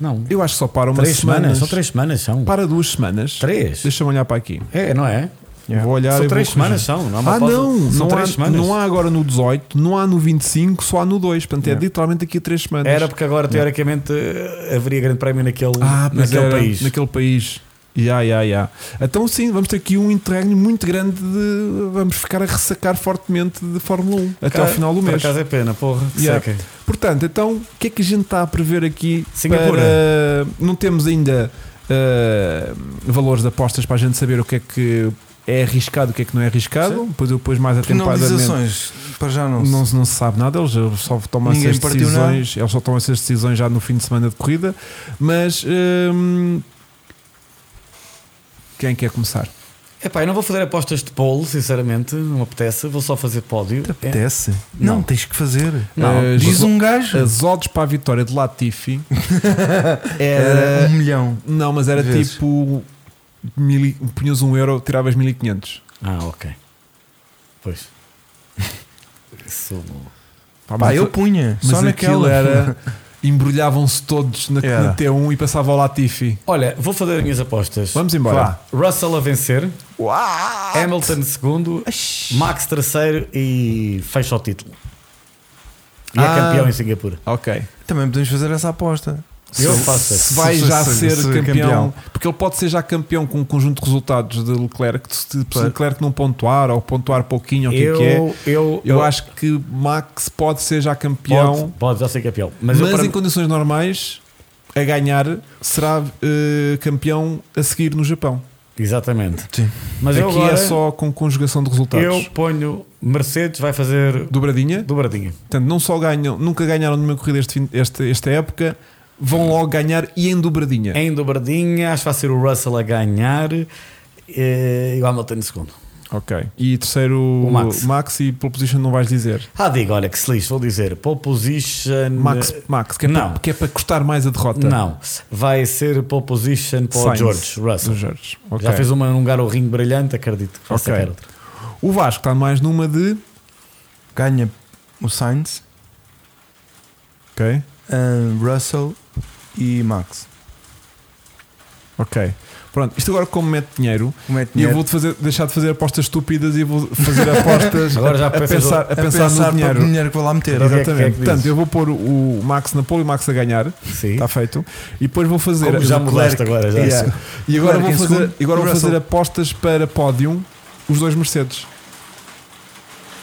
Não. eu acho que só para uma Três semana. semanas. São três semanas, são. Para duas semanas. Três? Deixa-me olhar para aqui. É, não é? Yeah. Vou olhar e São vou três corrigir. semanas, são. Não há uma Ah, pausa. não, São não três há, semanas. não há agora no 18, não há no 25, só há no 2. Portanto, é literalmente daqui a 3 semanas. Era porque agora, teoricamente, haveria grande prémio naquele, Ah, mas naquele era país. Naquele país. Ya, ya, ya. Então, sim, vamos ter aqui um interregno muito grande. De, vamos ficar a ressacar fortemente de Fórmula 1 até Cara, ao final do por mês. acaso é pena, porra. que Yeah. seca. Portanto, então, o que é que a gente está a prever aqui? Singapura. Para... Não temos ainda ah, valores de apostas para a gente saber o que é que é arriscado, o que é que não é arriscado. Depois, eu depois mais atempadamente. Penalizações, para já não. Não, se- não se sabe nada, eles só tomam Ninguém essas partiu decisões, eles só tomam essas decisões já no fim de semana de corrida, mas hum, quem é quer começar? Epá, eu não vou fazer apostas de polo, sinceramente, não me apetece, vou só fazer pódio. É. Te apetece? Não. Não. tens que fazer. Não. Diz um gajo. Eh, As odds para a vitória de Latifi [laughs] Era era. um milhão. Não, mas era Vezes. tipo. Mil, e- punhas um euro, tiravas 1500. Ah, ok. Pois. Sou bom. Pá, Pá, mas eu a- punha. mas só aquilo naquela. [laughs] [laughs] era. Embrulhavam-se todos na, Yeah. na T1 e passava ao Latifi. Olha, vou fazer as minhas apostas. Vamos embora. Russell a vencer, Uau! Hamilton segundo, Max terceiro e fecha o título. E Ah. é campeão em Singapura. Ok. Também podemos fazer essa aposta. Eu se, faço se isso. vai Se- já se- ser se campeão, campeão. porque ele pode ser já campeão com um conjunto de resultados de Leclerc, se se Claro. Leclerc não pontuar ou pontuar pouquinho, ou o que é eu, que é. eu, Eu acho que Max pode ser já pode, campeão, pode já ser campeão. Mas, mas, eu para- em condições normais, a ganhar, será eh, campeão a seguir no Japão. Exatamente. Sim. Mas Aqui eu agora, é só com conjugação de resultados. eu ponho Mercedes vai fazer Dobradinha, dobradinha. portanto, não só ganham, nunca ganharam nenhuma corrida este fim- este- esta época, vão logo ganhar e em dobradinha. Em dobradinha, acho que vai ser o Russell a ganhar eh, e o Hamilton em segundo. Ok. E terceiro, o Max. Max. e pole position não vais dizer. Ah, digo, olha que se lixe, vou dizer. Pole position. Max, Max que, é não. Para, que é para custar mais a derrota. Não, vai ser pole position para o Sainz, George Russell. do George. Ok. Já fez um- uma num garotinho brilhante, acredito que faça Ok. qualquer outro. O Vasco está mais numa de. Ganha o Sainz, Ok. ah, Russell e Max. Ok. Pronto, isto agora como mete dinheiro. Como é que E eu dinheiro? vou fazer, deixar de fazer apostas estúpidas e vou fazer apostas Agora já a, pensas pensar, a a pensar no para o dinheiro. dinheiro que vou lá meter. Exato. que é Exatamente. que diz? Portanto, eu vou pôr o o Max na pole e o Max Tá a ganhar. Sim. Está feito. E depois vou fazer. Como já o mudaste Leclerc- agora, já. Yeah. E agora Leclerc vou em fazer, segundo, e agora vou Russell. fazer apostas para pódio os dois Mercedes.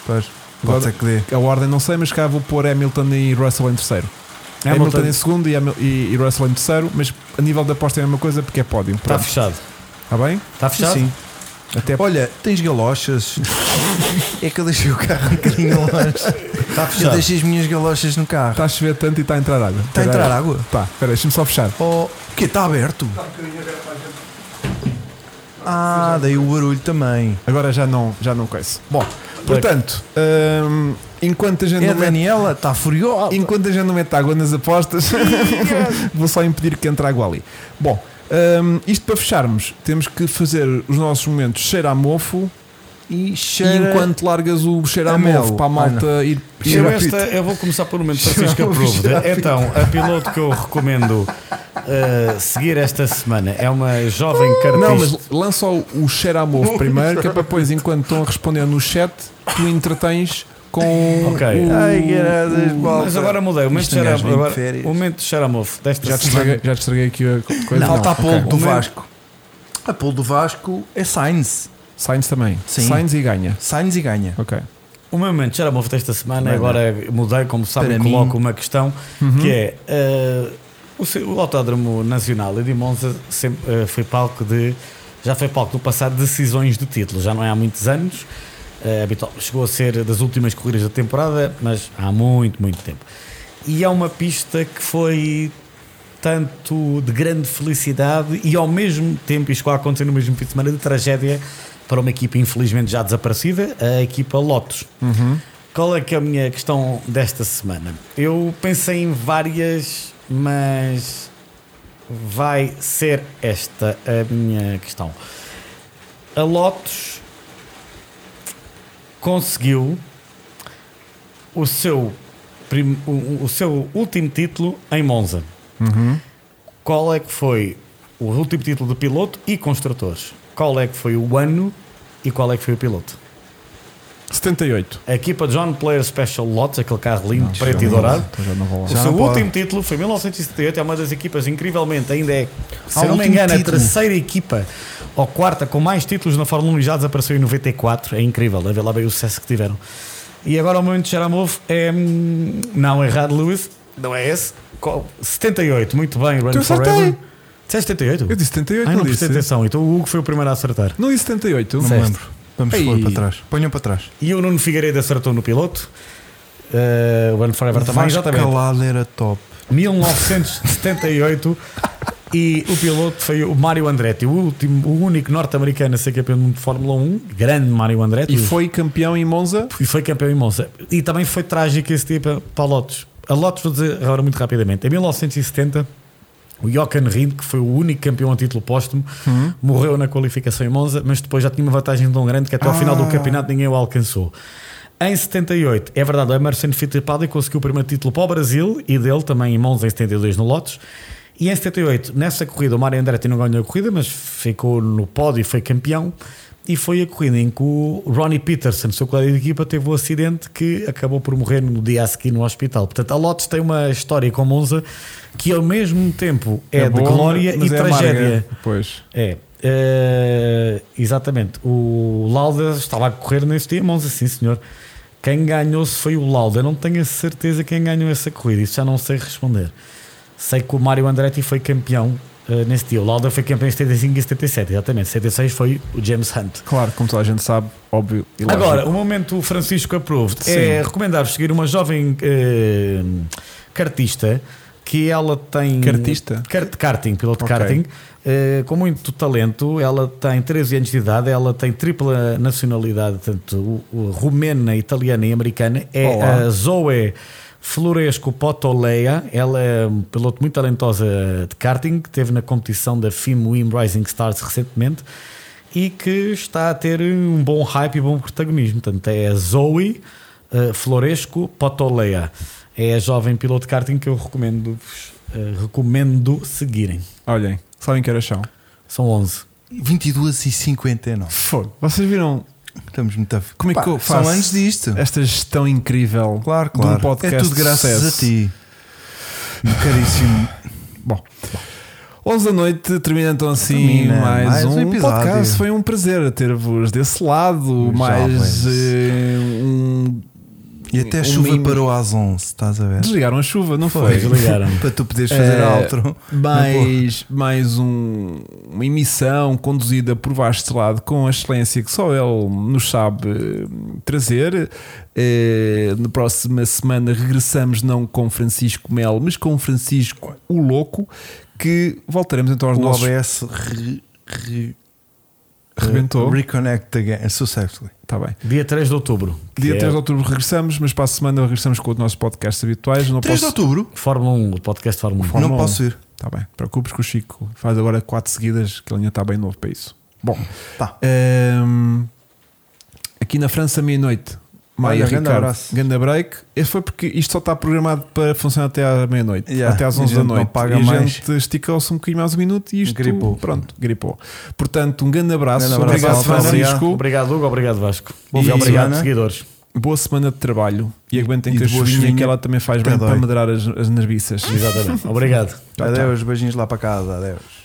Pois, Agora- pode ser que dê. A ordem não sei, mas cá vou pôr Hamilton e Russell em terceiro. Hamilton, Hamilton. em segundo e, Hamil- e- e Russell em terceiro, mas a nível da aposta é a mesma coisa porque é pódio. Tá Está Pronto. Tá fechado. Está bem? Está fechado? Sim. Até Olha, tens galochas. [laughs] é que eu deixei o carro um bocadinho longe. Está Eu fechado. deixei as minhas galochas no carro. está tá a chover tanto e está a entrar água. Está a entrar água? Tá, espera, deixa-me só fechar. Oh, o quê? Está aberto? Ah, daí o barulho também. Agora já não, já não conheço. Bom, portanto, hum, enquanto a gente É a não mete. Daniela, está furiosa. Enquanto a gente não mete água nas apostas, [laughs] vou só impedir que entre água ali. Bom, hum, isto para fecharmos, temos que fazer os nossos momentos cheiro a mofo E e cheira. enquanto largas o cheiro a, a mofo mel. para a é malta ir, ir Eu, ao esta- pito. eu vou começar por um momento Francisco Cheirava Aprovo. cheirava pito. Então, a piloto que eu recomendo uh, seguir esta semana é uma jovem cartista. Não, mas lança o, [laughs] o cheiro a mofo primeiro, que é para depois, enquanto estão a responder no chat, tu entretens com. [laughs] Ok. o- Ai, graças, Paulo. Mas agora mudei. O momento Isto é um cheira- gajo bem de agora- férias. o momento de xaramofo desta Já te semana. estraguei, já te estraguei aqui a coisa. Não, falta a pole ok. do Vasco. A pole do Vasco é Sainz. Sainz também. Sim. Sainz e ganha. Sainz e ganha. Ok. O meu momento já move desta semana, Bem, agora mudei, como sabem, Para coloco mim- Uhum. uma questão que é eh, o se- o Autódromo Nacional e de Monza sempre, eh, foi palco de já foi palco no passado de decisões de títulos, já não é há muitos anos. eh, habitual, chegou a ser das últimas corridas da temporada, mas há muito, muito tempo. E é uma pista que foi tanto de grande felicidade e ao mesmo tempo, isto vai acontecer no mesmo fim de semana, de tragédia para uma equipa infelizmente já desaparecida, a equipa Lotus. Qual é que é a minha questão desta semana? Eu pensei em várias, mas vai ser esta a minha questão. A Lotus conseguiu o seu, prim- o- o seu último título em Monza. Qual é que foi o último título de piloto e construtores? Qual é que foi o ano e qual é que foi o piloto? 78. A equipa John Player Special Lots, aquele carro lindo, Já preto e não dourado. vou- já não vou lá. Já o seu não pode. último título foi 1978, é uma das equipas, incrivelmente, ainda é, se Há eu não me último engano, a título. terceira equipa ou quarta com mais títulos na Fórmula 1 e já desapareceu em 94. É incrível, a ver lá bem o sucesso que tiveram. E agora o momento de Xaramov é. hum, Não, errado, Lewis, não é esse. Qual- 78, muito bem, Run Tu acertei. Forever. Disseste 78? Eu disse 78, Ai, não não prestei disse. atenção, então o Hugo foi o primeiro a acertar. Não disse 78. Não me Disseste. lembro. Vamos Ei. pôr para trás. Ponham para trás. E o Nuno Figueiredo acertou no piloto. Uh, o Run Forever também, Vasco exatamente. Calado era top. 1978 E o piloto foi o Mário Andretti, o último, o único norte-americano a ser campeão do mundo de Fórmula 1, grande Mário Andretti. E foi campeão em Monza. e foi campeão em Monza. E também foi trágico esse dia para, para a Lotus. A Lotus, vou dizer agora muito rapidamente, em 1970, o Jochen Rindt, que foi o único campeão a título póstumo, Uhum. morreu na qualificação em Monza, mas depois já tinha uma vantagem tão grande que até ao final Ah. do campeonato ninguém o alcançou. Em 78, é verdade, o Emerson Fittipaldi conseguiu o primeiro título para o Brasil e dele também em Monza em 72 no Lotus. E em 78, nessa corrida, o Mário Andretti não ganhou a corrida, mas ficou no pódio e foi campeão. E foi a corrida em que o Ronnie Peterson, seu colega de equipa, teve um acidente que acabou por morrer no dia a seguir no hospital. Portanto, a Lotus tem uma história com Monza que ao mesmo tempo é, de boa, glória e mas é amarga. tragédia. Pois. É. eh, exatamente. O Lauda estava a correr nesse dia, Monza, sim senhor. Quem ganhou-se foi o Lauda. Eu não tenho a certeza quem ganhou essa corrida, isso já não sei responder. Sei que o Mário Andretti foi campeão eh, nesse dia. O Lauda foi campeão em 75 e 77, exatamente. 76 foi o James Hunt. Claro, como toda a gente sabe, óbvio. e lógico. Agora, o momento Francisco Approved é Sim. recomendar-vos seguir uma jovem eh, cartista que ela tem. Cartista? Kart, karting, piloto de Ok. karting, eh, com muito talento. Ela tem 13 anos de idade, ela tem tripla nacionalidade, tanto o- o rumena, italiana e americana. É Olá. a Zoe. Floresco Potoleia, ela é um piloto muito talentosa de karting, que esteve na competição da FIM Wim Rising Stars recentemente e que está a ter um bom hype e bom protagonismo. Portanto, é a Zoe eh, Floresco Potoleia. É a jovem piloto de karting que eu recomendo, recomendo seguirem. Olhem, sabem que horas são? São 11. 22 e 59. Fogo. Vocês viram Estamos muito a... Como é que eu faço? São anos disto. esta gestão incrível Claro, de um claro. podcast? é tudo de graças sucesso? a ti. Meu caríssimo. Bom. 11 da noite, termina então assim Termina mais, mais um um episódio. podcast. Foi um prazer ter-vos desse lado, Já, mais pois. eh, um- E até Um a chuva mimo. parou às 11, estás a ver? Desligaram a chuva, não foi? Foi. Ligaram. [laughs] Para tu poderes fazer Eh, a outro. é? Mais, mais um- uma emissão conduzida por Vasco Estrelado com a excelência que só ele nos sabe eh, trazer. Eh, na próxima semana regressamos não com Francisco Melo, mas com Francisco o Louco, que voltaremos então aos O nossos... OBS re, re, Rebentou. reconnect again successfully. Tá bem. Dia 3 de outubro. Dia que 3 de é outubro regressamos, mas para a semana regressamos com os nossos podcasts habituais. Não 3 de posso... outubro? Fórmula 1, o podcast Fórmula 1. Não posso ir. Tá bem, preocupes que o Chico faz agora 4 seguidas, que ele ainda está bem novo para isso. Bom, Tá. Ahm, aqui na França, meia-noite. Maia Olha, grande Ricardo, abraço. grande break. Este foi porque isto só está programado para funcionar até à meia-noite, Yeah, até às e a 11 da gente não noite. paga e a mais. gente esticou-se um bocadinho mais um minuto e isto Gripou. pronto, gripou. Portanto, um grande abraço. Grande abraço, Obrigado, Alfredo. Francisco. Obrigado, Hugo. Obrigado, Vasco. Bom e fim de obrigado, semana. seguidores. Boa semana de trabalho e aguentem E que a de boa chuvinha chuvinha que ela também faz até bem para dói. madrar as, as nerviças. Exatamente. Obrigado. tchau. Adeus, beijinhos lá para casa. Adeus.